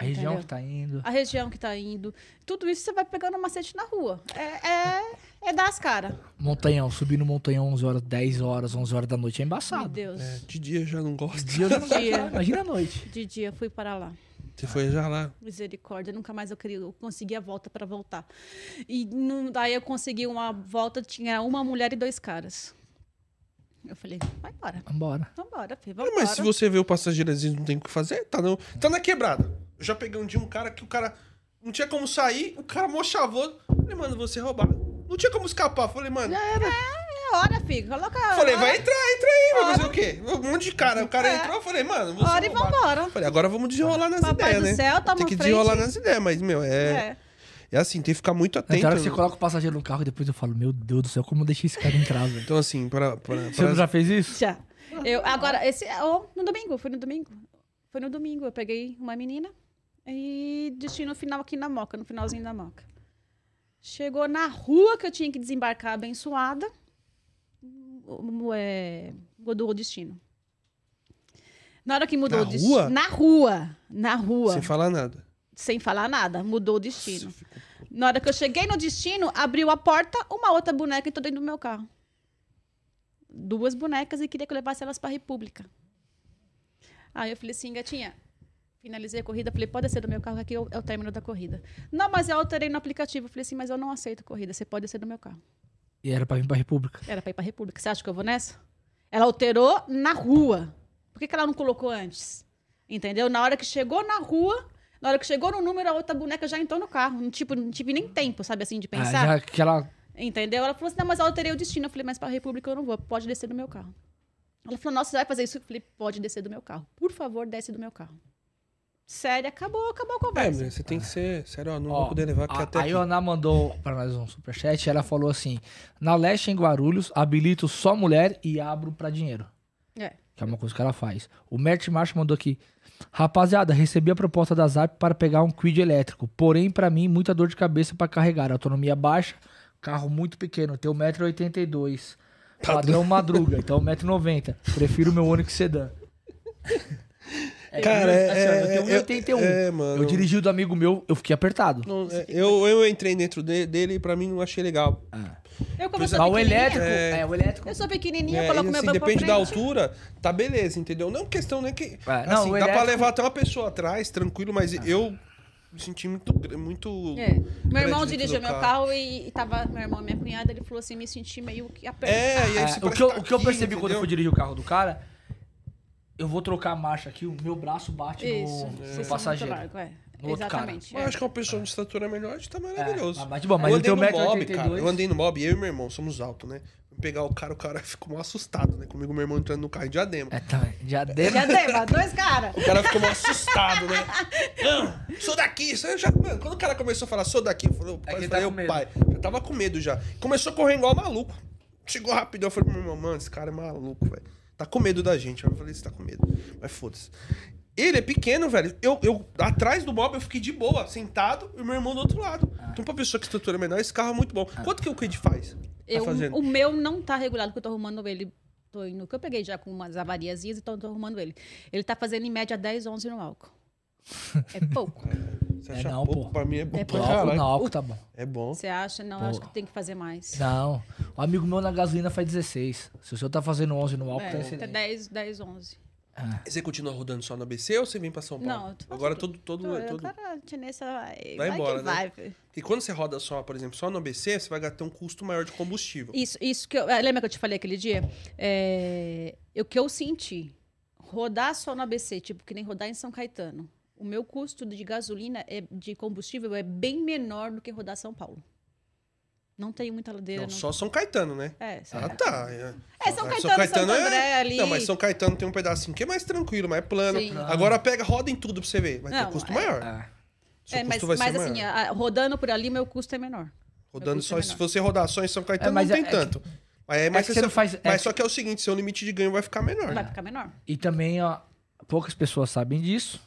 S2: A região
S3: entendeu?
S2: que tá indo.
S3: a região que tá indo. Tudo isso você vai pegando um macete na rua. É, é, é dar as caras.
S2: Montanhão, subir no montanhão 11 horas, 10 horas, 11 horas da noite é
S3: Meu
S2: embaçado.
S3: Deus.
S1: É, de dia já não gosto.
S2: Dia eu já não gosto,
S3: Dia.
S2: Imagina a noite.
S3: De dia fui para lá.
S1: Você
S3: tá.
S1: foi já lá.
S3: Misericórdia, nunca mais eu, queria, eu consegui a volta para voltar. E não, daí eu consegui uma volta, tinha uma mulher e dois caras. Eu falei, vai embora,
S2: Vambora.
S3: vambora, filho,
S1: Ah,
S3: vambora.
S1: mas se você vê o passageirozinho não tem o que fazer, tá, no, tá na quebrada. Eu já peguei um dia um cara que o cara não tinha como sair, o cara mochavou. Falei, mano, você roubar. Não tinha como escapar. Falei, mano.
S3: É hora, filho, coloca...
S1: Falei,
S3: hora,
S1: vai entrar, entra aí, vai fazer o quê? Um monte de cara. O cara entrou, eu falei, mano, você.
S3: Hora É. e
S1: roubado.
S3: vambora.
S1: Falei, agora vamos desenrolar nas
S3: Papai
S1: ideias,
S3: do
S1: né?
S3: céu, toma
S1: tem que
S3: frente.
S1: desenrolar nas ideias, mas, meu, é.
S3: É.
S1: É, assim, tem que ficar muito
S2: Na
S1: atento.
S2: Então, hora que você
S1: né?
S2: coloca o passageiro no carro e depois eu falo, meu Deus do céu, como eu deixei esse cara entrar, velho?
S1: Então, assim, pra. pra,
S2: Você não
S1: pra-
S2: já fez isso?
S3: Já. Eu, agora, esse. ó, no domingo, foi no domingo. Foi no domingo. Eu peguei uma menina e destino final aqui na Moca, no finalzinho da Moca. Chegou na rua que eu tinha que desembarcar abençoada. o- o- É, mudou o destino. Na hora que mudou
S1: Na
S3: o destino.
S1: rua?
S3: Na rua. Na rua.
S1: Sem falar nada.
S3: sem falar nada. Mudou o destino.
S1: Nossa, eu fico-
S3: Na hora que eu cheguei no destino, abriu a porta, uma outra boneca entrou dentro do meu carro. Duas bonecas e queria que eu levasse elas para a República. Aí eu falei assim, gatinha, finalizei a corrida, falei, pode descer do meu carro, que aqui é o é o término da corrida. Não, mas eu alterei no aplicativo. Eu falei assim, mas eu não aceito corrida, você pode descer do meu carro.
S2: E era pra vir pra República.
S3: Era para ir para a República. Você acha que eu vou nessa? Ela alterou na rua. Por que, que ela não colocou antes? Entendeu? Na hora que chegou na rua, na hora que chegou no número, a outra boneca já entrou no carro. Não, tipo, não tive nem tempo, sabe assim, de pensar.
S2: Ah, já que ela
S3: Entendeu? Ela falou assim: não, mas eu alterei o destino. Eu falei, mas para a República eu não vou, pode descer do meu carro. Ela falou: nossa, você vai fazer isso? Eu falei, pode descer do meu carro. Por favor, desce do meu carro. Sério, acabou, acabou a
S1: É,
S3: conversa.
S1: meu, você tem que ser. Sério, ó, não
S2: Ó,
S1: vou poder levar aqui
S2: a,
S1: até.
S2: a
S1: aqui.
S2: Ioná mandou pra nós um superchat. Ela falou assim: Na leste em Guarulhos, habilito só mulher e abro pra dinheiro.
S3: É.
S2: Que é uma coisa que ela faz. O Mert March mandou aqui: Rapaziada, recebi a proposta da Zap para pegar um quid elétrico. Porém, pra mim, muita dor de cabeça pra carregar. Autonomia baixa, carro muito pequeno. um Tem 1,82m.
S1: Tá
S2: Padrão madruga, então 1,90m. Prefiro meu Onix Sedan. É,
S1: Cara,
S2: eu- assim, ó,
S1: é.
S2: eu tenho 1,81.
S1: É, é, mano.
S2: Eu dirigi o do amigo meu, eu fiquei apertado.
S1: Não, é, eu, eu entrei dentro de- dele e pra mim não achei legal.
S2: Ah.
S3: Eu, como eu sou
S2: Mas o
S3: Tá pequenininha-
S2: elétrico, é, o elétrico.
S3: Eu sou pequenininha, eu
S1: É,
S3: coloco
S1: e
S3: meu
S1: assim,
S3: banco pra
S1: depende da
S3: frente.
S1: altura, tá beleza, entendeu? Não é questão nem que.
S2: Ah, não,
S1: assim,
S2: o
S1: dá pra
S2: elétrico-
S1: levar até uma pessoa atrás, tranquilo, mas
S2: Ah.
S1: eu me senti muito. gr- muito
S3: É. Meu irmão
S1: grande dentro
S3: dirigiu
S1: do
S3: meu carro e, e tava meu irmão e minha cunhada, ele falou assim, me senti meio que apertado.
S1: É, e aí
S2: É,
S1: você parece
S2: o, que eu,
S1: tá
S2: o que eu
S1: aqui,
S2: percebi quando eu
S1: entendeu?
S2: fui dirigir o carro do cara, eu vou trocar a marcha aqui, o meu braço bate
S3: Isso,
S2: no,
S3: vocês
S2: no
S3: são
S2: passageiro.
S3: muito largos, é.
S2: No outro cara.
S3: Exatamente.
S1: É, tipo, Eu
S3: é.
S1: acho que uma pessoa de estatura melhor está maravilhoso.
S2: É, mas bate bom, mas
S1: eu
S2: eu
S1: andei
S2: tenho
S1: no
S2: 1,82
S1: mob, cara. Eu andei no mob, eu e meu irmão, somos altos, né? Fui Pegar o cara, o cara ficou mal assustado, né? Comigo, meu irmão entrando no carro em diadema.
S2: É, tá, já deu.
S3: Já dei, mas dois caras.
S1: O cara ficou meio assustado, né? Não, sou daqui. Isso aí eu já- mano, quando o cara começou a falar, sou daqui, eu falei, eu
S2: É que ele
S1: falei,
S2: tá
S1: eu
S2: com medo.
S1: pai, já tava com medo já. Começou a correr igual maluco. Chegou rapidão, eu falei pro meu irmão, mano, esse cara é maluco, velho. Tá com medo da gente. Aí Eu falei, você tá com medo. Mas foda-se. Ele é pequeno, velho. Eu, eu atrás do Bob eu fiquei de boa, sentado, e meu irmão do outro lado.
S2: Ah.
S1: Então, pra pessoa que estrutura é menor, esse carro é muito bom. Quanto que o Kid faz?
S3: Eu-
S1: tá fazendo?
S2: um
S3: o meu não tá regulado, porque eu tô arrumando ele. Tô indo, que eu peguei já com umas avariazinhas, então eu tô arrumando ele. Ele tá fazendo em média 10, 11 no álcool. É pouco.
S1: Você
S2: É,
S1: acha
S2: não,
S1: pouco?
S2: pô.
S1: Pra mim é bom.
S3: É
S1: pra
S3: pouco.
S2: Álcool,
S1: caralho.
S2: não, álcool tá bom.
S1: É bom.
S3: Você acha? Não, eu acho
S2: Pô.
S3: que tem que fazer mais.
S2: Não. Um amigo meu na gasolina faz 16. Se o senhor tá fazendo 11 no álcool, tá
S3: É, tá
S2: excelente. Ah,
S3: 10, 10, 11.
S1: Você continua rodando só no ABC ou você vem pra São Paulo?
S3: Não, eu tô-
S1: Agora todo. todo,
S3: Tô,
S1: todo...
S3: Cara, chinesa vai,
S1: Vai
S3: vai
S1: embora,
S3: que
S1: né?
S3: vai.
S1: Porque quando você roda só, por exemplo, só no ABC, você vai gastar um custo maior de combustível.
S3: Isso, isso que eu. eh, Lembra que eu te falei aquele dia? É, o que eu senti. Rodar só no ABC, tipo, que nem rodar em São Caetano. O meu custo de gasolina, é, de combustível, é bem menor do que rodar São Paulo. Não tenho muita ladeira.
S1: não,
S3: não.
S1: só São Caetano, né?
S3: É, São
S1: Ah,
S3: Caetano.
S1: tá. É,
S3: É, São
S1: Ah,
S3: Caetano, Santo André é ali.
S1: Não, mas São Caetano tem um pedacinho que é mais tranquilo, mais plano.
S3: Sim.
S1: Agora pega, roda em tudo pra você ver. Vai ter
S3: Não,
S1: um custo
S3: é-
S1: maior.
S2: Ah,
S1: Seu
S3: É, mas,
S1: custo vai
S3: mas
S1: ser
S3: assim,
S1: maior.
S3: a- rodando por ali, meu custo é menor.
S1: Rodando
S3: custo é
S1: só, se
S3: menor.
S1: você rodar só em São Caetano,
S2: É, mas
S1: não
S2: é-
S1: tem
S2: é que-
S1: tanto. Mas, é, mas,
S2: que
S1: você
S2: você não faz- é
S1: mas
S2: que-
S1: só que é o seguinte, seu limite de ganho vai ficar menor. né?
S3: Vai ficar menor.
S2: E também, ó, poucas pessoas sabem disso,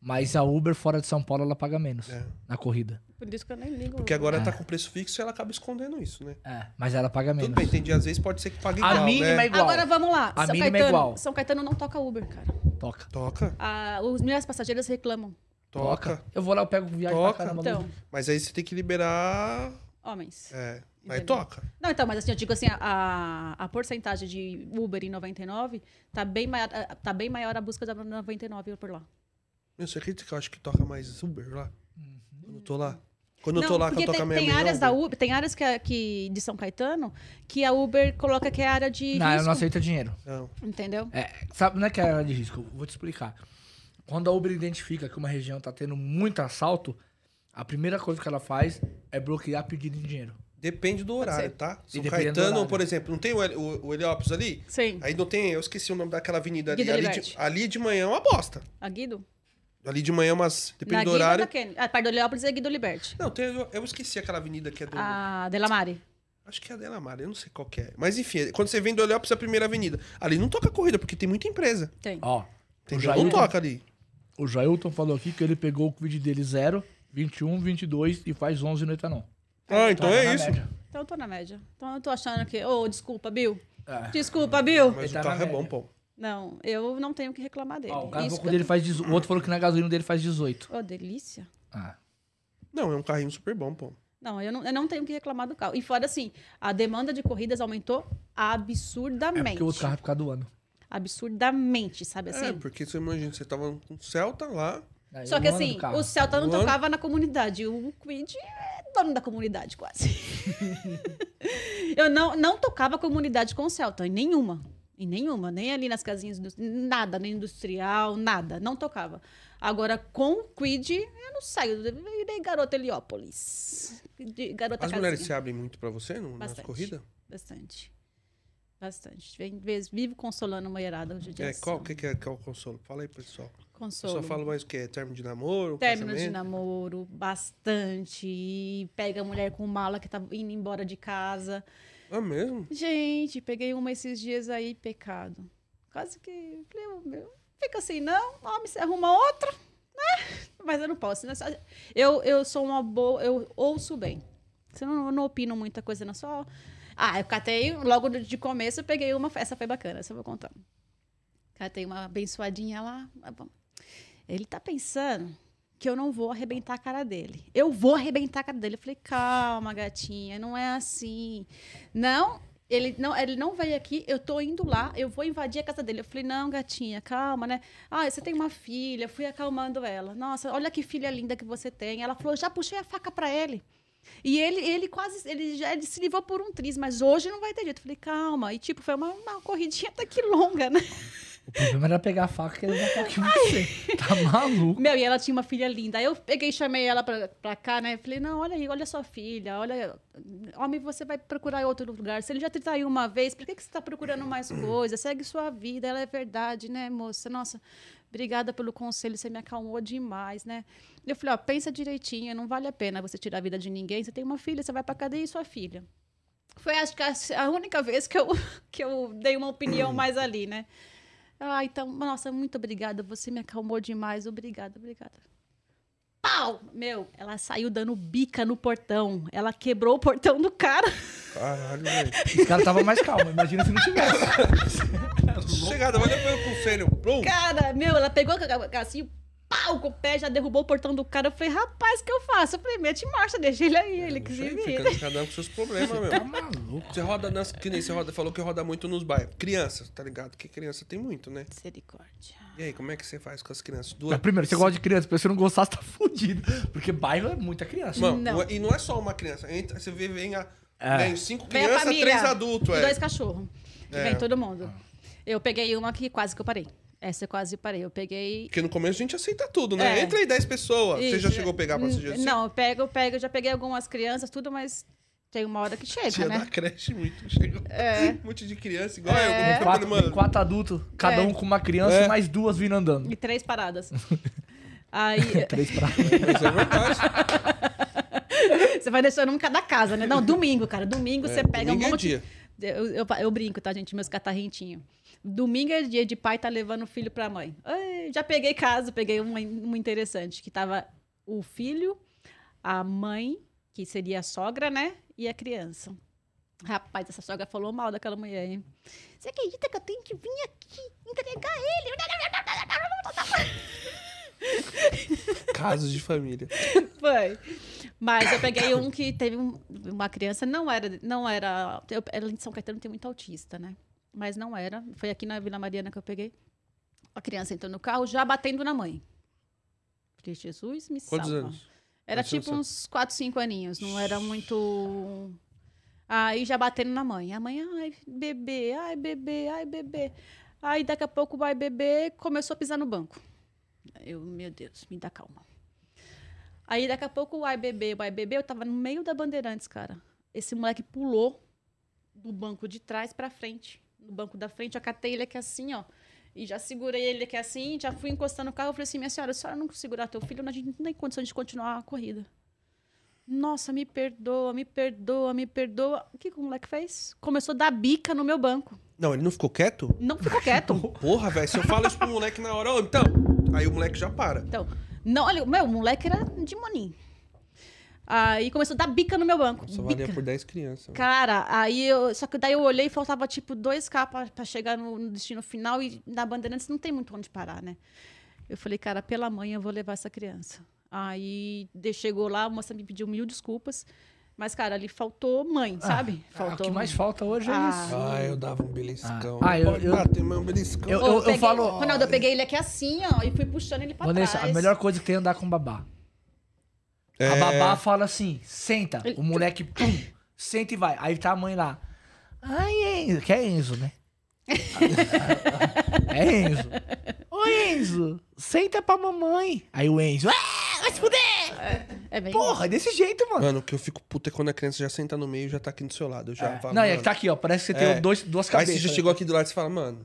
S2: mas a Uber fora de São Paulo, ela paga menos
S1: É.
S2: na corrida.
S3: Por isso que eu nem ligo.
S1: Porque agora tá com preço fixo e ela acaba escondendo isso, né?
S2: É, mas ela paga menos.
S1: Tudo bem, entendi. Às vezes pode ser que pague
S2: A
S1: igual,
S2: mínima
S1: né?
S2: é igual.
S3: Agora vamos lá.
S2: A
S3: São
S2: mínima é
S3: Caetano,
S2: igual.
S3: São Caetano não toca Uber, cara.
S2: Toca.
S1: Toca,
S3: Ah, os minhas passageiras reclamam.
S1: toca,
S2: Eu vou lá, eu pego viagem
S1: Toca.
S2: pra caramba.
S3: Então,
S1: Mas aí você tem que liberar...
S3: homens.
S1: É, mas
S3: Entendeu?
S1: toca.
S3: Não, então, mas assim, eu digo assim, a, a porcentagem de Uber em 99 tá bem maior, tá bem maior a busca da 99 por lá.
S1: Meu, você acredita que eu acho que toca mais Uber lá? Quando eu tô lá. Quando eu
S3: Uhum. Não,
S1: tô lá, que
S3: porque
S1: eu toco a
S3: tem,
S1: meia
S3: tem
S1: milhão,
S3: áreas da
S1: Uber.
S3: Uber, tem áreas que, a- que de São Caetano que a Uber coloca que é área de
S2: Não, ela
S3: risco,
S2: não aceita dinheiro.
S1: Não.
S3: entendeu?
S2: É, sabe, não é que é área de risco, eu vou te explicar. Quando a Uber identifica que uma região tá tendo muito assalto, a primeira coisa que ela faz é bloquear pedido de dinheiro.
S1: Depende do horário,
S3: ser.
S1: tá? São
S2: dependendo do
S1: Caetano,
S2: horário.
S1: por exemplo, não tem o, Heli- o, o Heliópolis ali?
S3: Sim.
S1: Aí não tem, eu esqueci o nome daquela avenida ali.
S3: Guido
S1: Ali de,
S3: Olivetti.
S1: ali de manhã é uma bosta.
S3: A Guido?
S1: Ali de manhã é umas. Depende
S3: Na
S1: do
S3: Guido
S1: horário.
S3: ou na Kennedy? Ah, perto do Leópolis é Guido Liberti.
S1: Não, tem, eu, eu esqueci aquela avenida que é do.
S3: A Delamare.
S1: Acho que é a Dela Mar, eu não sei qual que é. Mas enfim, quando você vem do Heliópolis, é a primeira avenida. Ali não toca corrida, porque tem muita empresa.
S3: Tem.
S2: Ó, o
S1: Entendeu? Não
S2: Jailton,
S1: toca ali.
S2: o Jailton falou aqui que ele pegou o vídeo dele 0, 21, 22 um, e faz 11 no Etanol.
S1: Ah, então
S2: tá
S1: é
S2: na
S1: isso.
S2: média.
S3: Então eu tô na média. Então eu tô achando que. Ô, desculpa, Bill.
S2: É.
S3: Desculpa, Bill.
S1: Mas
S2: Ele tá
S1: o
S2: na
S1: carro é
S2: média.
S1: bom, pô.
S3: Não, eu não tenho o que reclamar dele.
S2: Ó, o cara
S3: Tipo, Isso
S2: pouco
S3: que eu
S2: dele
S3: tô-
S2: faz 18. O outro falou que na gasolina dele faz 18.
S3: Ô, delícia.
S2: Ah.
S1: Não, é um carrinho super bom, pô.
S3: Não eu, não, eu não tenho o que reclamar do carro. E fora assim, a demanda de corridas aumentou
S2: É
S3: absurdamente.
S2: porque o outro carro é por causa do ano.
S3: Absurdamente, sabe assim?
S1: É, porque você imagina, você tava com o Celta lá.
S2: Aí, é
S3: Só
S2: o
S3: que
S2: ano
S3: assim,
S2: do carro.
S3: o Celta não
S1: O ano-
S3: tocava na comunidade. O Quid é dono da comunidade, quase. eu não, não tocava comunidade com o Celta, em nenhuma. Em nenhuma, nem ali nas casinhas, indus- nada, nem industrial, nada. Não tocava. Agora, com o Quid, eu não saio. Eu virei garota Heliópolis. De- Garota
S1: As
S3: casinha.
S1: mulheres se abrem muito pra você no, nas
S3: Bastante.
S1: corridas?
S3: Bastante. Bastante. Vem, vez- vivo consolando a mulherada hoje em dia.
S1: É,
S3: assim,
S1: qual
S3: ó.
S1: que, que é, que é o consolo? Fala aí, pessoal. Eu
S3: Consolo.
S1: só falo mais o que? É término de namoro?
S3: Término de
S1: casamento?
S3: namoro, bastante. E Pega a mulher com mala que tá indo embora de casa.
S1: Ah, mesmo?
S3: Gente, peguei uma esses dias aí, pecado. Quase que. Falei, "Ô, meu, fica assim, não. Homem, você arruma outra, né? Mas eu não posso. né? Só- Eu, eu sou uma boa. Eu ouço bem. Você não, eu não opino muita coisa, não. Só. Ah, eu catei logo de de começo, eu peguei uma. Essa foi bacana, essa eu vou contar. Catei uma abençoadinha lá. ah, bom. Ele tá pensando que eu não vou arrebentar a cara dele. Eu vou arrebentar a cara dele. Eu falei, calma, gatinha, não é assim. Não, ele não, ele não veio aqui, eu tô indo lá, eu vou invadir a casa dele. Eu falei, não, gatinha, calma, né? Ah, você tem uma filha, eu fui acalmando ela. Nossa, olha que filha linda que você tem. Ela falou, já puxei a faca pra ele. E ele, ele quase, ele já ele se livrou por um triz, mas hoje não vai ter jeito. Eu falei, calma. E tipo, foi uma, uma corridinha até que longa, né?
S2: O problema era pegar a faca que ele já tá aqui com você. Tá maluco.
S3: Meu, e ela tinha uma filha linda. Aí eu peguei e chamei ela pra, pra cá, né? Falei, não, olha aí, olha sua filha, olha. Homem, você vai procurar em outro lugar. Se ele já te traiu uma vez, por que, que você tá procurando mais coisa? Segue sua vida, ela é verdade, né, moça? Nossa, obrigada pelo conselho, você me acalmou demais, né? Eu falei, ó, pensa direitinho, não vale a pena você tirar a vida de ninguém. Você tem uma filha, você vai pra cadeia e sua filha. Foi acho que a a única vez que eu, que eu dei uma opinião mais ali, né? Ela, ah, então, nossa, muito obrigada, você me acalmou demais, obrigada, obrigada. Pau! Meu, ela saiu dando bica no portão. Ela quebrou o portão do cara.
S1: Caralho, velho.
S2: Os caras estavam mais calmos, imagina se não tivesse.
S1: Chegada, vai depois pro Sênio. Plum.
S3: Cara, meu, ela pegou assim, pau, com o pé, já derrubou o portão do cara. Eu falei, rapaz, o que eu faço? Eu falei, mete marcha, deixa ele aí, ele que
S1: Isso
S3: se
S1: aí,
S3: vira.
S1: fica cada um com seus problemas, meu.
S2: Tá maluco.
S1: Você roda nas. Que nem você roda, falou que roda muito nos bairros. Criança, tá ligado? Porque criança tem muito, né?
S3: Misericórdia.
S1: E aí, como é que você faz com as crianças? Duas.
S2: Mas primeiro, você gosta de criança, porque se não gostar, você tá fudido. Porque bairro é muita criança.
S1: Mano,
S3: Não.
S1: não é- e não é só uma criança. Entra- você vê, vem a.
S2: É.
S1: Vem cinco
S3: Vem a
S1: crianças,
S3: família,
S1: três adultos,
S3: e
S1: é.
S3: Dois cachorros.
S1: É.
S3: Vem todo mundo. Eu peguei uma que quase que eu parei. Essa eu quase parei. Eu peguei.
S1: Porque no começo a gente aceita tudo, né?
S3: É.
S1: Entra aí dez pessoas. Você já
S3: Isso. Hum,
S1: chegou a pegar passageiro assim?
S3: Não, eu pego, eu pego, eu já peguei algumas crianças, tudo, mas tem uma hora que chega,
S1: Tinha
S3: né?
S1: da creche muito. Chegou
S3: É.
S1: um monte de criança igual eu.
S3: É.
S1: eu
S2: Quatro,
S1: falei, mano,
S2: quatro adultos, cada
S3: É.
S2: um com uma criança
S1: É.
S2: e mais duas vindo andando.
S3: E três paradas. Aí
S2: Três pra
S1: Mas é verdade.
S3: você vai deixando um em cada casa, né? Não, domingo, cara. Domingo você pega
S1: domingo
S3: um
S1: é
S3: monte.
S1: dia.
S3: Eu, eu, eu brinco, tá, gente? Meus catarrentinhos. Domingo é dia de pai tá levando o filho pra mãe. Ai, já peguei caso, peguei uma, uma interessante, que tava o filho, a mãe, que seria a sogra, né? E a criança. Rapaz, essa sogra falou mal daquela mulher, hein? Você acredita que eu tenho que vir aqui entregar ele?
S1: Casos de família.
S3: Foi. Mas eu peguei um que teve um- uma criança, não era. Não era eu, ela em São Caetano tem muito autista, né? Mas não era. Foi aqui na Vila Mariana que eu peguei. A criança entrou no carro já batendo na mãe. Falei, Jesus me
S1: Quantos
S3: salva.
S1: anos?
S3: Era
S1: Quantos anos
S3: tipo uns 4, 5 aninhos. Não era muito. Aí já batendo na mãe. A mãe, ai, bebê, ai, bebê, ai, bebê. Aí daqui a pouco vai bebê, começou a pisar no banco. Eu, meu Deus, me dá calma. Aí daqui a pouco o ai, bebê, o ai, bebê, eu tava no meio da Bandeirantes, cara. Esse moleque pulou do banco de trás pra frente. No banco da frente, eu catei ele aqui assim, ó. E já segurei ele aqui assim, já fui encostando o carro. Eu falei assim, minha senhora, se a senhora não segurar teu filho, a gente não tem condição de continuar a corrida. Nossa, me perdoa, me perdoa, me perdoa. O que, que o moleque fez? Começou a dar bica no meu banco.
S1: Não, ele não ficou quieto?
S3: Não ficou quieto.
S1: Porra, velho, se eu falo isso pro moleque na hora, ô, então. Aí o moleque já para.
S3: Então, não, olha, meu, o moleque era de moninho. Aí começou a dar bica no meu banco.
S1: Só
S3: bica.
S1: valia por 10 crianças.
S3: Cara, aí eu. Só que daí eu olhei e faltava tipo 2K pra, pra chegar no, no destino final e na Bandeirantes não tem muito onde parar, né? Eu falei, cara, pela manhã eu vou levar essa criança. Aí de- chegou lá, a moça me pediu mil desculpas. Mas, cara, ali faltou mãe, sabe?
S2: Ah, o
S1: um
S3: Faltou.
S2: que mais falta hoje é
S3: Ah.
S2: isso.
S1: Ah, eu dava um beliscão.
S2: Ah, eu- eu-
S1: Bater meu beliscão.
S2: Eu-
S3: Ô, peguei-
S2: falo-
S3: Ronaldo, eu peguei ele aqui assim, ó, e fui puxando ele pra
S2: Vanessa,
S3: trás.
S2: a melhor coisa que tem é andar com babá.
S1: É.
S2: A babá fala assim, senta. O moleque, pum, senta e vai. Aí tá a mãe lá. Ai, Enzo. Que é Enzo, né? é Enzo. Ô, Enzo, senta pra mamãe. Aí o Enzo, ah, vai se fuder.
S3: É bem...
S2: Porra, é desse jeito, mano.
S1: Mano, o que eu fico puto é quando a criança já senta no meio e já tá aqui do seu lado. Eu já falo,
S2: Não, é que
S1: mano.
S2: tá aqui, ó. Parece que você tem
S1: É.
S2: dois, duas
S1: Aí
S2: cabeças.
S1: você já
S2: né?
S1: chegou aqui do lado e você fala, mano.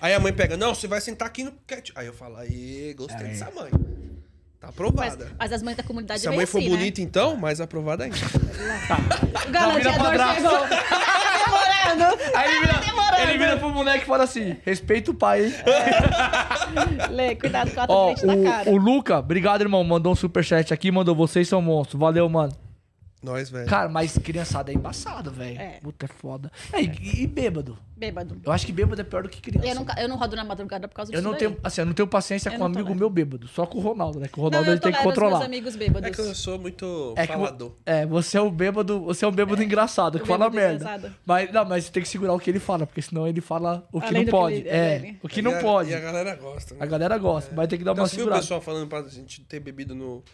S1: Aí a mãe pega, não, você vai sentar aqui no cat. Aí eu falo, aí, gostei
S2: Aí.
S1: dessa mãe. Tá
S3: Mas,
S1: aprovada.
S3: mas as mães da comunidade
S1: Se a
S3: é bem
S1: mãe for
S2: né?
S3: assim,
S1: bonita, então, mais aprovada ainda.
S3: né? O
S2: Não, vira pra
S3: galanteador
S2: trás.
S3: chegou. Tá demorando.
S2: né? Aí ele vira,
S3: Tá demorando.
S2: ele vira pro moleque e fala assim, respeita o pai, hein?
S3: Lê, cuidado com a
S2: Ó,
S3: tua frente da cara.
S2: o, o Luca, obrigado, irmão. Mandou um superchat aqui, mandou vocês são monstros. Valeu, mano.
S1: Nós, velho.
S2: Cara, mas criançada é embaçado, velho.
S3: É.
S2: Puta, é foda. É, E, e bêbado?
S3: Bêbado.
S2: Eu acho que bêbado é pior do que criança.
S3: Eu não, eu não rodo na madrugada por
S2: Eu
S3: causa disso.
S2: não
S3: daí.
S2: tenho, assim, eu não tenho paciência
S3: Eu
S2: com um
S3: não
S2: amigo
S3: tolero.
S2: meu bêbado. Só com o Ronaldo, né? Que o
S3: Não,
S2: Ronaldo
S3: eu
S2: ele tem que
S3: tolero os
S2: controlar.
S3: meus amigos bêbados.
S1: É que eu sou muito
S2: É que,
S1: falador.
S2: vo- é, você é o bêbado, você é um bêbado engraçado, que
S3: o
S2: fala
S3: bêbado
S2: merda.
S3: engraçado.
S2: Mas não, mas você tem que segurar o que ele fala, porque senão ele fala o que
S3: Além
S2: não
S3: do que
S2: pode.
S3: ele-
S2: é,
S3: dele.
S2: o que
S1: E
S2: não
S1: a-
S2: pode.
S1: E a galera gosta, né?
S2: A galera gosta, mas tem que dar
S1: Então,
S2: uma
S1: você viu o
S2: segurada.
S1: pessoal falando pra gente ter bebido no.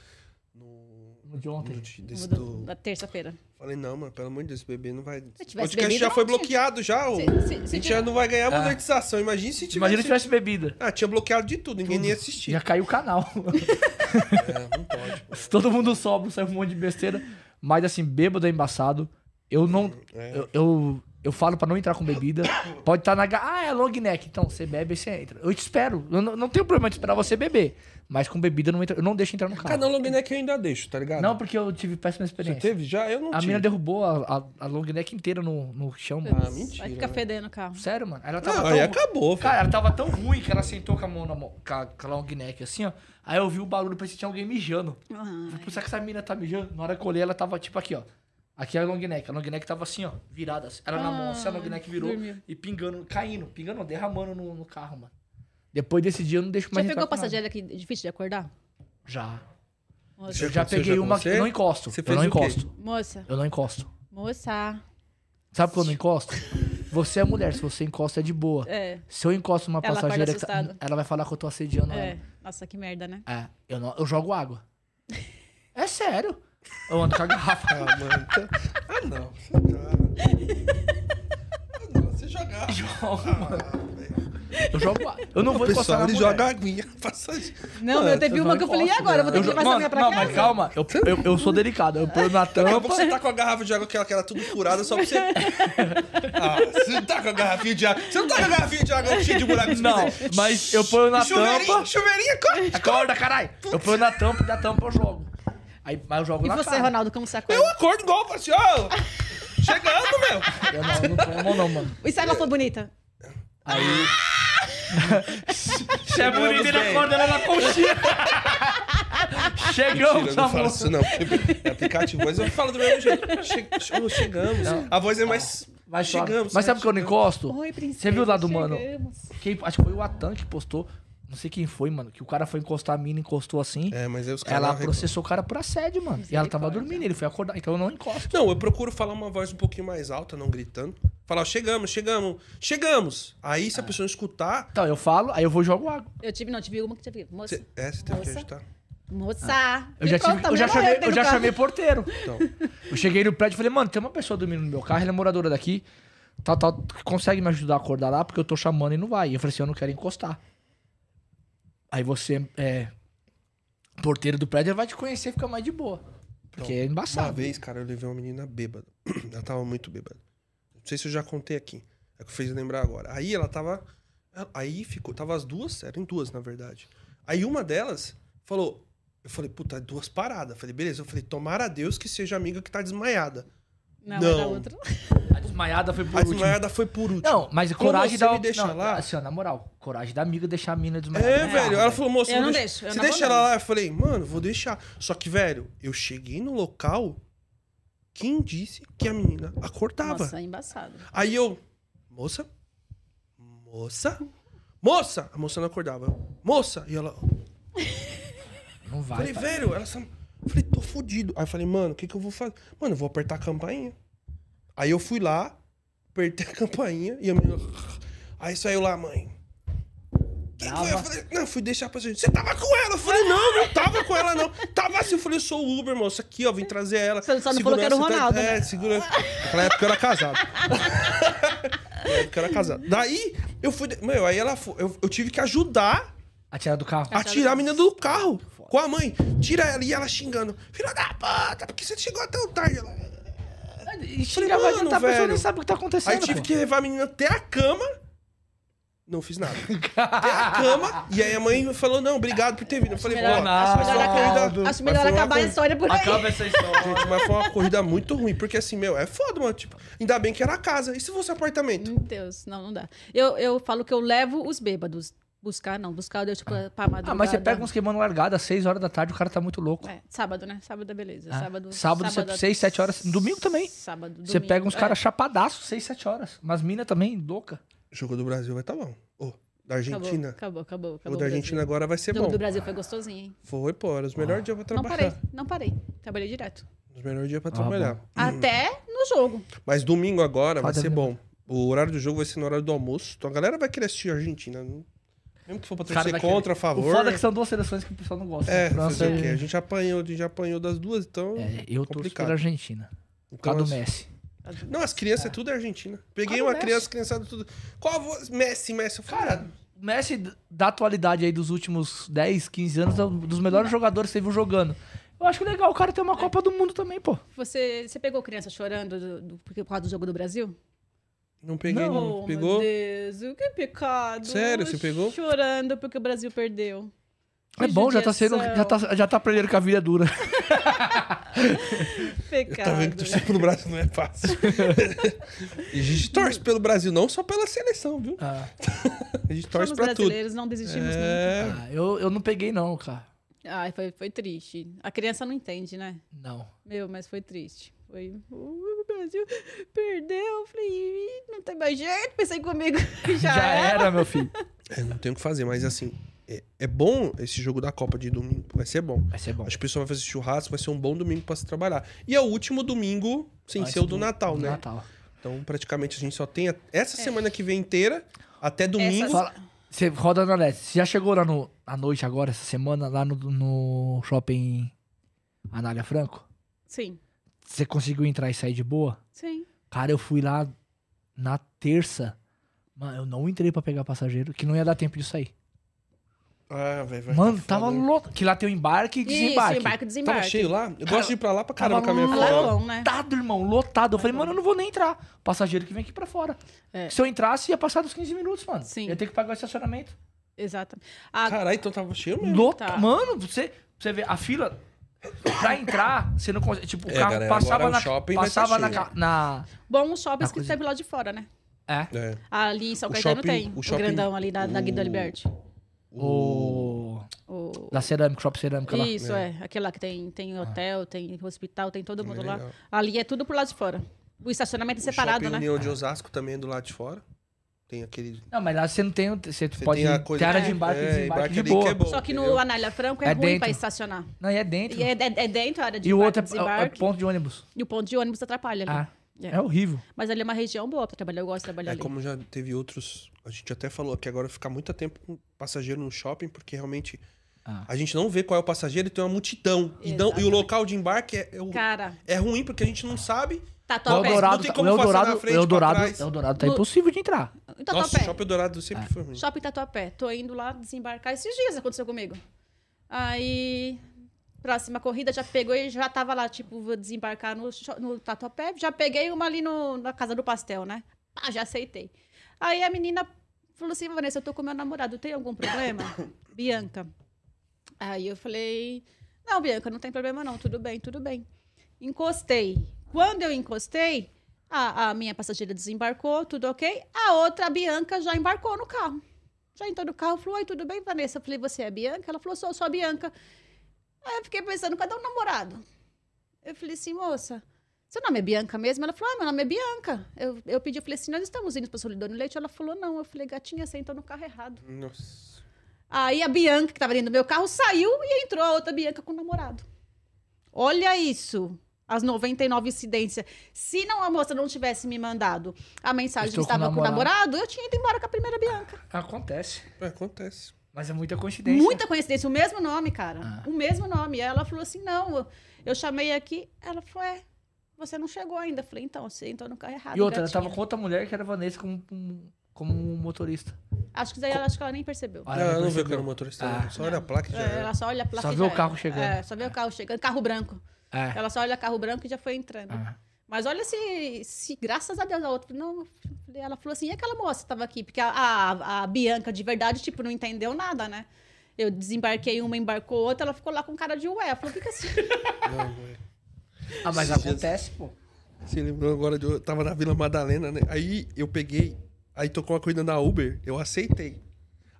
S1: No.
S2: De
S1: no
S2: ontem.
S1: de- desse
S3: Muda-
S1: do-
S3: Da terça-feira.
S1: Falei, não, mano, pelo amor de Deus, esse bebê não vai. O
S3: tivesse
S1: podcast
S3: bebido,
S1: já
S3: não
S1: foi
S3: tinha.
S1: bloqueado já. o-
S3: Se- se- se
S1: a gente
S3: tiver-
S1: já não vai ganhar a monetização. Imagina se tivesse.
S2: Ah. Imagina se tivesse bebida.
S1: Ah, tinha bloqueado de tudo, ninguém nem ia assistir.
S2: Já caiu o canal.
S1: É, não pode. pô.
S2: Se Todo mundo sobra, sai um monte de besteira. Mas assim, bêbado é embaçado. Eu não.
S1: É.
S2: Eu, eu, Eu falo pra não entrar com bebida. Pode estar na. ga- Ah, é long neck. Então, você bebe e você entra. Eu te espero. Eu não, não tenho problema de esperar você beber. Mas com bebida eu não entra, eu não deixo entrar no carro.
S1: Cara, não, long neck eu ainda deixo, tá ligado?
S2: Não, porque eu tive péssima
S1: Você
S2: experiência.
S1: teve um já? Eu não
S2: A
S1: tive.
S2: mina derrubou a, a, a long neck inteira no, no chão, mano.
S1: Ah, mentira.
S3: Vai ficar
S1: né?
S3: fedendo o carro.
S2: Sério, mano. Ela tava
S1: Não,
S2: tão
S1: aí
S2: ru-
S1: acabou, filho.
S2: Cara, ela tava tão ruim que ela sentou com a mão na mão, com a, com a long neck assim, ó. Aí eu vi o barulho, parecia que tinha alguém mijando.
S3: Ai.
S2: Tipo, será que essa mina tá mijando? Na hora que eu olhei, ela tava tipo aqui, ó. Aqui é a long neck. A long neck tava assim, ó, virada. assim. Ela na mão, assim, a long neck virou
S3: Ah, dormiu.
S2: e pingando, caindo, pingando, não, derramando no, no carro, mano. Depois desse dia eu não deixo mais
S3: Ah. Já
S2: entrar
S3: pegou
S2: com nada.
S3: passageira que é difícil de acordar?
S2: Já.
S3: Moça,
S2: Eu já
S1: aconteceu
S2: peguei
S1: já com
S2: uma que
S1: você?
S2: eu não encosto.
S1: Você
S2: eu
S1: fez
S2: não
S1: o quê?
S2: encosto.
S3: moça,
S2: Eu não encosto.
S3: moça.
S2: Sabe quando eu encosto? Você é mulher, se você encosta é de boa.
S3: É,
S2: Se eu encosto uma
S3: Ela acorda
S2: passageira, que tá-
S3: assustada.
S2: ela vai falar que eu tô assediando
S3: é.
S2: ela.
S3: Nossa, que merda, né?
S2: É, eu, não- eu jogo água. É sério. Eu ando com a garrafa.
S1: Ah, mano. tá- Ah, não. Você tá... Ah, não. Você jogar.
S2: Eu jogo água. Eu não
S1: O
S2: vou encostar
S1: pessoal,
S2: na
S1: ele
S2: mulher.
S1: joga aguinha. Passagem.
S3: Não, eu teve
S2: eu
S3: uma
S2: não
S3: que eu falei, e
S2: encosto,
S3: agora? Eu Vou ter
S2: Eu
S3: que
S2: jo-
S3: levar essa
S2: Mano,
S3: minha pra
S2: não,
S3: casa?
S2: mas calma. Eu, eu, eu sou delicado. Eu ponho na
S1: Daqui a
S2: tampa.
S1: pouco você tá com a garrafa de água que ela, que ela é tudo furada só pra você. Ah, você não tá com a garrafinha de água. Você não tá com a garrafinha de água cheia de buracos
S2: Não, mas eu ponho na
S1: chuveirinho,
S2: tampa.
S1: chuveirinho, é corre.
S2: Acorda, caralho. Eu ponho na tampa e da tampa eu jogo. Aí, mas eu jogo
S3: E
S2: na
S3: você,
S2: cara.
S3: Ronaldo, como você
S1: Eu
S3: acorda?
S1: acordo igual, eu falo assim, ó. Chegando, meu.
S2: Eu não, eu não ponho a mão não, mano.
S3: E se ela for bonita?
S2: Aí... Você é
S1: Chegamos
S2: bonito e não
S1: bem.
S2: acorda ela na conchinha.
S1: Mentira, eu
S2: Chegamos,
S1: não falo
S2: amor.
S1: isso não, porque é aplicativo, mas eu falo do mesmo jeito. Che- che- oh, chegamos. A voz é mais.
S2: Vai só.
S1: chegamos.
S2: Mas sabe o que eu não encosto?
S3: Oi, princesa.
S2: Você viu lá do mano?
S3: chegamos.
S2: Quem- acho que foi o Atan que postou. Não sei quem foi, mano. Que o cara foi encostar a mina, encostou assim.
S1: É, mas aí os caras.
S2: ela
S1: não reclamam.
S2: processou o cara por assédio, mano. E ela tava dormindo, ele foi acordar. Então eu não encosto.
S1: Não, eu procuro falar uma voz um pouquinho mais alta, não gritando. Falar, ó, chegamos, chegamos, chegamos. Aí
S2: Ah.
S1: se a pessoa não escutar.
S2: Então eu falo, aí eu vou e jogo água.
S3: Eu tive, não, tive uma que tive. Moça,
S1: Cê, é, você tem que
S3: Moça.
S1: ajudar.
S3: moça.
S2: Eu já,
S3: Então,
S2: tive,
S3: tá
S2: eu já chamei, eu já chamei porteiro.
S1: Então,
S2: Eu cheguei no prédio e falei, mano, tem uma pessoa dormindo no meu carro, ela é moradora daqui. Tal, tal, consegue me ajudar a acordar lá? Porque eu tô chamando e não vai. E eu falei assim, eu não quero encostar. Aí você é. Porteiro do prédio, ele vai te conhecer e fica mais de boa. Porque é
S1: Então, uma
S2: embaçado.
S1: vez, cara, eu levei uma menina bêbada. Ela tava muito bêbada. Não sei se eu já contei aqui. É que fez lembrar agora. Aí ela tava. Aí ficou. Tava as duas, eram duas, na verdade. Aí uma delas falou. Eu falei, puta, é duas paradas. Falei, beleza. Eu falei, tomara a Deus que seja a amiga que tá desmaiada.
S3: Não,
S1: Não.
S3: era outra.
S2: A desmaiada foi por
S1: A
S2: último.
S1: desmaiada foi por último.
S2: Não, mas coragem
S1: você
S2: da.
S1: me deixa
S2: não,
S1: lá?
S2: Assim, ó, na moral, coragem da amiga deixar a mina desmaiada.
S1: É,
S2: no carro,
S1: velho. Ela falou, moço,
S3: Eu
S1: vou
S3: não
S1: deixar-
S3: deixo, eu
S1: Você
S3: não
S1: deixa
S3: vou
S1: ela
S3: não.
S1: lá? Eu falei, mano, vou deixar. Só que, velho, eu cheguei no local. Quem disse que a menina acordava?
S3: Nossa, é embaçado.
S1: Aí eu, moça, moça, moça. A moça não acordava. Eu, Moça. E ela,
S2: Não vai.
S1: falei,
S3: tá.
S2: pai.
S1: velho, ela só... eu Falei, tô fudido. Aí eu falei, mano, o que que eu vou fazer? Mano, eu vou apertar a campainha. Aí eu fui lá, apertei a campainha e a menina... Aí saiu lá, mãe. Quem foi? Eu
S2: Brava.
S1: falei, não, eu fui deixar pra gente. Você tava com ela? Eu falei, não, não tava com ela, não. Tava assim, eu falei, eu sou o Uber, moço, aqui, ó, vim trazer ela.
S3: Você só não falou que era o
S1: Segurança,
S3: Ronaldo, né?
S1: É, segurança. Naquela época eu era casado. Na época eu era casado. Daí, eu fui... Meu, aí ela... foi- Eu, eu tive que ajudar
S2: A tirada do carro.
S1: a tirar a menina do carro com a mãe. Tira ela e ela xingando. Filha da puta, por que você chegou tão tarde? Ela...
S2: E chegava
S1: Falei,
S2: a tentar,
S1: mano,
S2: a pessoa
S1: velho.
S2: nem sabe o que tá acontecendo.
S1: Aí tive
S2: pô.
S1: que levar a menina até a cama. Não fiz nada. até a cama. E aí a mãe falou: não, obrigado por ter vindo. Eu falei, pô,
S3: Melhor- acho melhor,
S1: mas foi uma
S3: acabar,
S1: corrida-
S3: acho
S1: mas
S3: melhor
S1: foi uma
S3: acabar a
S1: corrida-
S3: história por aí.
S2: Acaba essa história.
S1: Gente, mas foi uma corrida muito ruim, porque assim, meu, é foda, mano. Tipo, ainda bem que era a casa. E se fosse apartamento?
S3: Meu Deus, não, não dá. Eu, eu falo que eu levo os bêbados. Buscar, não. Buscar eu deixo pra, pra madrugada.
S2: Ah, mas você pega uns queimando largada, às 6 horas da tarde, o cara tá muito louco.
S3: É, sábado, né? Sábado é beleza.
S2: Ah,
S3: Sábado,
S2: sábado, você-
S3: é-
S2: seis, sete horas. Domingo também.
S3: Sábado, domingo.
S2: Você pega uns
S3: É,
S2: caras chapadaços, 6, 7 horas. Mas mina também, louca.
S1: Jogo do Brasil vai tá bom. Ô, da Argentina.
S3: É, Acabou, acabou, acabou.
S1: O
S3: acabou
S1: da Argentina agora vai ser
S3: Brasil. Então,
S1: bom.
S3: Do, do Brasil foi gostosinho, hein?
S1: Foi, pô, era os melhores dias pra
S3: Não parei,
S1: trabalhar.
S3: não parei. Trabalhei direto.
S1: Os melhores dias pra
S2: Ah,
S1: trabalhar.
S3: Até no jogo.
S1: Mas domingo agora vai
S2: Roda
S1: ser
S2: viva.
S1: bom. O horário do jogo vai ser no horário do almoço. Então a galera vai querer assistir a Argentina. não- Mesmo que for pra
S2: Cara
S1: torcer
S2: daquele-
S1: é contra, a favor.
S2: O foda é que são duas seleções que o pessoal não gosta.
S1: É,
S2: França
S1: fazer o quê?
S2: e...
S1: A gente apanhou, a gente já apanhou das duas, então.
S2: É, eu torço
S1: complicado.
S2: pela Argentina. Por
S1: Então,
S2: causa do
S1: as-
S2: Messi.
S1: Não, as crianças é tudo argentina. Peguei
S2: Cadê o
S1: uma
S2: Messi?
S1: criança, criançada, tudo. Qual a voz? Messi, Messi. Eu falei, "Ah,
S2: Cara, o Messi d- da atualidade aí dos últimos 10, 15 anos, é um dos melhores jogadores que você viu jogando. Eu acho que legal o cara ter uma Copa do Mundo também, pô.
S3: Você, você pegou criança chorando do, do, porque- por causa do jogo do Brasil?
S1: Não peguei, não.
S3: Oh,
S1: Pegou?
S3: Meu Deus, que pecado.
S1: Sério, você pegou?
S3: Chorando porque o Brasil perdeu.
S2: É
S3: Que
S2: bom, já tá sendo.
S3: judiação.
S2: Já tá, já tá aprendendo que a vida é dura.
S3: Pecado.
S1: Tá vendo que torcer pelo Brasil não é fácil. e a gente torce pelo Brasil, não só pela seleção, viu?
S2: Ah,
S1: A gente torce
S3: Somos
S1: pra tudo.
S3: brasileiros, não desistimos nunca.
S1: É,
S2: ah, eu, eu não peguei, não, cara.
S3: Ai, foi, foi triste. A criança não entende, né?
S2: Não.
S3: Meu, mas foi triste. Foi. "Uh, O Brasil perdeu. Eu Falei, "Ih, não tem mais jeito. Pensei comigo. Já,
S2: Já,
S3: era.
S2: era, meu filho.
S1: é, não tem o que fazer, mas assim, é, é bom esse jogo da Copa de domingo. Vai ser bom.
S2: Vai ser bom.
S1: Acho que o pessoal vai fazer churrasco, vai ser um bom domingo pra se trabalhar. E é o último domingo sem
S2: Antes
S1: ser o do Natal,
S2: do
S1: né?
S2: Natal.
S1: Então, praticamente, a gente só tem a-
S3: É.
S1: essa semana que vem inteira, até domingo.
S3: Essas-
S2: Fala, você roda na Leste. Você já chegou lá no, à noite agora, essa semana, lá no, no shopping Anália Franco?
S3: Sim,
S2: Você conseguiu entrar e sair de boa?
S3: sim.
S2: Cara, eu fui lá na terça. Mano, eu não entrei pra pegar passageiro, que não ia dar tempo de sair.
S1: Ah, velho, vai
S2: Mano,
S1: tá
S2: tava
S1: foda, né?
S2: louco. Que lá tem o embarque e desembarque.
S3: Isso, embarque né? e
S1: Tava
S3: desembarque.
S1: cheio lá? Eu
S2: Cara,
S1: gosto de ir pra lá pra caramba com a minha
S2: tava
S3: Lá é
S1: foto.
S3: bom, né?
S2: Lotado, irmão, lotado. Eu falei, mano, eu não vou nem entrar. Passageiro que vem aqui pra fora.
S3: É.
S2: Se eu entrasse, ia passar dos 15 minutos, mano.
S3: Sim.
S2: Ia ter que pagar o estacionamento.
S3: Exatamente. Ah,
S1: Caralho, então tava cheio mesmo.
S2: Lota...
S3: Tá.
S2: Mano, você, você vê, a fila pra entrar, você não consegue. Tipo, o
S1: É,
S2: carro
S1: galera,
S2: passava
S1: agora
S2: na.
S1: o shopping vai tá
S2: passava na,
S1: cheio.
S2: ca- na.
S3: bom os shoppings
S2: Ah,
S3: que
S2: coisa-
S3: teve lá de fora, né?
S2: É.
S1: É.
S3: Ali em São
S1: O
S3: Caetano
S1: shopping-
S3: tem.
S1: o
S3: O,
S1: shopping-
S3: grandão ali da, da Guido
S1: o-
S3: Alberti.
S2: O.
S3: O-
S2: Da cerâmica, shopping cerâmica
S1: né?
S2: lá.
S3: Isso, é. Aquele lá que tem, tem hotel, tem hospital, tem todo mundo lá.
S1: Ah. legal.
S3: Ali é tudo pro lado de fora. O estacionamento é separado,
S1: o shopping
S3: né?
S1: União de Osasco também é do lado de fora. Tem aquele.
S2: Não, mas lá você não tem. Você, pode.
S1: tem a
S2: ter
S1: coisa-
S2: área
S1: É,
S2: de embarque e desembarque
S1: embarque
S2: de
S1: ali que
S2: boa.
S1: é bom.
S3: Só que
S1: entendeu?
S3: no Anália Franco é,
S2: É
S3: ruim
S2: dentro.
S3: pra estacionar.
S2: Não, e é dentro.
S3: E é, é- é dentro a área de
S2: E o outro é-
S3: embarque,
S2: é, é
S3: desembarque.
S2: ponto de ônibus.
S3: E o ponto de ônibus atrapalha ali.
S2: Ah,
S3: É.
S2: é. horrível.
S3: Mas ali é uma região boa pra trabalhar. Eu gosto de
S1: É
S3: trabalhar ali.
S1: como já teve outros. A gente até falou que agora ficar muito tempo com passageiro no shopping, porque realmente
S2: Ah.
S1: a gente não vê qual é o passageiro e tem uma multidão. E, não- e o
S3: Exatamente.
S1: local de embarque é, é, o-
S3: Cara,
S1: é ruim, porque a gente não sabe.
S3: tá
S2: O
S1: Não
S3: top.
S2: Eldorado,
S1: tem
S2: tá- o
S1: como passar
S2: Eldorado,
S1: na
S2: o
S1: frente, pra trás.
S2: Eldorado, o Eldorado tá
S3: No-
S2: impossível de entrar.
S3: Então,
S1: Nossa, o
S3: Tatuapé.
S1: shopping dourado sempre
S2: Ah.
S1: foi ruim.
S3: Shopping Tatuapé. Tô indo lá desembarcar. Esses dias aconteceu comigo. Aí, próxima corrida, já pegou e já tava lá, tipo, vou desembarcar no, sho- no Tatuapé. Já peguei uma ali no, na Casa do Pastel, né? Pá, já aceitei. Aí a menina falou assim, Vanessa, eu tô com meu namorado, tem algum problema? Bianca. Aí eu falei, não, Bianca, não tem problema não, tudo bem, tudo bem. Encostei. Quando eu encostei, a, a minha passageira desembarcou, tudo ok. A outra, a Bianca, já embarcou no carro. Já entrou no carro, falou, oi, tudo bem, Vanessa? Eu falei, você é a Bianca? Ela falou, sou, sou a Bianca. Aí eu fiquei pensando, cadê o namorado? Eu falei assim, moça, seu nome é Bianca mesmo? Ela falou, ah, meu nome é Bianca. Eu, eu pedi, eu falei assim, nós estamos indo para Solidão do Leite? Ela falou, não. Eu falei, gatinha, você entrou no carro errado.
S1: Nossa.
S3: Aí a Bianca, que tava dentro do meu carro, saiu e entrou a outra Bianca com o namorado. Olha isso. As 99 incidências. Se não a moça não tivesse me mandado a mensagem que
S2: Estou com
S3: estava com o
S2: namorado.
S3: namorado, eu tinha ido embora com a primeira Bianca.
S2: Acontece.
S1: É, acontece.
S2: Mas é muita coincidência.
S3: Muita coincidência. O mesmo nome, cara.
S2: Ah.
S3: O mesmo nome. Ela falou assim: não, eu- eu chamei aqui. Ela falou: é, você não chegou ainda. Eu falei: então, você entrou no carro errado.
S2: E outra, ela
S3: gatinha."
S2: tava com outra mulher que era a Vanessa como, como- como um motorista.
S3: Acho que daí ela, acho que ela nem percebeu.
S2: Ah,
S1: não,
S2: ela
S1: eu não vê
S2: percebeu.
S1: que era um motorista.
S2: Ah.
S1: não. Só olha a placa e já.
S3: É,
S1: era.
S3: ela só olha a placa
S2: Só
S3: e
S2: vê
S3: já
S2: o carro
S3: era.
S2: chegando.
S3: É, só vê o carro chegando. Carro branco.
S2: É.
S3: Ela só olha carro branco e já foi entrando.
S2: Ah.
S3: Mas olha se, se graças a Deus a outra. Não, falei, ela falou assim: e aquela moça que tava aqui? Porque a, a, a Bianca, de verdade, tipo, não entendeu nada, né? Eu desembarquei uma, embarcou outra, ela ficou lá com cara de ué. Ela falou: fica assim.
S1: Não, ué.
S2: Ah, mas
S1: Jesus.
S2: acontece, pô.
S1: Você lembrou agora de eu tava na Vila Madalena, né? Aí eu peguei, aí tocou uma corrida na Uber, eu aceitei.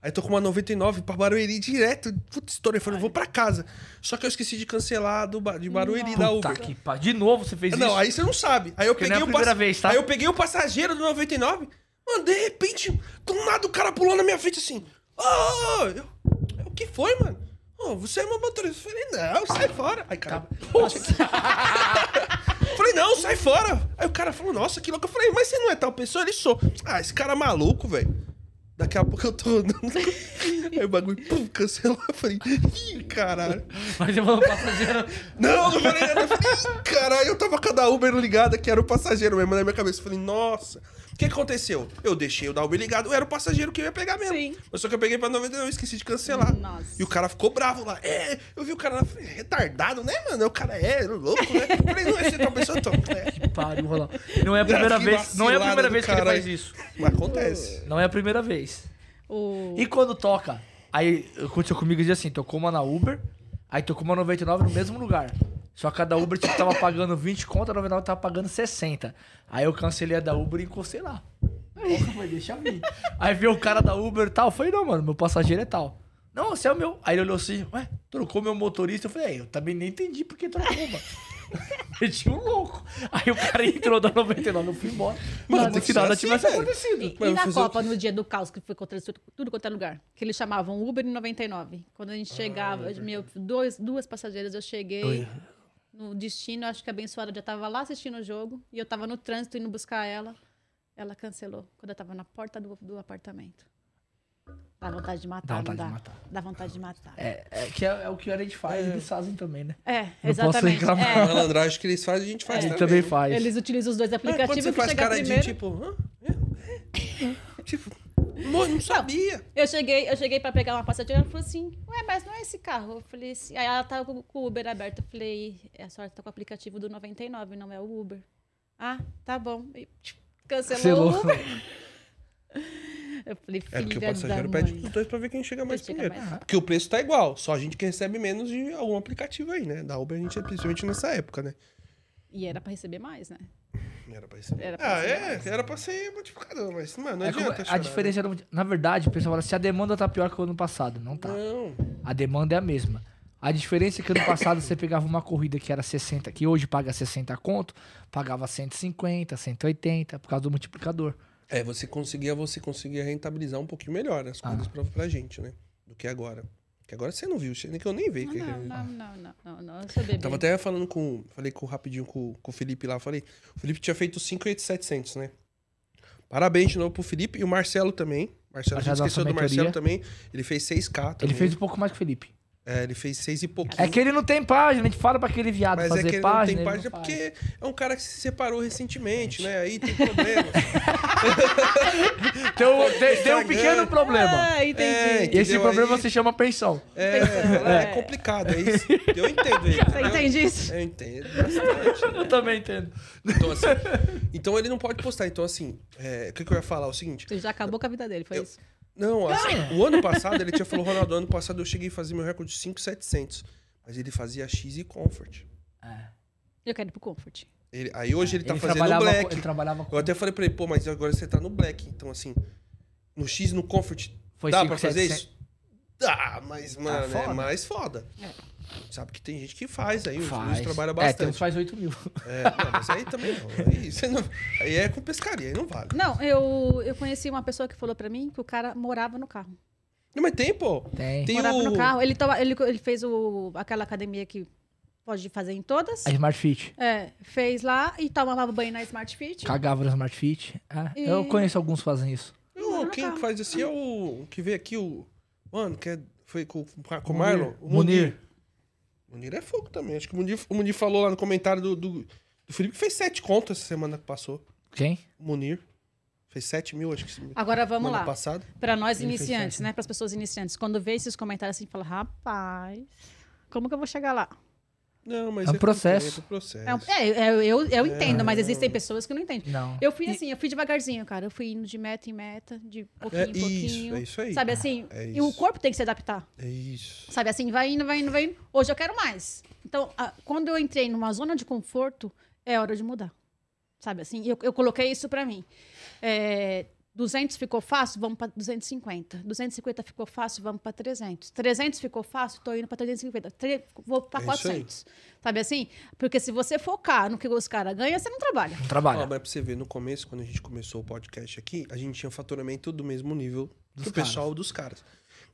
S1: Aí tocou uma 99 pra Barueri direto. Puta história, eu falei, eu vou pra casa. Só que eu esqueci de cancelar do, Ba- de Barueri da Uber.
S2: Puta
S1: Ah,
S2: que pa- De novo você fez
S1: Não,
S2: isso?
S1: aí você não sabe. Aí eu
S2: Porque
S1: peguei
S2: não
S1: o
S2: é a primeira vez, tá?
S1: Aí eu peguei o passageiro do 99, mano, de repente, do nada o cara pulou na minha frente assim. Ô, ô, ô, eu- eu, o que foi, mano? Ô, você é uma motorista. Eu falei, não, sai fora. Aí, cara.
S2: Tá.
S1: Falei, não, sai fora. Aí o cara falou, nossa, que louco. Eu falei, mas você não é tal pessoa? Ele sou. Ah, esse cara é maluco, velho. Daqui a pouco eu tô andando. Aí o bagulho, pum, cancelou. Eu falei, ih, caralho.
S2: Mas eu vou passageiro.
S1: Não, não falei nada. Eu falei, ih, caralho, eu tava com a da Uber ligada, que era o passageiro mesmo. Na minha cabeça, eu falei, nossa. O que aconteceu? Eu deixei o da Uber ligado, eu era o passageiro que eu ia pegar mesmo.
S3: Sim.
S1: Mas só que eu peguei pra 99 e esqueci de cancelar.
S3: Nossa.
S1: E o cara ficou bravo lá. É, eu vi o cara lá, falei, retardado, né, mano? O cara é louco, né? Eu falei, não, esse tal pessoa tô. É.
S2: Pariu, Rolão. Não é a primeira
S1: Que
S2: vez, não é a
S1: vacilada
S2: primeira
S1: do
S2: vez que ele
S1: caralho.
S2: faz isso.
S1: Mas acontece.
S2: Não é a primeira vez.
S3: O...
S2: E quando toca? Aí aconteceu comigo diz assim, tocou uma na Uber, aí tocou uma 99 no mesmo lugar. Só que a da Uber tipo, tava pagando 20 conto, a 99 tava pagando 60. Aí eu cancelei a da Uber e encostei lá. Aí eu falei, deixa vir. Aí veio o cara da Uber e tal. Eu falei, não, mano, meu passageiro é tal. Não, você é o meu. Aí ele olhou assim, ué, trocou meu motorista. Eu falei, é, eu também nem entendi porque trocou, mano. Eu tinha um louco. Aí o cara entrou da 99, eu fui embora.
S1: Mano,
S2: Mano,
S1: tem que
S2: se
S1: ser
S2: nada
S1: assim,
S2: tivesse
S1: velho.
S2: acontecido.
S3: E,
S1: Mas
S3: e na
S1: fazer
S3: Copa, no dia do caos, que foi contra tudo, tudo quanto é lugar, que eles chamavam Uber em 99. Quando a gente chegava, meu, dois, duas passageiras, eu cheguei no destino, acho que a abençoada já estava lá assistindo o jogo, e eu estava no trânsito indo buscar ela. Ela cancelou quando eu estava na porta do, do apartamento. Dá vontade de
S2: Dá
S3: matar,
S2: vontade
S3: não
S2: de
S3: dá?
S2: matar.
S3: Dá vontade de matar. É,
S2: É, é que é, é o que a gente faz, eles fazem também, né? Não posso
S3: exatamente.
S2: reclamar.
S1: A
S3: É.
S1: malandragem que eles fazem, a gente faz
S2: Ele
S1: também.
S2: É, também
S1: né?
S2: faz.
S3: Eles utilizam os dois
S1: Mas quando
S3: aplicativos
S1: você
S3: que
S1: faz
S3: chega
S1: cara
S3: primeiro.
S1: de tipo, hã? É? Tipo, não, não sabia.
S3: Eu cheguei, eu cheguei pra pegar uma passageira, ela falou assim, ué, mas não é esse carro. Eu falei assim, aí ela tava com com o Uber aberto. Eu falei, "É, a senhora tá com o aplicativo do 99, não é o Uber. Ah, tá bom. E, tchum, cancelou, o Uber. Eu falei, filha
S1: É porque o
S3: da
S1: passageiro
S3: mãe.
S1: pede os dois pra ver quem chega mais
S3: Quem chega
S1: primeiro.
S3: mais rápido.
S1: Porque o preço tá igual, só a gente que recebe menos de algum aplicativo aí, né? Da Uber a gente, principalmente nessa época, né?
S3: E era pra receber mais, né?
S1: Não Era pra receber.
S3: Era pra
S1: ah,
S3: ser
S1: é? Era pra ser modificador, mas, mano, não
S2: É como-
S1: adianta
S2: a
S1: chorar, né?
S2: diferença era, na verdade, o pessoal fala, se a demanda tá pior que o ano passado, não tá.
S1: né? Não.
S2: A demanda é a mesma. A diferença é que ano passado você pegava uma corrida que era 60, que hoje paga 60 conto, pagava 150, 180 por causa do multiplicador.
S1: É, você conseguia, você conseguia rentabilizar um pouquinho melhor as
S2: Ah.
S1: coisas pra, pra gente, né? Do que agora. Que agora você não viu, você- nem que eu nem vejo.
S3: Ah, Não,
S1: que-
S3: não, não, não, não, não, não, eu sou bebê.
S1: Tava até falando com. Falei com rapidinho com, com o Felipe lá. Falei. O Felipe tinha feito 5,700, né? Parabéns de novo pro Felipe e o Marcelo também. Marcelo, a gente
S2: Mas a
S1: esqueceu
S2: nossa
S1: do Marcelo
S2: mentoria-
S1: também. Ele fez 6K também.
S2: Ele fez um pouco mais que o Felipe.
S1: É, ele fez 6 e pouquinho.
S2: É que ele não tem página, a gente fala pra aquele viado
S1: Mas é
S2: fazer
S1: que ele não
S2: página.
S1: tem
S2: ele
S1: página
S2: faz.
S1: porque é um cara que se separou recentemente, né? Aí tem problemas.
S2: Tem um, tem- tem um
S1: Instagram.
S2: pequeno problema.
S3: Ah, entendi.
S1: É,
S2: E esse
S1: entendeu?
S2: problema
S1: Aí-
S2: se chama pensão.
S1: É, é complicado, é isso. Eu entendo ele.
S3: Você
S1: entendeu?
S3: entende isso?
S1: Eu entendo bastante.
S2: Eu também entendo.
S1: Então, assim, então ele não pode postar. Então, assim, é, o que, que eu ia falar? É o seguinte.
S3: Você já acabou com a vida dele, foi
S1: Eu-
S3: isso?
S1: Não, assim, o ano passado ele tinha falado, Ronaldo, ano passado eu cheguei a fazer meu recorde de 5,700. Mas ele fazia X e Comfort.
S3: Eu quero ir pro Comfort.
S1: Ele- aí hoje ele tá
S2: É. ele,
S1: fazendo o
S2: trabalhava
S1: Black.
S2: com, ele trabalhava com.
S1: Eu até falei pra ele, pô, mas agora você tá no Black. Então, assim, no X e no Comfort,
S2: Foi
S1: dá
S2: 5,
S1: pra fazer
S2: 700.
S1: isso? Dá, mas, mano, é
S2: Tá foda. É.
S1: mais foda. Sabe que tem gente que faz aí, os
S2: Faz.
S1: dois trabalham
S2: É, tem
S1: bastante.
S2: uns que faz 8 mil.
S1: É, não, mas aí também não. Aí, você não- aí é com pescaria, aí não vale.
S3: Não, eu, eu conheci uma pessoa que falou pra mim que o cara morava no carro.
S1: Não, mas tem, pô.
S2: Tem.
S1: Tem
S3: morava
S1: o...
S3: no carro. Ele, tava- ele, ele fez o, aquela academia que pode fazer em todas.
S2: A Smart Fit.
S3: É, fez lá e tomava banho na Smart Fit.
S2: Cagava na Smart Fit. É,
S3: E-
S2: Eu conheço alguns que fazem isso.
S1: Não,
S3: Não,
S1: quem
S3: não.
S1: faz assim é o. o que veio aqui, o. Mano, que é- foi com, com o
S2: Munir.
S1: Marlon? O
S2: Munir.
S1: O Munir é fogo também. Acho que o Munir, o Munir falou lá no comentário do, do, do Felipe que fez sete contas essa semana que passou.
S2: Quem?
S1: O Munir. Fez sete mil, acho que. esse-
S3: Agora Ah, vamos
S1: ano
S3: lá.
S1: passado.
S3: Pra nós
S2: Ele fez
S3: iniciantes,
S2: certo,
S3: né? Para as pessoas iniciantes. Quando vê esses comentários assim, fala: rapaz, como que eu vou chegar lá?
S1: Não, mas
S2: É um
S1: com
S2: processo.
S1: tempo, É um processo.
S3: É, um- é, é, eu, eu entendo, mas existem pessoas que não entendem.
S2: Não.
S3: Eu fui assim, eu fui devagarzinho, cara. Eu fui indo de meta em meta, de pouquinho em
S1: É isso,
S3: pouquinho.
S1: é isso aí.
S3: Sabe assim?
S1: É
S3: e o
S1: isso.
S3: corpo tem que se adaptar.
S1: É isso.
S3: Sabe assim, vai indo, vai indo, vai indo. Hoje eu quero mais. Então, a- quando eu entrei numa zona de conforto, é hora de mudar. Sabe assim, eu, eu coloquei isso pra mim. É, 200 ficou fácil, vamos pra 250. 250 ficou fácil, vamos pra 300. 300 ficou fácil, tô indo pra 350. Tre- vou pra
S1: É isso aí.
S3: 400. Sabe assim? Porque se você focar no que os caras ganham, você não trabalha.
S1: Ó,
S2: Trabalha.
S1: mas pra você ver, no começo, quando a gente começou o podcast aqui, a gente tinha faturamento do mesmo nível
S2: Dos
S1: do
S2: caras.
S1: pessoal dos caras.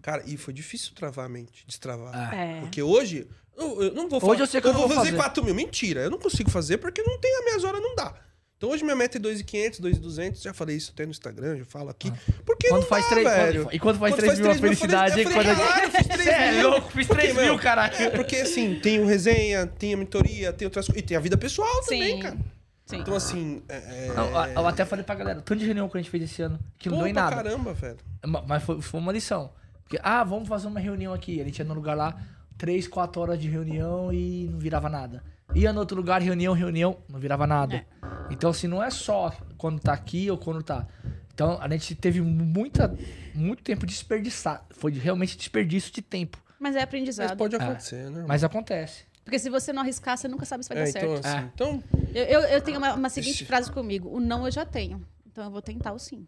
S1: Cara, e foi difícil travar a mente, destravar.
S3: É.
S1: Porque hoje, eu, eu não vou
S2: Hoje eu sei que eu não
S1: vou
S2: vou
S1: fazer,
S2: fazer.
S1: 4 mil. Mentira, eu não consigo fazer porque não tem as minhas horas, não dá. Então Então hoje minha meta é 2,500, 2,200. Já falei isso até no Instagram, já falo aqui. Porque
S2: Ah. Quando
S1: não
S2: faz
S1: dá,
S2: três- quando-
S1: velho.
S2: e quando faz três mil, a
S1: eu falei-
S2: felicidade,
S1: eu
S2: hein?
S1: falei,
S2: Quando-
S1: "Caralho, eu fiz três
S2: Cê é
S1: mil."
S2: louco, fiz
S1: Porque,
S2: três mil,
S1: mano,
S2: caralho.
S1: é Porque assim, tem o resenha, tem a mentoria, tem outras coisas. E tem a vida pessoal também,
S3: Sim.
S1: cara.
S3: Sim.
S1: Então assim. é-
S2: Não, eu- Eu até falei pra galera, tanto de reunião que a gente fez esse ano, que não
S1: Pô,
S2: deu em
S1: pra
S2: nada.
S1: caramba, velho.
S2: Ma- Mas foi, foi uma lição. Porque, ah, vamos fazer uma reunião aqui. A gente ia num lugar lá, três quatro horas de reunião e não virava nada. Ia no outro lugar, reunião, reunião, não virava nada. Então, assim, não é só quando tá aqui ou quando tá. Então, a gente teve muita, muito tempo desperdiçado. Foi realmente desperdício de tempo.
S3: Mas é
S1: Mas
S3: aprendizado.
S1: pode acontecer, né?
S2: Mas acontece.
S3: Porque se você não arriscar, você nunca sabe se vai
S1: É,
S3: dar
S1: então,
S3: certo.
S1: assim,
S2: É.
S1: então,
S3: Eu, eu, eu tenho uma, uma seguinte
S1: Ixi.
S3: frase comigo: o não eu já tenho. Então eu vou tentar o sim.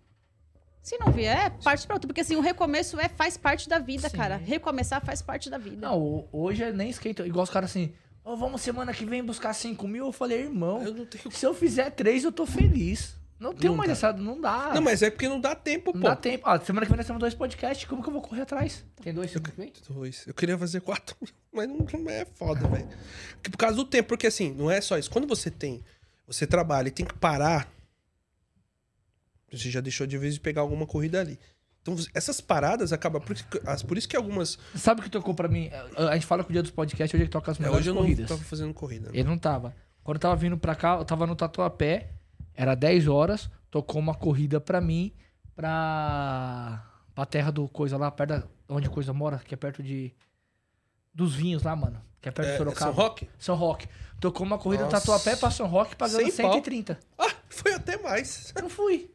S3: Se não vier, parte pra outro. Porque assim, o recomeço é, faz parte da vida,
S2: Sim.
S3: cara. Recomeçar faz parte da vida.
S2: Não, ho- hoje eu nem esquenta. Igual os caras assim, "Ô, vamos semana que vem buscar 5 mil. Eu falei, irmão,
S1: eu não tenho.
S2: se eu fizer três, eu tô feliz. Não tenho
S1: Não
S2: mais
S1: dá.
S2: essa. Não dá.
S1: Não, mas é porque não dá tempo,
S2: Não
S1: pô.
S2: dá tempo. Ah, semana que vem nós temos dois podcasts. Como que eu vou correr atrás? Tem dois semana que vem?
S1: Dois. Eu queria fazer quatro, mas não, não é foda, velho. Que Por causa do tempo, porque assim, não é só isso. Quando você tem, você trabalha e tem que parar, você já deixou de vez de pegar alguma corrida ali. Então, você- essas paradas acabam. Por, isso que- as- por isso que algumas.
S2: Sabe o que tocou pra mim? É, A- A gente fala que o dia dos podcasts hoje é que toca as
S1: É,
S2: melhores
S1: hoje eu não
S2: corridas.
S1: tava fazendo corrida. né?
S2: Ele não tava. Quando eu tava vindo pra cá, eu tava no Tatuapé, era 10 horas, tocou uma corrida pra mim, pra, pra terra do coisa lá, perto da, onde a coisa mora, que é perto de. Dos vinhos lá, mano. Que é perto de
S1: É, é
S2: Sorocaba.
S1: São Roque?
S2: São Roque. Tocou uma corrida no
S1: Nossa.
S2: Tatuapé pra São Roque pagando
S1: Sem pau.
S2: 130.
S1: Ah, foi até mais.
S2: Eu não fui.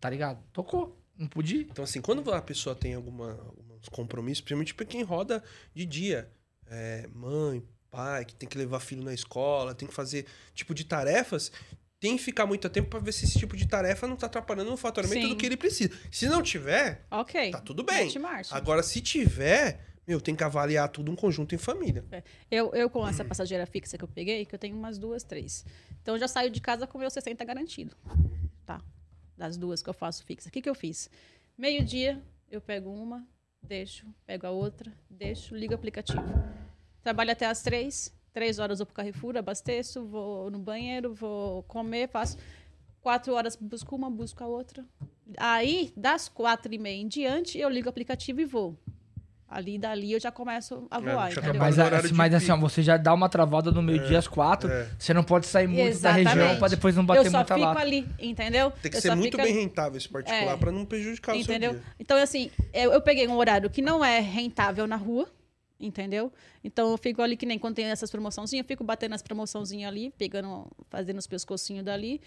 S2: Tá ligado? Tocou. Não pude ir.
S1: Então, assim, quando a pessoa tem alguma, alguns compromissos, principalmente pra quem roda de dia, é, mãe, pai, que tem que levar filho na escola, tem que fazer tipo de tarefas, tem que ficar muito tempo pra ver se esse tipo de tarefa não tá atrapalhando no faturamento
S3: Sim.
S1: do que ele precisa. Se não tiver,
S3: Ok.
S1: tá tudo bem.
S3: Mete marcha.
S1: Agora, se tiver, meu, tem que avaliar tudo um conjunto em família.
S3: É. Eu, eu, com essa passageira fixa que eu peguei, que eu tenho umas duas, três. Então, eu já saio de casa com meu 60 garantido. Tá? Das duas que eu faço fixa. O que, que eu fiz? Meio-dia, eu pego uma, deixo, pego a outra, deixo, ligo o aplicativo. Trabalho até às três. Três horas eu vou pro Carrefour, abasteço, vou no banheiro, vou comer, faço. Quatro horas busco uma, busco a outra. Aí, das quatro e meia em diante, eu ligo o aplicativo e vou. Ali, dali, eu já começo a
S1: É,
S3: voar.
S1: já
S3: entendeu?
S1: trabalho
S2: Mas,
S1: no
S2: a-
S1: horário de
S2: mas assim,
S1: pico.
S2: ó, você já dá uma travada no meio-dia às quatro.
S1: É.
S2: Você não pode sair muito da região
S3: Exatamente.
S2: pra depois não
S3: eu
S2: bater
S3: só
S2: muita
S3: fico
S2: lata.
S3: ali, entendeu?
S1: Tem que
S3: Eu
S1: ser
S3: só
S1: muito
S3: fico
S1: bem
S3: ali,
S1: rentável esse particular
S3: É.
S1: pra não prejudicar o seu
S3: Entendeu?
S1: dia.
S3: Então, assim, eu, eu peguei um horário que não é rentável na rua, entendeu? Então, eu fico ali que nem quando tem essas promoçãozinhas, eu fico batendo as promoçãozinhas ali, pegando, fazendo os pescocinhos dali,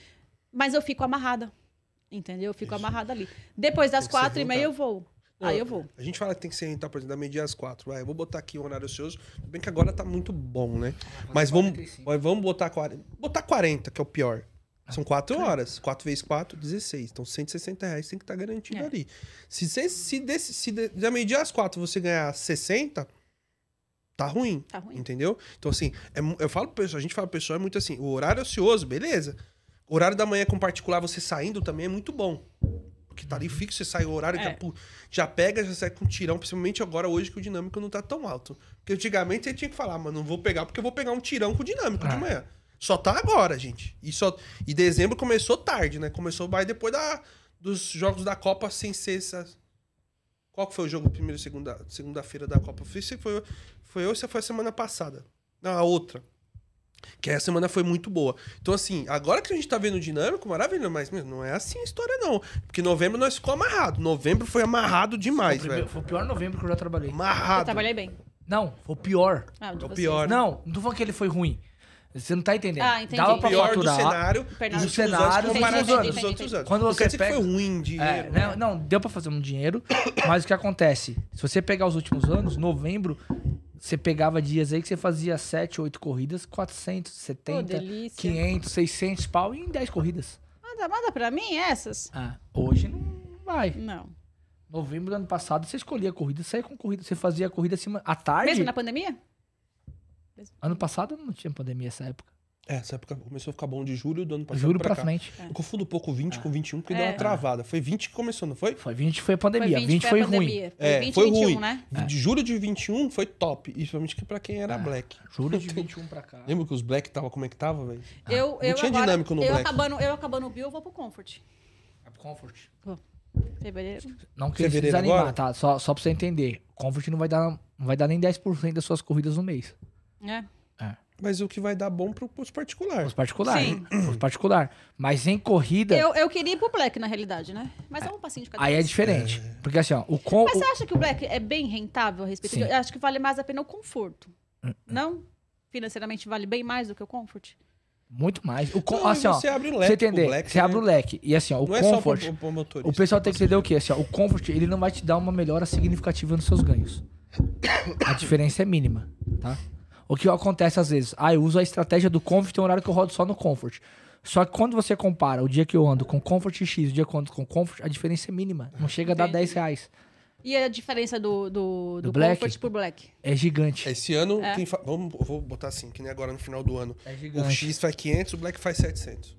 S3: mas eu fico amarrada, entendeu? Eu fico amarrada ali. Depois das
S1: Tem que ser
S3: quatro e meia, eu vou.
S1: Não,
S3: Aí eu vou.
S1: A gente fala que tem que ser, então, por exemplo, da meia-dia às quatro. Vai, eu vou botar aqui o horário ocioso. Tudo bem que agora tá muito bom, né? Mas vamos,
S2: 45.
S1: mas vamos botar 40. Botar 40, que é o pior. São quatro horas. quatro vezes quatro, 16. Então, 160 reais tem que estar garantido
S3: É.
S1: ali. Se, você, se, desse, se de- da meia-dia às quatro você ganhar 60, tá ruim.
S3: Tá ruim.
S1: Entendeu? Então, assim, é mu- eu falo pro pessoal, a gente fala pro pessoal, é muito assim, o horário ocioso, beleza. O horário da manhã com particular, você saindo também é muito bom. Porque tá ali fixo, você sai o horário,
S3: É.
S1: já, pu- já pega, já sai com tirão, principalmente agora, hoje, que o dinâmico não tá tão alto. Porque antigamente você tinha que falar, mano, não vou pegar porque eu vou pegar um tirão com dinâmico de
S3: É.
S2: Ah.
S1: manhã. Só tá agora, gente. E, só, e dezembro começou tarde, né? Começou mais depois da, dos jogos da Copa sem ser essa- Qual que foi o jogo primeiro segunda segunda-feira da Copa? Foi se foi foi hoje, se foi a semana passada. Não, a outra. Que a semana foi muito boa. Então assim, agora que a gente tá vendo o dinâmico, maravilha, mas meu, não é assim a história não, porque novembro nós ficou amarrado. Novembro foi amarrado demais,
S2: foi, o primeiro-
S1: velho.
S2: foi o pior novembro que eu já trabalhei.
S3: Eu
S1: Amarrado.
S3: trabalhei bem.
S2: Não, foi o pior.
S3: Ah, de
S1: É o
S3: vocês.
S1: pior.
S2: Não, não tô falando que ele foi ruim. Você não tá entendendo.
S3: Ah, entendi.
S2: Dava pra
S1: Pior do
S2: faturar.
S1: cenário,
S3: Fernando.
S1: dos últimos
S2: Do cenário,
S1: anos, comparado
S3: entendi,
S1: aos
S3: entendi,
S1: outros
S3: entendi.
S1: anos.
S2: Quando
S1: Não
S2: você
S1: quer dizer que
S2: pega-
S1: foi ruim dinheiro.
S2: É,
S1: né?
S2: não, não, deu pra fazer um dinheiro, mas o que acontece? Se você pegar os últimos anos, novembro, você pegava dias aí que você fazia 7, 8 corridas, 400,
S3: Pô,
S2: 70,
S3: delícia.
S2: 500, 600 pau em 10 corridas.
S3: Manda, manda pra mim essas?
S2: Ah, hoje não vai.
S3: Não.
S2: Novembro do ano passado, você escolhia a corrida, saía com corrida, você fazia a corrida acima, à tarde.
S3: Mesmo na pandemia?
S2: Ano passado não tinha pandemia essa época.
S1: É, essa época começou a ficar bom de julho do ano passado.
S2: Juro pra,
S1: cá.
S2: frente.
S1: Eu confundo um pouco
S2: Ah.
S1: 20 com 21, porque
S3: É.
S1: deu uma travada. Foi 20 que começou, não foi?
S2: Foi 20 foi a pandemia. 20, foi,
S3: a
S2: ruim.
S3: pandemia.
S1: É,
S3: 20,
S1: foi
S3: 21,
S1: ruim.
S3: né?
S1: De julho de 21 foi top. E principalmente que pra quem era
S2: É.
S1: black.
S2: Juro de 21 pra cá.
S1: Lembra que os black tava como é que tava, velho?
S2: Ah,
S3: eu, eu
S1: tinha
S3: agora,
S1: dinâmico no
S3: eu
S1: Black.
S3: acabando, eu acabando o Bill, eu vou pro Comfort.
S2: Comfort.
S3: Fevereiro.
S2: Não queria se
S1: Fevereiro
S2: desanimar,
S1: agora?
S2: tá? Só, só pra você entender. Comfort não vai dar, não vai dar nem 10% das suas corridas no mês.
S3: É.
S1: Mas o que vai dar bom pro, pros particulares.
S2: Os particulares.
S3: Sim.
S2: Os particulares. Mas em corrida,
S3: Eu, eu queria ir pro Black, na realidade, né? Mas é um passinho de cada
S2: É. aí é
S3: vez.
S2: diferente. Porque assim, ó, o com.
S3: Mas
S2: o-
S3: você acha que o Black é bem rentável a respeito?
S2: Sim. Hum,
S3: Eu acho que vale mais a pena o conforto. Não? Financeiramente vale bem mais do que o comfort?
S2: Muito mais. O com,
S1: Não,
S2: assim, ó,
S1: Então, você abre o
S2: pra
S1: leque
S2: você
S1: pro
S2: entender,
S1: black,
S2: você
S1: né?
S2: abre o leque. E assim, ó, o
S1: não
S2: comfort.
S1: é só pro, pro motorista. tipo
S2: o pessoal tem que entender o quê? Assim, ó, o comfort, ele não vai te dar uma melhora significativa nos seus ganhos. A diferença é mínima, tá? O que acontece às vezes? Ah, eu uso a estratégia do comfort, tem um horário que eu rodo só no comfort. Só que quando você compara o dia que eu ando com comfort X e o dia que eu ando com comfort, a diferença é mínima. Não chega a dar
S3: Entendi.
S2: 10 reais.
S3: E a diferença do, do, do
S2: Black?
S3: comfort pro Black?
S2: É gigante.
S1: assim, Esse ano,
S3: É.
S1: quem fa- vamos, eu vou botar assim, que nem agora no final do ano.
S2: É
S1: O X faz 500, o black faz 700. Tô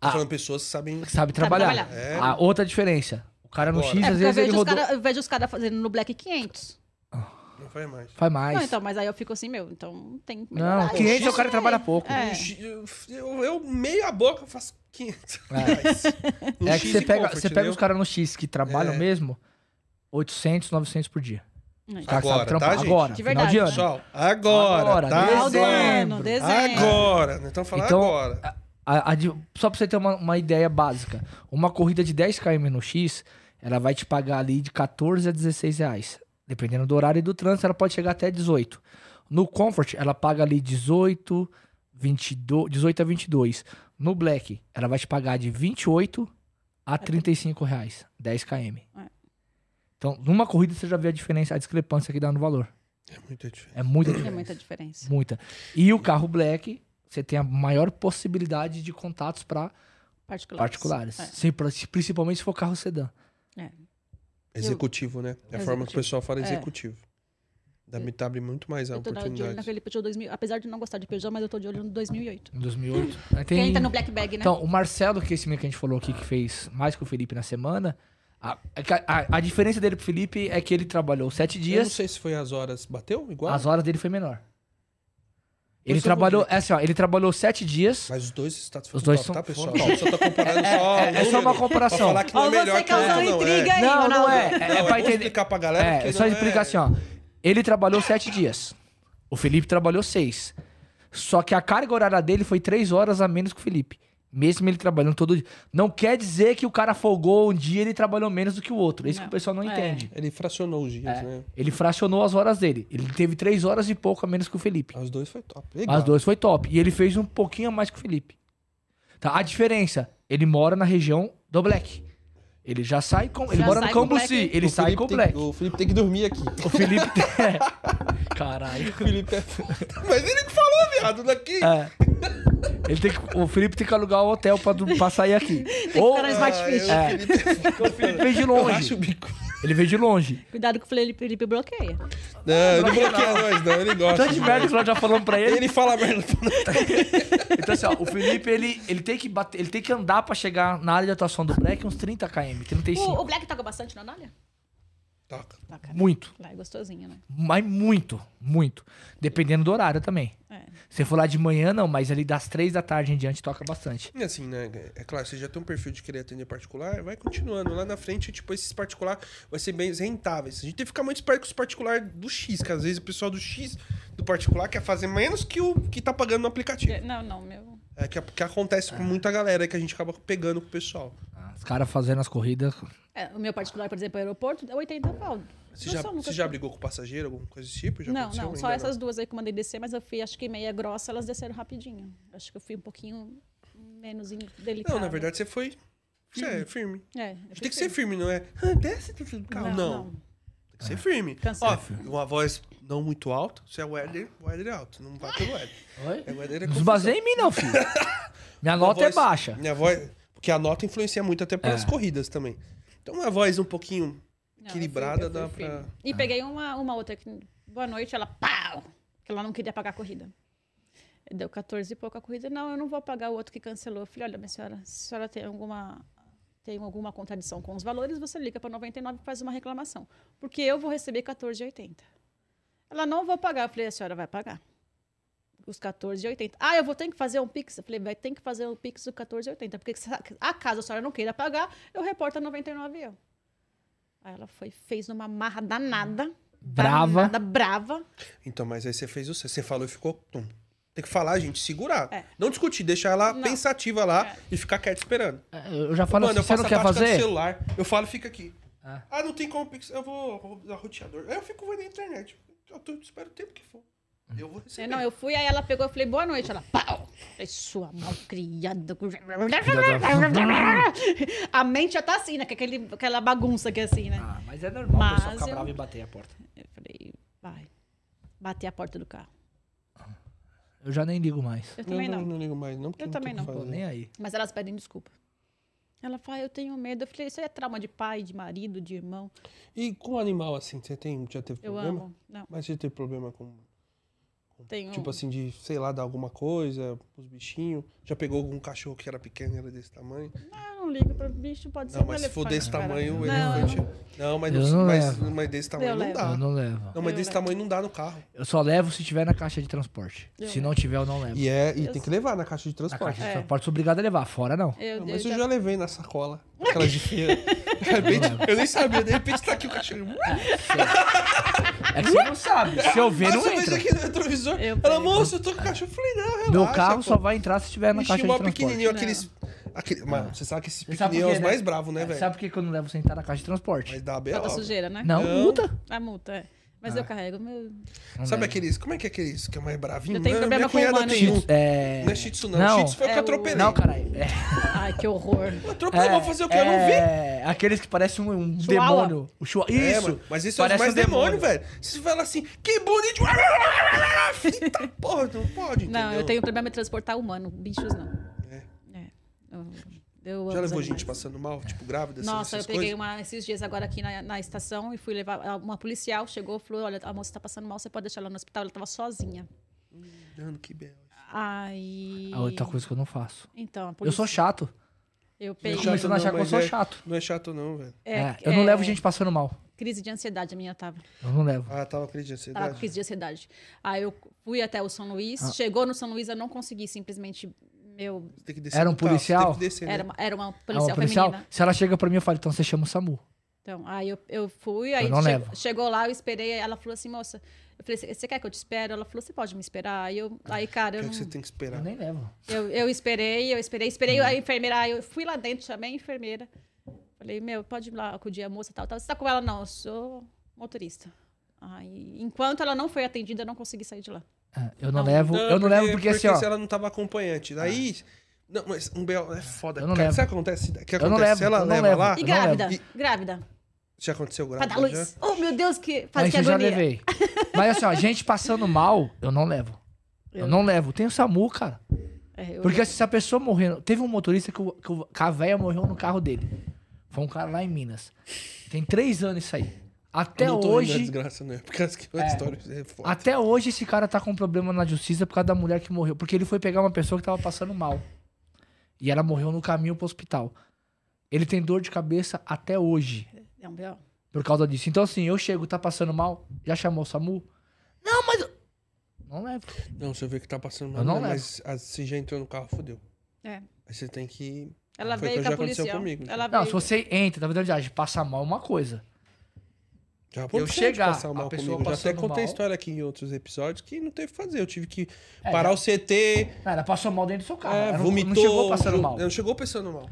S2: Ah.
S1: falando pessoas que sabem...
S2: Sabe trabalhar.
S3: trabalhar.
S1: É.
S2: A outra diferença. O cara no
S1: Bora.
S2: X,
S3: É,
S2: às
S3: porque eu
S2: vezes, ele
S3: vejo os,
S2: rodou...
S3: cara, eu vejo os caras fazendo no Black 500.
S1: é, Não faz mais.
S2: Faz mais.
S3: Não, então, mas aí eu fico assim, meu, então não tem...
S2: Não,
S3: melhorar.
S2: 500 é o
S1: X
S2: cara que trabalha pouco.
S3: É.
S1: No X, Um eu, eu- eu meio a boca faço 500
S2: É.
S1: reais. No
S2: É que
S1: X
S2: você
S1: e
S2: pega,
S1: comfort,
S2: você pega
S1: entendeu?
S2: os caras no X que trabalham
S1: É.
S2: mesmo, 800, 900 por dia.
S3: Não,
S2: Os caras que
S1: Agora,
S2: sabem trampar.
S1: tá, gente?
S2: agora,
S3: De
S2: final de
S3: verdade, né?
S2: ano.
S1: Pessoal, agora,
S2: Agora,
S1: tá?
S3: Final do
S2: dezembro.
S3: ano, dezembro.
S1: Agora, né? então fala
S2: Então,
S1: agora.
S2: A- a de- só pra você ter uma, uma ideia básica, uma corrida de 10 km no X, ela vai te pagar ali de 14 a 16 reais. Dependendo do horário e do trânsito, ela pode chegar até 18. No Comfort, ela paga ali 18, 22, 18 a 22. No Black, ela vai te pagar de 28 a 35 reais, 10 km.
S3: É.
S2: Então, numa corrida, você já vê a diferença, a discrepância que dá no valor.
S1: É muito difícil.
S2: É muita
S3: Tem
S2: diferença.
S3: muita diferença.
S2: Muita. E o carro Black, você tem a maior possibilidade de contatos pra
S3: Particulares.
S2: particulares.
S3: É.
S2: Sim, pra- se- principalmente se for carro sedã.
S1: Executivo, né? É a forma que o
S3: Executivo.
S1: pessoal fala
S3: É.
S1: executivo. Da Mita abre muito mais a
S3: Eu tô na- de olho
S1: oportunidade.
S3: naquele Peugeot 2000, apesar de não gostar de Peugeot, mas eu tô de olho no 2008.
S2: Em 2008. Aí
S3: Quem
S2: tem-
S3: entra no Black Bag, né?
S2: Então, o Marcelo, que é esse menino que a gente falou aqui, que fez mais que o Felipe na semana, a, é que a- a- a diferença dele pro Felipe é que ele trabalhou sete
S1: Eu não
S2: dias,
S1: sei se foi as horas. Bateu igual?
S2: as horas dele foi menor. Ele
S1: Mas eu
S2: trabalhou,
S1: vou
S2: é assim, ó, ele trabalhou sete dias.
S1: Mas os dois status
S2: Os dois são-
S1: tá, pessoal?
S2: foram
S1: Só tô comparando
S2: É,
S1: só.
S2: é- é só uma comparação.
S1: Pra falar que não
S3: Ó,
S1: é
S3: você
S1: melhor que o
S3: causando
S1: outro, não. É.
S3: intriga aí.
S2: não, não
S3: Ronaldo.
S2: é.
S1: Não,
S2: É,
S1: é
S2: pra
S1: bom
S2: entender.
S1: explicar pra galera.
S2: É,
S1: porque
S2: só
S1: não
S2: explicar
S1: é-
S2: assim, ó. Ele trabalhou sete dias. O Felipe trabalhou seis. Só que a carga horária dele foi três horas a menos que o Felipe. Mesmo ele trabalhando todo dia. Não quer dizer que o cara folgou um dia e ele trabalhou menos do que o outro. É isso que
S3: Não.
S2: o pessoal não
S3: É.
S2: entende.
S1: Ele fracionou os
S2: É.
S1: dias, né?
S2: Ele fracionou as horas dele. Ele teve três horas e pouco a menos que o Felipe.
S1: Os dois foi top.
S2: Mas
S1: Legal.
S2: As duas foi top. E ele fez um pouquinho a mais que o Felipe. Tá? A diferença, ele mora na região do Black. Ele já sai com. Ele
S3: Já
S2: mora no
S3: sai com o
S2: Cambuci.
S3: Black.
S2: Ele
S1: O
S2: sai
S1: Felipe
S2: com o
S1: tem-
S2: Black.
S1: O Felipe tem que dormir aqui.
S2: O Felipe. Caralho.
S1: O Felipe é foda. Mas ele que falou, viado, daqui.
S2: É. Ele tem que- o Felipe tem que alugar um hotel pra, du- pra sair aqui. Ou
S3: ficar na
S1: Ah,
S3: Smart Fit.
S1: eu-
S2: É.
S1: o Felipe é
S2: o Felipe veio de
S1: Eu acho o
S2: longe.
S1: bico.
S2: Ele veio de longe.
S3: Cuidado que o Felipe, Felipe bloqueia.
S1: Não, ele não bloqueia nós, não. Ele gosta.
S2: Tanto de merda que nós já falamos pra ele.
S1: Ele fala merda.
S2: Então, assim, ó, o Felipe, ele, ele, tem que bater, ele tem que andar pra chegar na área de atuação do Black uns 30 km,
S3: O, o
S2: 35.
S3: Black toca bastante na Anália?
S1: Toca.
S3: Toca.
S2: Muito.
S3: Lá é gostosinho, né?
S2: Mas muito, muito. Dependendo do horário também.
S3: É.
S2: Se for lá de manhã, não, mas ali das 3 da tarde em diante toca bastante.
S1: E assim, né? É claro, você já tem um perfil de querer atender particular, vai continuando. Lá na frente, tipo, esses particular vai ser bem rentáveis. A gente tem que ficar muito esperto com os particular do X, que às vezes o pessoal do X do particular quer fazer menos que o que tá pagando no aplicativo.
S3: Não, não, meu.
S1: É que, que acontece
S3: Ah.
S1: com muita galera que a gente acaba pegando com o pessoal.
S2: Os caras fazendo as corridas.
S3: É, o meu particular, por exemplo, aeroporto, é 80 pau.
S1: Você,
S3: Não
S1: já,
S3: sou nunca-
S1: você já brigou com o passageiro, alguma coisa desse tipo? Já
S3: não,
S1: aconteceu?
S3: não,
S1: Ainda
S3: só essas duas aí que eu mandei descer, mas eu fui, acho que meia grossa, elas desceram rapidinho. Acho que eu fui um pouquinho menos in- delicada.
S1: Não, na verdade, você foi. Você é firme.
S3: É,
S1: A gente tem que ser firme, não é? "Ah, Desce do do carro. não. Tem que ser firme.
S3: Ah, Cansei.
S1: Ó, uma voz não muito alta, você é o Éder, o Éder é alto. Não vai pelo Éder.
S2: Oi?
S1: É, o Éder é
S2: Não se
S1: confusão.
S2: baseia em mim, não, filho.
S1: Uma
S2: Minha nota
S1: voz-
S2: é baixa. É.
S1: Minha voz... Porque a nota influencia muito até pelas corridas também. Então uma voz um pouquinho
S3: Não, eu fui-
S1: equilibrada
S3: eu fui
S1: dá
S3: firme.
S1: pra... É.
S3: E peguei uma, uma outra que, boa noite, ela pau! Que ela não queria pagar a corrida. Deu 14 e pouco a corrida. Não, eu não vou pagar o outro que cancelou. Eu falei, olha, minha senhora, se a senhora tem alguma, tem alguma contradição com os valores, você liga para 99 e faz uma reclamação. Porque eu vou receber 14,80. Ela, não vou pagar. Eu falei, a senhora vai pagar. Os 14,80. Ah, eu vou ter que fazer um Pix? Eu falei, vai ter que fazer um Pix do 14,80. Porque se a- caso a senhora não queira pagar, eu reporto a 99 eu. Aí ela foi, fez uma marra danada.
S2: Brava.
S3: Danada, brava.
S1: Então, mas aí você fez o seu. Você falou e ficou. tum. Tem que falar, gente, segurar.
S3: É.
S1: Não discutir, deixar ela
S3: Não. É.
S1: pensativa lá e ficar quieto esperando.
S2: Eu já falo
S1: Mano,
S2: assim,
S1: eu
S2: você
S1: faço
S2: não
S1: a
S2: quer
S1: tática do
S2: fazer?
S1: celular. Eu falo, fica aqui.
S2: Ah.
S1: Ah, não tem como Pix. Eu vou, vou dar roteador. Aí eu fico vendo na internet. Eu tô- espero o tempo que for. Eu vou
S3: É,
S1: receber.
S3: não, eu fui, aí ela pegou, eu falei, boa noite. Ela, pau! Falei, sua malcriada. A mente já tá assim, né? Com aquele, aquela bagunça que é assim, né?
S2: Ah, mas é normal
S3: Mas eu-
S2: e bater a porta.
S3: Eu falei, vai. Bati a porta do carro.
S2: Eu já nem ligo mais.
S3: Eu também não.
S1: ligo mais, não. porque
S3: Eu
S1: tem
S3: também
S1: o que
S3: não.
S2: Tô
S1: fazer.
S2: nem aí.
S3: Mas elas pedem desculpa. Ela fala, eu tenho medo. Eu falei, isso aí é trauma de pai, de marido, de irmão.
S1: E com animal, assim, você tem, já teve
S3: Eu
S1: problema?
S3: amo. Não,
S1: Mas você teve problema com.
S3: tenho.
S1: Tipo assim, de, sei lá, dar alguma coisa, os bichinhos. Já pegou algum cachorro que era pequeno e era desse tamanho?
S3: Ah, eu não ligo pra bicho, pode ser
S1: Não,
S3: um
S1: mas se for
S3: elefante,
S1: desse
S3: cara.
S1: tamanho, ele
S3: Não,
S1: não, não, mas,
S2: Eu
S1: não-
S2: não
S1: mas,
S2: levo.
S1: mas desse tamanho
S3: Eu
S1: não
S3: levo.
S1: dá.
S2: Eu
S1: Não,
S2: não levo.
S1: mas
S3: Eu
S1: desse
S3: levo.
S1: tamanho não dá no carro.
S2: Eu só levo se tiver na caixa de transporte.
S3: Eu
S2: se não tiver, eu não levo.
S1: E, é, e tem
S3: Eu sei.
S1: que levar na caixa de
S2: Na
S1: transporte.
S2: caixa de
S3: É.
S2: transporte, sou obrigado a levar. Fora, não.
S3: Eu,
S1: Não, mas
S3: eu
S1: eu
S3: já-
S1: já levei na sacola. Aquela de feira. De repente, eu nem sabia, de repente tá aqui o cachorro.
S3: Ah,
S2: É que você não sabe. Se eu ver,
S1: Ah,
S2: não
S1: você fez
S2: entra.
S1: aqui no retrovisor.
S3: Eu
S1: Ela,
S3: pego.
S1: moço, eu tô com o cachorro. Eu falei, não, relaxa.
S2: Meu carro só
S1: pô.
S2: vai entrar se tiver na
S1: Bichinho
S2: caixa de
S1: mó
S2: transporte.
S1: pequenininho, aqueles... Aquele, mano, você sabe que esses
S2: Você sabe por
S1: pequenininhos são
S2: quê,
S1: os
S2: né?
S1: mais bravos, né,
S2: É,
S1: velho?
S2: Sabe por que que eu não levo sem estar na caixa de transporte?
S1: Mas dá a
S3: Falta
S1: B.O.
S3: sujeira, né?
S2: Não,
S1: Não. Ah.
S2: multa.
S3: A multa, é. Mas eu carrego meu...
S2: Não
S1: Sabe
S2: levo.
S1: aqueles... Como é que é aqueles que é mais bravinho?
S3: Eu tenho
S1: Ah,
S3: problema
S1: minha
S3: com
S1: cunhada
S3: humano.
S1: tem um.
S2: Shih- É...
S1: Não é Shih Tzu, não.
S2: Não.
S1: Shih Tzu foi o
S3: É
S1: que eu
S3: o-
S1: atropelei.
S2: Não, caralho. É,
S3: Ai, que horror.
S1: Atropelou, vou fazer o que? Eu não vi.
S2: é, Aqueles que parecem um, um
S3: Chihuahua.
S2: demônio. O chua... Isso.
S1: É, mano, mas esse é o mais
S2: um
S1: demônio, velho. Você fala assim, que bonito. Eita, porra, não pode, entendeu?
S3: Não, eu tenho problema em transportar humano, bichos não.
S1: É.
S3: É. Eu-
S1: Já
S3: eu amo os
S1: levou gente
S3: animais.
S1: passando mal, tipo, grávida, assim,
S3: Nossa, eu
S1: essas
S3: peguei
S1: coisas?
S3: uma esses dias agora aqui na, na estação e fui levar. Uma policial chegou e falou: Olha, a moça tá passando mal, você pode deixar ela no hospital. Ela tava sozinha.
S1: Mano, que belo.
S3: Aí.
S2: A Ah, outra coisa que eu não faço.
S3: Então, a
S2: Eu sou chato. Eu
S3: Eu
S1: Não
S2: tô
S1: é
S3: peguei.
S1: chato,
S2: começando a achar
S1: não,
S2: que eu
S1: mas
S2: sou
S1: é-
S2: chato.
S1: Não é chato não, velho.
S3: é,
S2: É, eu não
S3: é,
S2: levo gente passando mal.
S3: Crise de ansiedade, a minha tava.
S2: Eu não levo.
S1: Ah, tava com crise de ansiedade.
S3: Tava com crise de ansiedade. Aí eu fui até o São Luís,
S2: Ah.
S3: chegou no São Luís, eu não consegui simplesmente. Meu.
S1: Você tem que descer
S2: Era um
S1: do carro, você
S2: policial?
S1: Tem que descer, né?
S3: Era uma, era uma
S2: Ah,
S3: policial,
S2: o policial,
S3: feminina.
S2: se ela chega pra mim, eu falo, então você chama o SAMU.
S3: Então, aí eu, eu fui, aí
S2: não
S3: che-
S2: levo.
S3: chegou lá, eu esperei, aí ela falou assim, moça, eu falei, "Cê- você quer que eu te espero? Ela falou, você pode me esperar? Aí eu, aí, cara,
S1: O que
S3: eu,
S1: é
S3: não,
S1: que você tem que esperar?
S2: Eu nem levo.
S3: eu, eu esperei, eu esperei, esperei
S1: Hum.
S3: a enfermeira, aí eu fui lá dentro, chamei a enfermeira. Falei, meu, pode ir lá acudir a moça e tal, tal. Você tá com ela? Não, eu sou motorista. Aí, enquanto ela não foi atendida, eu não consegui sair de lá.
S2: Ah, Eu não,
S3: Não.
S2: levo, eu não levo porque, assim, ó. Ah.
S1: se ela não tava acompanhante. Daí... Não, mas um B.O. é foda.
S2: Eu não
S1: cara.
S2: levo.
S1: Sabe o que acontece? O que
S2: Eu não
S1: acontece?
S2: levo,
S1: Se ela
S2: eu não
S1: leva
S2: levo.
S1: lá...
S3: E
S2: não
S3: grávida,
S1: levo.
S3: grávida,
S1: Já aconteceu
S3: pra
S1: grávida?
S3: dar
S1: já?
S3: luz. Oh, meu Deus, que faz
S2: Mas
S3: que
S2: eu já
S3: agonia.
S2: levei. Mas assim, ó, gente passando mal, eu não levo. Eu,
S3: Eu-
S2: não levo. Tem o SAMU, cara.
S3: É, eu-
S2: Porque assim, se a pessoa morrendo. Teve um motorista que, o, que, o, que a véia morreu no carro dele. Foi um cara lá em Minas. Tem três anos isso aí. Até
S1: Eu não tô rindo da
S2: hoje.
S1: desgraça, né? Porque as que a história é foda.
S2: Até hoje esse cara tá com problema na justiça por causa da mulher que morreu. Porque ele foi pegar uma pessoa que tava passando mal. E ela morreu no caminho pro hospital. Ele tem dor de cabeça até hoje
S3: É um B.O.
S2: por causa disso. Então, assim, eu chego, tá passando mal, já chamou o SAMU? Não, mas. eu- Não levo.
S1: Não, se eu ver que tá passando mal,
S2: Eu não
S1: né?
S2: levo.
S1: mas ah, se já entrou no carro, fodeu.
S3: É.
S1: Aí você tem que.
S3: Ela
S1: Ah, Foi
S3: veio
S1: que
S3: com
S1: já
S3: a
S1: aconteceu
S3: policial.
S1: comigo, então.
S3: Ela
S2: Não, se
S3: veio...
S2: você entra, tá vendo viagem, passa mal é uma coisa.
S1: Já aconteceu de
S2: chegar,
S1: passar
S2: a
S1: mal
S2: pessoa
S1: comigo. Já até
S2: passando
S1: contei
S2: mal.
S1: história aqui em outros episódios que não teve o que fazer. Eu tive que
S2: É,
S1: parar
S2: já-
S1: o CT,
S2: Cara, passou mal dentro do seu carro.
S1: é,
S2: Ela não-
S1: vomitou.
S2: Não chegou passando
S1: ju-
S2: mal.
S1: Não chegou pensando mal. Eu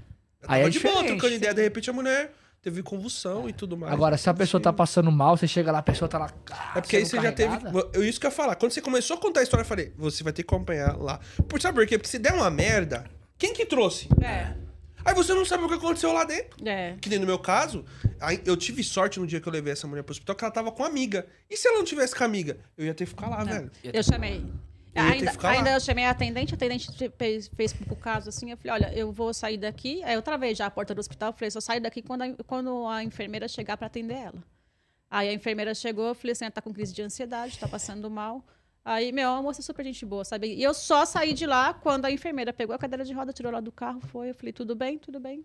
S2: Aí
S1: tava
S2: é
S1: de boa,
S2: diferente.
S1: trocando ideia. De repente a mulher teve convulsão e tudo mais.
S2: Agora, se a pessoa tá passando mal, você chega lá, a pessoa tá lá.
S1: É porque aí você já teve. Eu, isso que eu ia falar. Quando você começou a contar a história, eu falei, você vai ter que acompanhar lá. Por, sabe por quê? Porque se der uma merda, quem que trouxe? Aí você não sabe o que aconteceu lá dentro.
S3: É, é.
S1: Que nem no meu caso, aí eu tive sorte no dia que eu levei essa mulher pro hospital, que ela tava com a amiga. E se ela não tivesse com a amiga? Eu ia ter que ficar lá, velho.
S3: Eu chamei. Ah,
S1: Eu ia ter que
S3: ainda
S1: ficar lá.
S3: ainda eu chamei a atendente, a atendente te- fez, fez pro caso assim, eu falei, olha, eu vou sair daqui. Aí eu travei já a porta do hospital, falei, só saio daqui quando a, quando a enfermeira "Ah, chegar para atender ela. Aí a enfermeira chegou, eu falei assim, ela tá com crise de ansiedade, tá passando mal. Aí, meu, a moça é super gente boa, sabe? E eu só saí de lá quando a enfermeira pegou a cadeira de roda, tirou ela do carro, foi. Eu falei, tudo bem, tudo bem.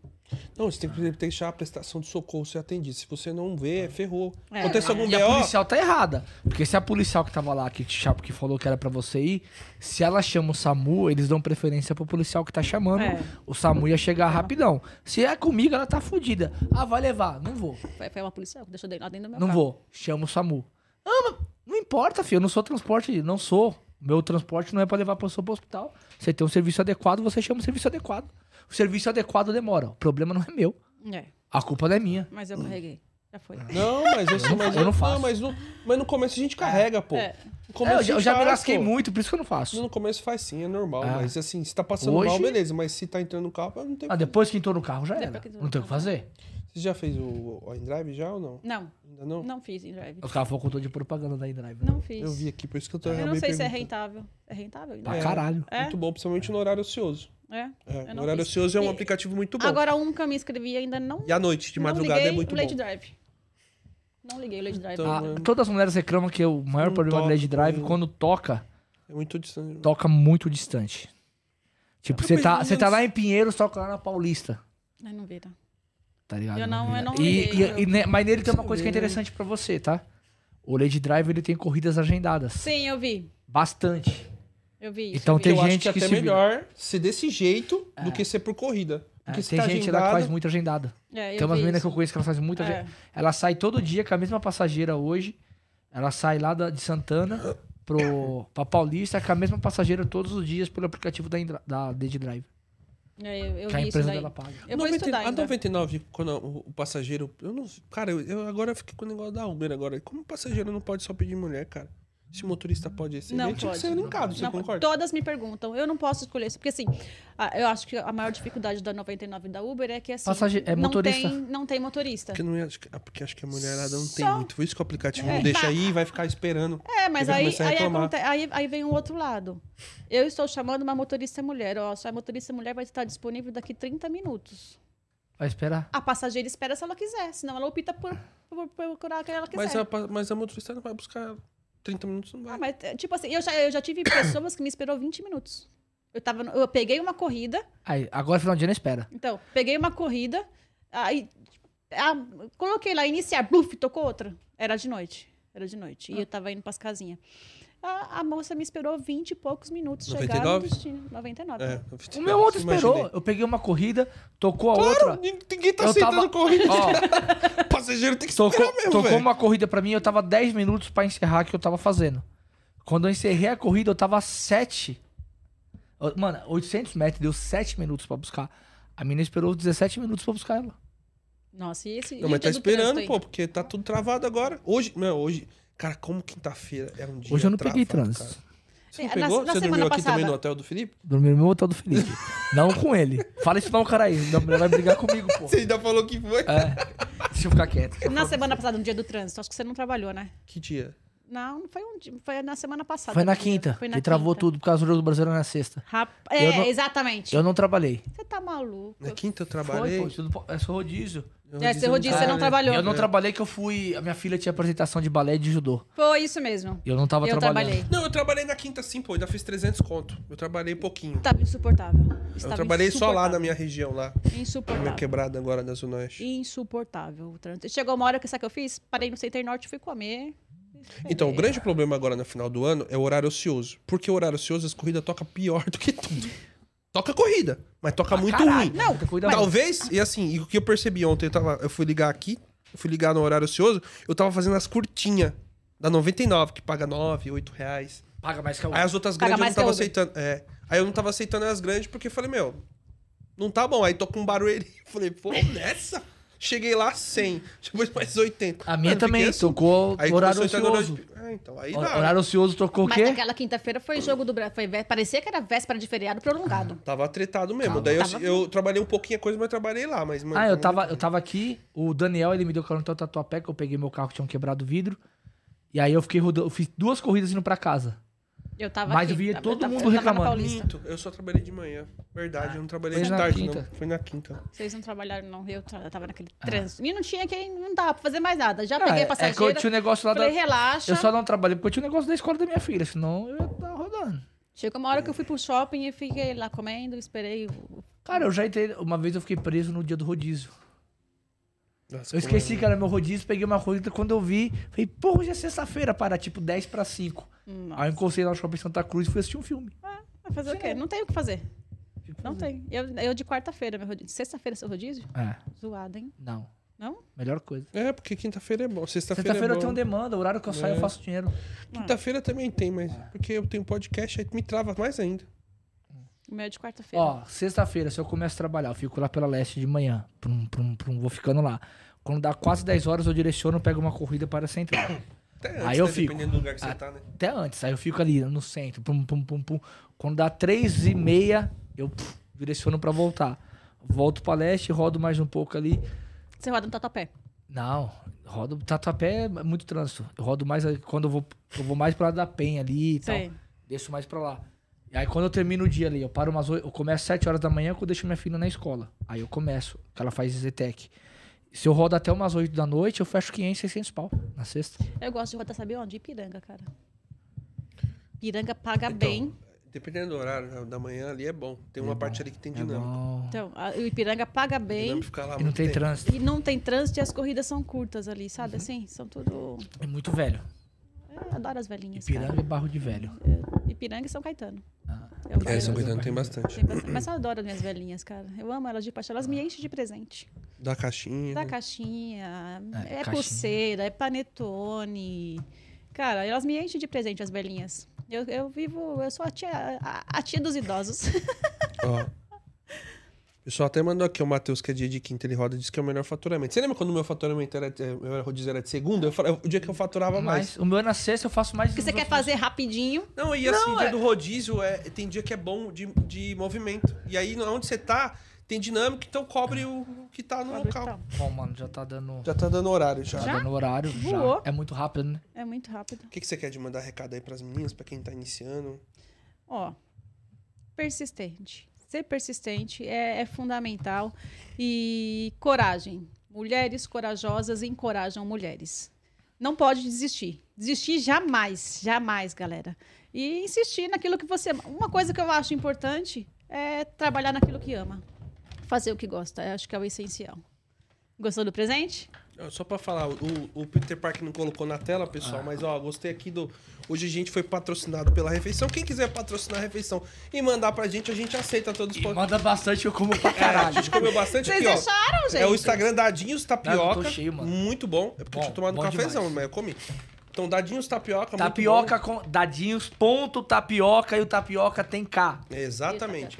S1: Não, você tem que deixar a prestação de socorro ser atendida. Se você não vê, ferrou.
S3: É.
S1: Acontece algum
S2: E a
S1: B.O.,
S2: policial tá errada. Porque se a policial que tava lá, que te chama, que falou que era pra você ir, se ela chama o SAMU, eles dão preferência pro policial que tá chamando.
S3: É.
S2: O SAMU ia chegar rapidão. Se é comigo, ela tá fudida. Ah, vai levar. Não vou.
S3: Foi, foi uma policial que deixou dentro- lá dentro do meu
S2: Não
S3: carro.
S2: vou. Chama o SAMU. Ah, mas não importa, filho. Eu não sou transporte. Não sou. Meu transporte não é pra levar a pessoa pro hospital. Você tem um serviço adequado, você chama o serviço adequado. O serviço adequado demora. O problema não é meu.
S3: vou. É,
S2: A culpa não é minha.
S3: mas eu carreguei. Já foi.
S1: Não, mas isso.
S2: não-
S1: mas,
S2: eu não faço.
S1: um, mas, no, mas no começo a gente carrega, pô. No
S3: É.
S2: É,
S1: começo
S2: eu
S1: a
S2: já, eu
S1: gente
S2: já me
S1: faz,
S2: lasquei
S1: pô.
S2: muito, por isso que eu não faço.
S1: No começo faz sim, é normal.
S2: Ah.
S1: Mas assim, se tá passando
S2: Hoje-
S1: mal, beleza. Mas se tá entrando no carro, não tem
S2: Ah, depois que entrou no carro já
S3: Depois
S2: era.
S3: que entrou
S2: Não
S3: no
S2: tem o que
S3: carro.
S2: fazer.
S1: Você já fez o, o drive já ou não?
S3: Não,
S1: Ainda não?
S3: não fiz em drive.
S2: Os caras foram com todo de propaganda da iDrive.
S3: Não fiz.
S1: Eu vi aqui, por isso que eu tô
S3: Eu não
S1: realmente
S3: sei se é
S1: perguntando.
S3: rentável. É rentável?
S2: Pra
S1: É.
S2: caralho.
S3: É?
S1: Muito bom, principalmente no horário ocioso.
S3: É.
S1: É,
S3: Eu
S1: o
S3: não
S1: horário
S3: fiz.
S1: ocioso é um
S3: E-
S1: aplicativo muito bom.
S3: Agora um que eu me inscrevi ainda não.
S1: E à noite, de
S3: não
S1: madrugada,
S3: liguei
S1: é muito
S3: o
S1: bom.
S3: Lady Drive. Não liguei o Lady Drive.
S1: Então-
S2: Ah,
S1: mano.
S2: todas as mulheres reclamam que o maior
S1: Não
S2: problema do
S1: toca,
S2: LED Drive,
S1: não.
S2: quando toca,
S1: É muito distante.
S2: toca muito distante. Tipo,
S1: Eu
S2: você tá,
S1: pensei,
S2: você
S1: eu
S2: tá
S1: não
S2: lá em Pinheiros, toca lá na Paulista.
S3: Ai, não vira.
S2: Tá ligado?
S3: Eu não- eu não
S2: E-
S3: liguei,
S2: e-
S3: eu-
S2: e ne- Mas nele tem uma coisa que é
S1: Sabia.
S2: interessante pra você, tá? O LED Drive, ele tem corridas agendadas.
S3: Sim, eu vi.
S2: Bastante.
S3: Eu vi isso.
S2: Então
S3: eu vi.
S2: tem
S1: eu acho
S2: gente
S1: que, é
S2: que
S1: até
S2: se vira.
S1: melhor ser desse jeito do que ser por corrida.
S2: É,
S1: Porque se
S2: tem
S1: tá
S2: gente lá que
S1: agendado-
S2: faz muito agendada.
S3: É, eu
S2: Tem umas
S3: vi
S2: meninas que
S3: isso.
S2: eu conheço que elas fazem muita
S3: É.
S2: gente. Ela sai todo dia com a mesma passageira hoje. Ela sai lá da- de Santana pro, pra Paulista com a mesma passageira todos os dias pelo aplicativo da, Indra- da Digi Drive.
S3: É, eu, eu
S2: que a
S3: vi isso
S2: empresa
S3: daí.
S2: dela paga.
S3: Eu vou
S1: 90
S3: estudar
S1: A
S3: ainda.
S1: 99, quando o, o passageiro. Eu não. Cara, eu, eu agora fiquei com o negócio da Uber agora. Como o passageiro não pode só pedir mulher, cara? Se o motorista pode ser.
S3: Não
S1: ele tinha que
S3: pode.
S1: ser linkado, você
S3: Não,
S1: concorda?
S3: todas me perguntam. Eu não posso escolher isso. Porque, assim, a- eu acho que a maior dificuldade da 99 da Uber é que, assim,
S2: Passage- é motorista.
S3: Não, tem, não tem motorista.
S1: Porque, não é, acho que- ah, porque acho que a mulherada não tem
S3: Só-
S1: muito. Por isso que o aplicativo
S3: É.
S1: não deixa aí e vai ficar esperando.
S3: É, mas
S1: Ele vai
S3: aí,
S1: começar a
S3: aí,
S1: reclamar.
S3: aconte- aí, aí vem o outro lado. Eu estou chamando uma motorista mulher. Ó, sua motorista mulher vai estar disponível daqui 30 minutos.
S2: Vai esperar.
S3: A passageira espera se ela quiser, senão ela opta por, por procurar quem ela quiser.
S1: Mas a, pa- mas é a motorista não vai buscar ela. 30 minutos, não vai.
S3: Ah, mas, é, tipo assim, eu já, eu já tive pessoas que me esperou 20 minutos. Eu, tava, no- eu peguei uma corrida,
S2: Aí, agora final de ano espera.
S3: então, peguei uma corrida, aí ah, coloquei lá iniciar, bluf, tocou outra. Era de noite, era de noite.
S1: Ah.
S3: E eu tava indo pras casinhas. A, a moça me esperou 20 e poucos minutos chegar no
S1: 99?
S3: destino. 99.
S1: É,
S3: né?
S2: O meu outro esperou.
S1: imaginei.
S2: Eu peguei uma corrida, tocou a
S1: um Claro,
S2: outra.
S1: nin- ninguém tá
S2: Eu
S1: aceitando
S2: tava-
S1: corrida.
S2: Ó,
S1: passageiro tem que
S2: tocou,
S1: esperar mesmo,
S2: tocou
S1: velho.
S2: uma corrida pra mim, eu tava 10 minutos pra encerrar o que eu tava fazendo. Quando eu encerrei a corrida, eu tava 7. Mano, 800 metros, deu 7 minutos pra buscar. A menina esperou 17 minutos pra buscar ela.
S3: Nossa, e esse.
S1: Não,
S3: e
S1: mas
S3: o
S1: tá
S3: dia do trânsito
S1: esperando,
S3: aí?
S1: pô, porque tá tudo travado agora. Hoje, meu, hoje. Cara, como quinta-feira é um dia.
S2: Hoje eu não peguei
S1: travado,
S2: trânsito.
S1: cara. Você não
S3: É, na-
S1: pegou?
S3: na
S1: Você
S3: semana
S1: dormiu aqui
S3: passada.
S1: também no hotel do Felipe?
S2: Dormi no meu hotel do Felipe. não com ele. Fala isso não, cara aí. Minha mulher vai brigar comigo, pô.
S1: Você ainda falou que foi?
S2: É. Deixa eu ficar quieto.
S3: Na semana passada, no dia do trânsito, acho que você não trabalhou, né?
S1: Que dia?
S3: Não, não foi um dia, foi na semana passada.
S2: Foi na
S3: que eu-
S2: quinta.
S3: Foi
S2: Ele
S3: na
S2: travou
S3: quinta.
S2: tudo por causa do jogo do Brasileiro na sexta.
S3: Rap-
S2: Eu
S3: É,
S2: não-
S3: exatamente.
S2: Eu não trabalhei.
S3: Você tá maluco.
S1: Na quinta eu
S2: Foi,
S1: trabalhei. É.
S2: pô. isso não po- É só rodízio.
S1: Eu
S3: É,
S1: disse,
S3: você
S1: eu
S3: rodízio, você não
S1: trabalhei.
S3: trabalhou.
S2: Eu não trabalhei que eu fui... A minha filha tinha apresentação de balé e de judô.
S3: Foi isso mesmo.
S2: Eu não tava
S3: Eu
S2: trabalhando.
S3: trabalhei.
S1: Não, eu trabalhei na quinta sim, pô. Ainda fiz 300 conto. Eu trabalhei pouquinho.
S3: Tava insuportável.
S1: Eu
S3: Estava
S1: trabalhei só lá
S3: insuportável.
S1: na minha é região, lá. Na minha
S3: Insuportável.
S1: quebrada agora na Zona Oeste.
S3: Insuportável o trânsito. Chegou uma hora que sabe o que eu fiz? Parei no Center Norte, fui comer.
S1: Então, o
S3: É.
S1: grande problema agora no final do ano é o horário ocioso. Porque o horário ocioso, as corridas tocam pior do que tudo. Toca corrida, mas toca muito ruim.
S2: Não, cuida muito.
S1: Talvez, e assim, e o que eu percebi ontem, eu, tava, eu fui ligar aqui, eu fui ligar no horário ocioso, eu tava fazendo as curtinhas da 99, que paga 9, 8 reais.
S2: Paga mais que a
S1: Aí as outras grandes eu
S3: mais
S1: não tava
S3: que a Uber.
S1: aceitando. É. Aí eu não tava aceitando as grandes porque eu falei, meu, não tá bom. Aí tô com um barulho. Falei, pô, nessa? Cheguei lá 100, depois mais 80.
S2: A minha
S1: Mano,
S2: também
S1: fiquei assim.
S2: tocou
S1: Aí
S2: horário
S1: começou a entrar no
S2: ocioso.
S1: horário de- É, então, aí
S2: Hor-
S1: dá.
S2: Horário ocioso tocou o
S3: Mas é
S2: quê?
S3: naquela quinta-feira foi jogo do Brasil. Parecia que era véspera de feriado prolongado.
S1: Tava tretado mesmo. Daí eu,
S3: Tava.
S1: eu trabalhei um pouquinho a coisa, mas trabalhei lá. Mas, mano,
S2: Ah, eu tava, eu tava aqui, o Daniel, ele me deu carona até o Tatuapé, que eu peguei meu carro, tinha um quebrado o vidro. E aí eu fiquei rodando, eu fiz duas corridas indo pra casa.
S3: Eu tava
S2: Mas
S3: aqui,
S2: eu via
S3: tava-
S2: todo
S3: tava-
S2: mundo
S3: eu tava na
S2: reclamando.
S3: Paulista.
S1: Minto, eu só trabalhei de manhã. Verdade, eu não trabalhei
S2: Ah, Foi
S1: de
S2: na
S1: tarde,
S2: quinta.
S1: não. Foi na quinta.
S3: Vocês não trabalharam, não. Eu tra- tava naquele trânsito. E não tinha quem. Não dava pra fazer mais nada. Já
S2: Ah,
S3: peguei
S2: é-
S3: a passageira.
S2: É que eu tinha um negócio lá
S3: Falei,
S2: da...
S3: relaxa.
S2: Eu só não trabalhei porque eu tinha um negócio da escola da minha filha, senão eu ia estar rodando.
S3: Chegou uma hora que eu fui pro shopping e fiquei lá comendo, esperei. o-
S2: Cara, eu já entrei... Uma vez eu fiquei preso no dia do rodízio.
S1: Nossa, como
S2: Eu
S1: é
S2: esqueci que era meu rodízio, peguei uma coisa, quando eu vi, falei, pô, hoje é sexta-feira, para, tipo 10 pra 5.
S3: Nossa.
S2: Aí eu encostei lá no shopping Santa Cruz e fui assistir um filme.
S3: Vai fazer o
S2: Sim.
S3: quê? Não tem o que fazer. Não tem. Eu, eu de quarta-feira, meu rodízio. Sexta-feira, seu rodízio?
S2: É,
S3: Zoado, hein?
S2: não.
S3: Não?
S2: Melhor coisa.
S1: É, porque quinta-feira é bom. Sexta-feira
S2: Sexta-feira
S1: é
S2: eu
S1: bom.
S2: tenho um demanda, o horário que eu saio eu
S1: É.
S2: faço dinheiro.
S1: Quinta-feira também tem, mas
S2: Ah.
S1: porque eu tenho podcast, aí me trava mais ainda.
S3: O meu é de quarta-feira.
S2: Ó, sexta-feira, se eu começo a trabalhar, eu fico lá pela leste de manhã. Prum, prum, prum, vou ficando lá. Quando dá quase 10 horas, eu direciono, pego uma corrida para a central.
S1: Até né,
S2: Aí eu fico.
S1: Dependendo do lugar que
S2: Ah.
S1: você tá, né?
S2: Até antes, aí eu fico ali no centro. Pum, pum, pum, pum. Quando dá 3 e meia, eu pff, direciono pra voltar. Volto pra leste, rodo mais um pouco ali.
S3: Você roda no tatuapé.
S2: Não, rodo. Tatuapé é muito trânsito. Eu rodo mais ali- quando eu vou. Eu vou mais pro lado da penha ali e tal.
S3: Sei.
S2: Desço mais pra lá. E aí quando eu termino o dia ali, eu paro umas 8, eu começo às 7 horas da manhã que eu deixo minha filha na escola. Aí eu começo, que ela faz Zetec. Se eu rodo até umas 8 da noite, eu fecho 500, 600 pau na sexta.
S3: Eu gosto de rodar, sabe onde? Ipiranga, cara. Ipiranga paga
S1: Então,
S3: bem.
S1: Dependendo do horário da manhã ali é bom. Tem uma parte ali que tem
S2: É
S1: dinâmica.
S2: bom.
S3: Então, a- o Ipiranga paga bem.
S1: Dinâmica fica lá
S2: E não
S1: muito
S2: tem
S1: tempo.
S2: trânsito.
S3: E não tem trânsito e as corridas são curtas ali, sabe? Assim, são tudo.
S2: É muito velho.
S3: Eu adoro as velhinhas. cara.
S2: Ipiranga é barro de velho.
S3: Ipiranga e São Caetano.
S2: Ah.
S3: É, o
S1: É,
S3: bairro
S1: São
S3: das-
S1: Caetano tem bastante.
S3: tem bastante- assim, Mas eu adoro as minhas velhinhas, cara. Eu amo elas de paixão. Elas me enchem de presente.
S1: Da caixinha.
S3: Da
S1: né?
S3: caixinha,
S2: É,
S3: é,
S2: caixinha.
S3: pulseira, é panetone. Cara, elas me enchem de presente, as velhinhas. Eu, eu vivo, eu sou a tia, a, a tia dos idosos.
S1: Ó. O pessoal até mandou aqui o Matheus, que é dia de quinta, ele roda, diz que é o melhor faturamento. Você lembra quando o meu faturamento era, de- eu era rodízio era de segunda? Eu falei, o dia que eu faturava mais.
S2: Mas o meu é na sexta, eu faço mais.
S3: Porque você
S2: dos
S3: quer
S2: outros.
S3: fazer rapidinho.
S1: Não, e assim,
S2: Não,
S1: dia
S2: é-
S1: do rodízio é, tem dia que é bom de, de movimento. E aí, onde você tá, tem dinâmica, então cobre o, o que tá no local.
S2: Bom, mano, já tá dando.
S1: Já tá dando horário já.
S2: Já, dando horário. já.
S3: Voou.
S2: É muito rápido, né?
S3: É muito rápido.
S1: O que, que você quer de mandar recado aí pras meninas, pra quem tá iniciando?
S3: Ó, persistente. Ser persistente é, é fundamental. E coragem. Mulheres corajosas encorajam mulheres. Não pode desistir. Desistir jamais, jamais, galera. E insistir naquilo que você ama. Uma coisa que eu acho importante é trabalhar naquilo que ama. Fazer o que gosta. Eu acho que é o essencial. Gostou do presente?
S1: Ó, Só pra falar, o, o Peter Park não colocou na tela, pessoal, mas ó, gostei aqui do. Hoje a gente foi patrocinado pela refeição. Quem quiser patrocinar a refeição e mandar pra gente, a gente aceita todos os pod-
S2: Manda bastante, eu como pra
S1: É, a
S2: caralho.
S1: gente comeu bastante
S3: Vocês
S1: aqui, ó.
S3: acharam, gente?
S1: É o Instagram Dadinhos Tapioca.
S2: Não, eu tô cheio, mano.
S1: Muito bom. É porque
S2: Bom,
S1: eu tinha tomado um
S2: bom
S1: cafezão,
S2: demais.
S1: mas eu comi. Então, Dadinhos Tapioca. muito
S2: Tá Tapioca com dadinhos, ponto tapioca e o tapioca tem K.
S1: bom. Exatamente.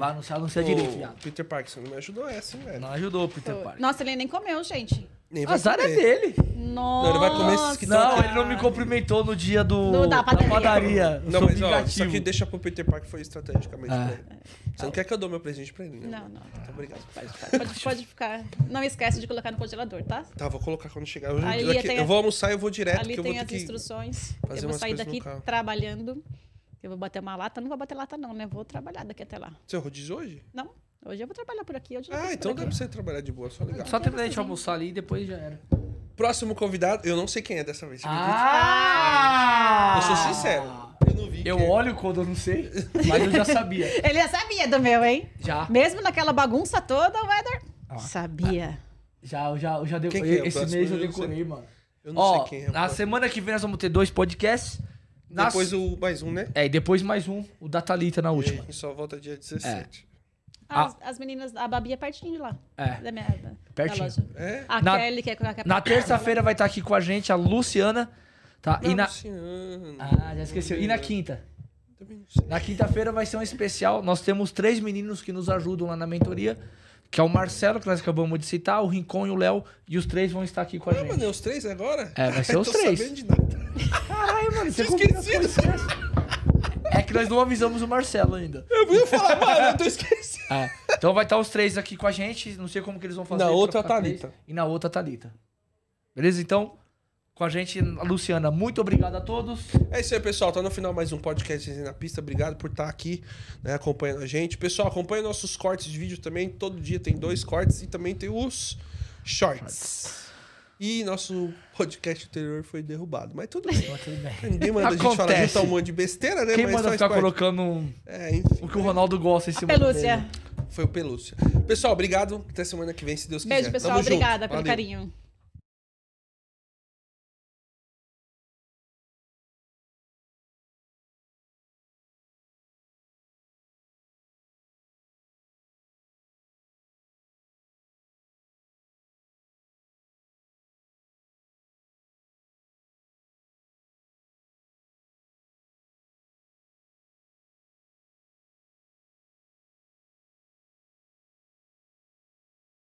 S2: Lá não se anuncia direito,
S1: O
S2: viado.
S1: Peter Park, você não me ajudou essa, hein, velho?
S2: Não ajudou o Peter Parker.
S3: Nossa, ele nem comeu, gente.
S1: Nem
S2: O azar é
S1: comer.
S2: dele. Ah.
S3: Nossa.
S1: ele vai comer esses que tão
S2: Não,
S1: aqui.
S2: ele não me cumprimentou no dia do,
S3: No- da
S2: da
S3: padaria.
S2: padaria. Eu
S1: Não, mas
S2: sou
S1: ó, isso
S2: vingativo.
S1: aqui deixa pro Peter Park foi estrategicamente
S2: Ah.
S1: pra ele. Você não quer que eu dou meu presente pra ele, né?
S3: Não, não.
S1: Então, obrigado.
S3: Pode, pode- pode ficar. Não esquece de colocar no congelador, tá?
S1: Tá, vou colocar quando chegar. Eu,
S3: Ali
S1: daqui-
S3: tem
S1: eu
S3: a-
S1: vou almoçar e eu vou direto,
S3: Ali
S1: que É, eu vou
S3: tem
S1: ter
S3: as
S1: que...
S3: instruções.
S1: fazer
S3: Eu vou
S1: umas
S3: sair
S1: coisas no
S3: daqui
S1: carro.
S3: trabalhando. Eu vou bater uma lata. Não vou bater lata, não, né? Vou trabalhar daqui até lá.
S1: Você é rodízio hoje?
S3: Não? Hoje eu vou trabalhar por aqui. Hoje eu tá
S1: Ah,
S3: fico
S1: então
S3: por
S1: dá pra
S3: aqui.
S1: você trabalhar de boa, só legal.
S2: Só terminar de almoçar ali e depois já era.
S1: Próximo convidado, eu não sei quem é dessa vez. você acredita?
S2: Ah!
S1: Eu sou sincero. Eu não vi.
S2: Eu
S1: quem é.
S2: olho quando eu não sei, mas eu já sabia.
S3: Ele já sabia do meu, hein?
S2: Já.
S3: Mesmo naquela bagunça toda, o Eder.
S2: Ah.
S3: Sabia.
S2: Já, eu já, eu já deco-
S1: Quem que é o
S2: Esse
S1: próximo?
S2: mês eu
S1: Eu não sei.
S2: decorei, mano.
S1: Eu não
S2: Ó,
S1: sei quem é.
S2: na semana que vem nós vamos ter dois podcasts. Na-
S1: Depois o mais um, né?
S2: É, e depois mais um, o da Thalita na
S1: E aí a
S2: última.
S1: gente só volta dia 17.
S3: Ah, As, as meninas, a Babi é pertinho de lá.
S2: Ah. É.
S3: Da minha, da-
S2: Pertinho.
S3: Da loja.
S1: É?
S3: A
S2: Na-
S3: Kelly, que é, que é
S2: Na terça-feira vai estar aqui com a gente a Luciana, tá?
S1: Não,
S2: e na...
S1: Luciano.
S2: Ah, já esqueceu. E na quinta?
S1: Também não sei. Ah,
S2: Na quinta-feira vai ser um especial. Nós temos três meninos que nos ajudam lá na mentoria, que é o Marcelo, que nós acabamos de citar, o Rincon e o Léo, e os três vão estar aqui com a
S1: Ah, mano,
S2: gente.
S1: é os três agora?
S2: É, vai ser
S1: Eu
S2: os
S1: tô
S2: três.
S1: sabendo de nada.
S2: Caralho, mano, você
S1: Tinha
S2: combina as
S1: esquecido.
S2: coisas. É que nós não avisamos o Marcelo ainda.
S1: Eu ia falar, mano, eu tô esquecendo.
S2: É, então vai estar os três aqui com a gente. Não sei como que eles vão fazer.
S1: Na
S2: pra
S1: outra,
S2: ficar
S1: a Thalita.
S2: três. E na outra a Thalita. Beleza? Então, com a gente, a Luciana. Muito obrigado a todos.
S1: É isso aí, pessoal. Tá no final mais um podcast na pista. Obrigado por estar aqui, né, acompanhando a gente. Pessoal, acompanha nossos cortes de vídeo também. Todo dia tem dois cortes e também tem os shorts. E nosso podcast anterior foi derrubado, mas tudo bem. Ninguém manda a gente falar
S2: Acontece.
S1: juntar um monte de besteira, né?
S2: Quem
S1: mas
S2: manda
S1: faz
S2: ficar
S1: parte.
S2: colocando um-
S1: É, enfim.
S2: o que o Ronaldo gosta em
S3: A
S2: cima
S3: pelúcia.
S2: dele?
S1: Foi o Pelúcia. Pessoal, obrigado. Até semana que vem, se Deus quiser.
S3: Beijo, pessoal.
S1: Tamo junto.
S3: Obrigada pelo
S1: Valeu.
S3: carinho.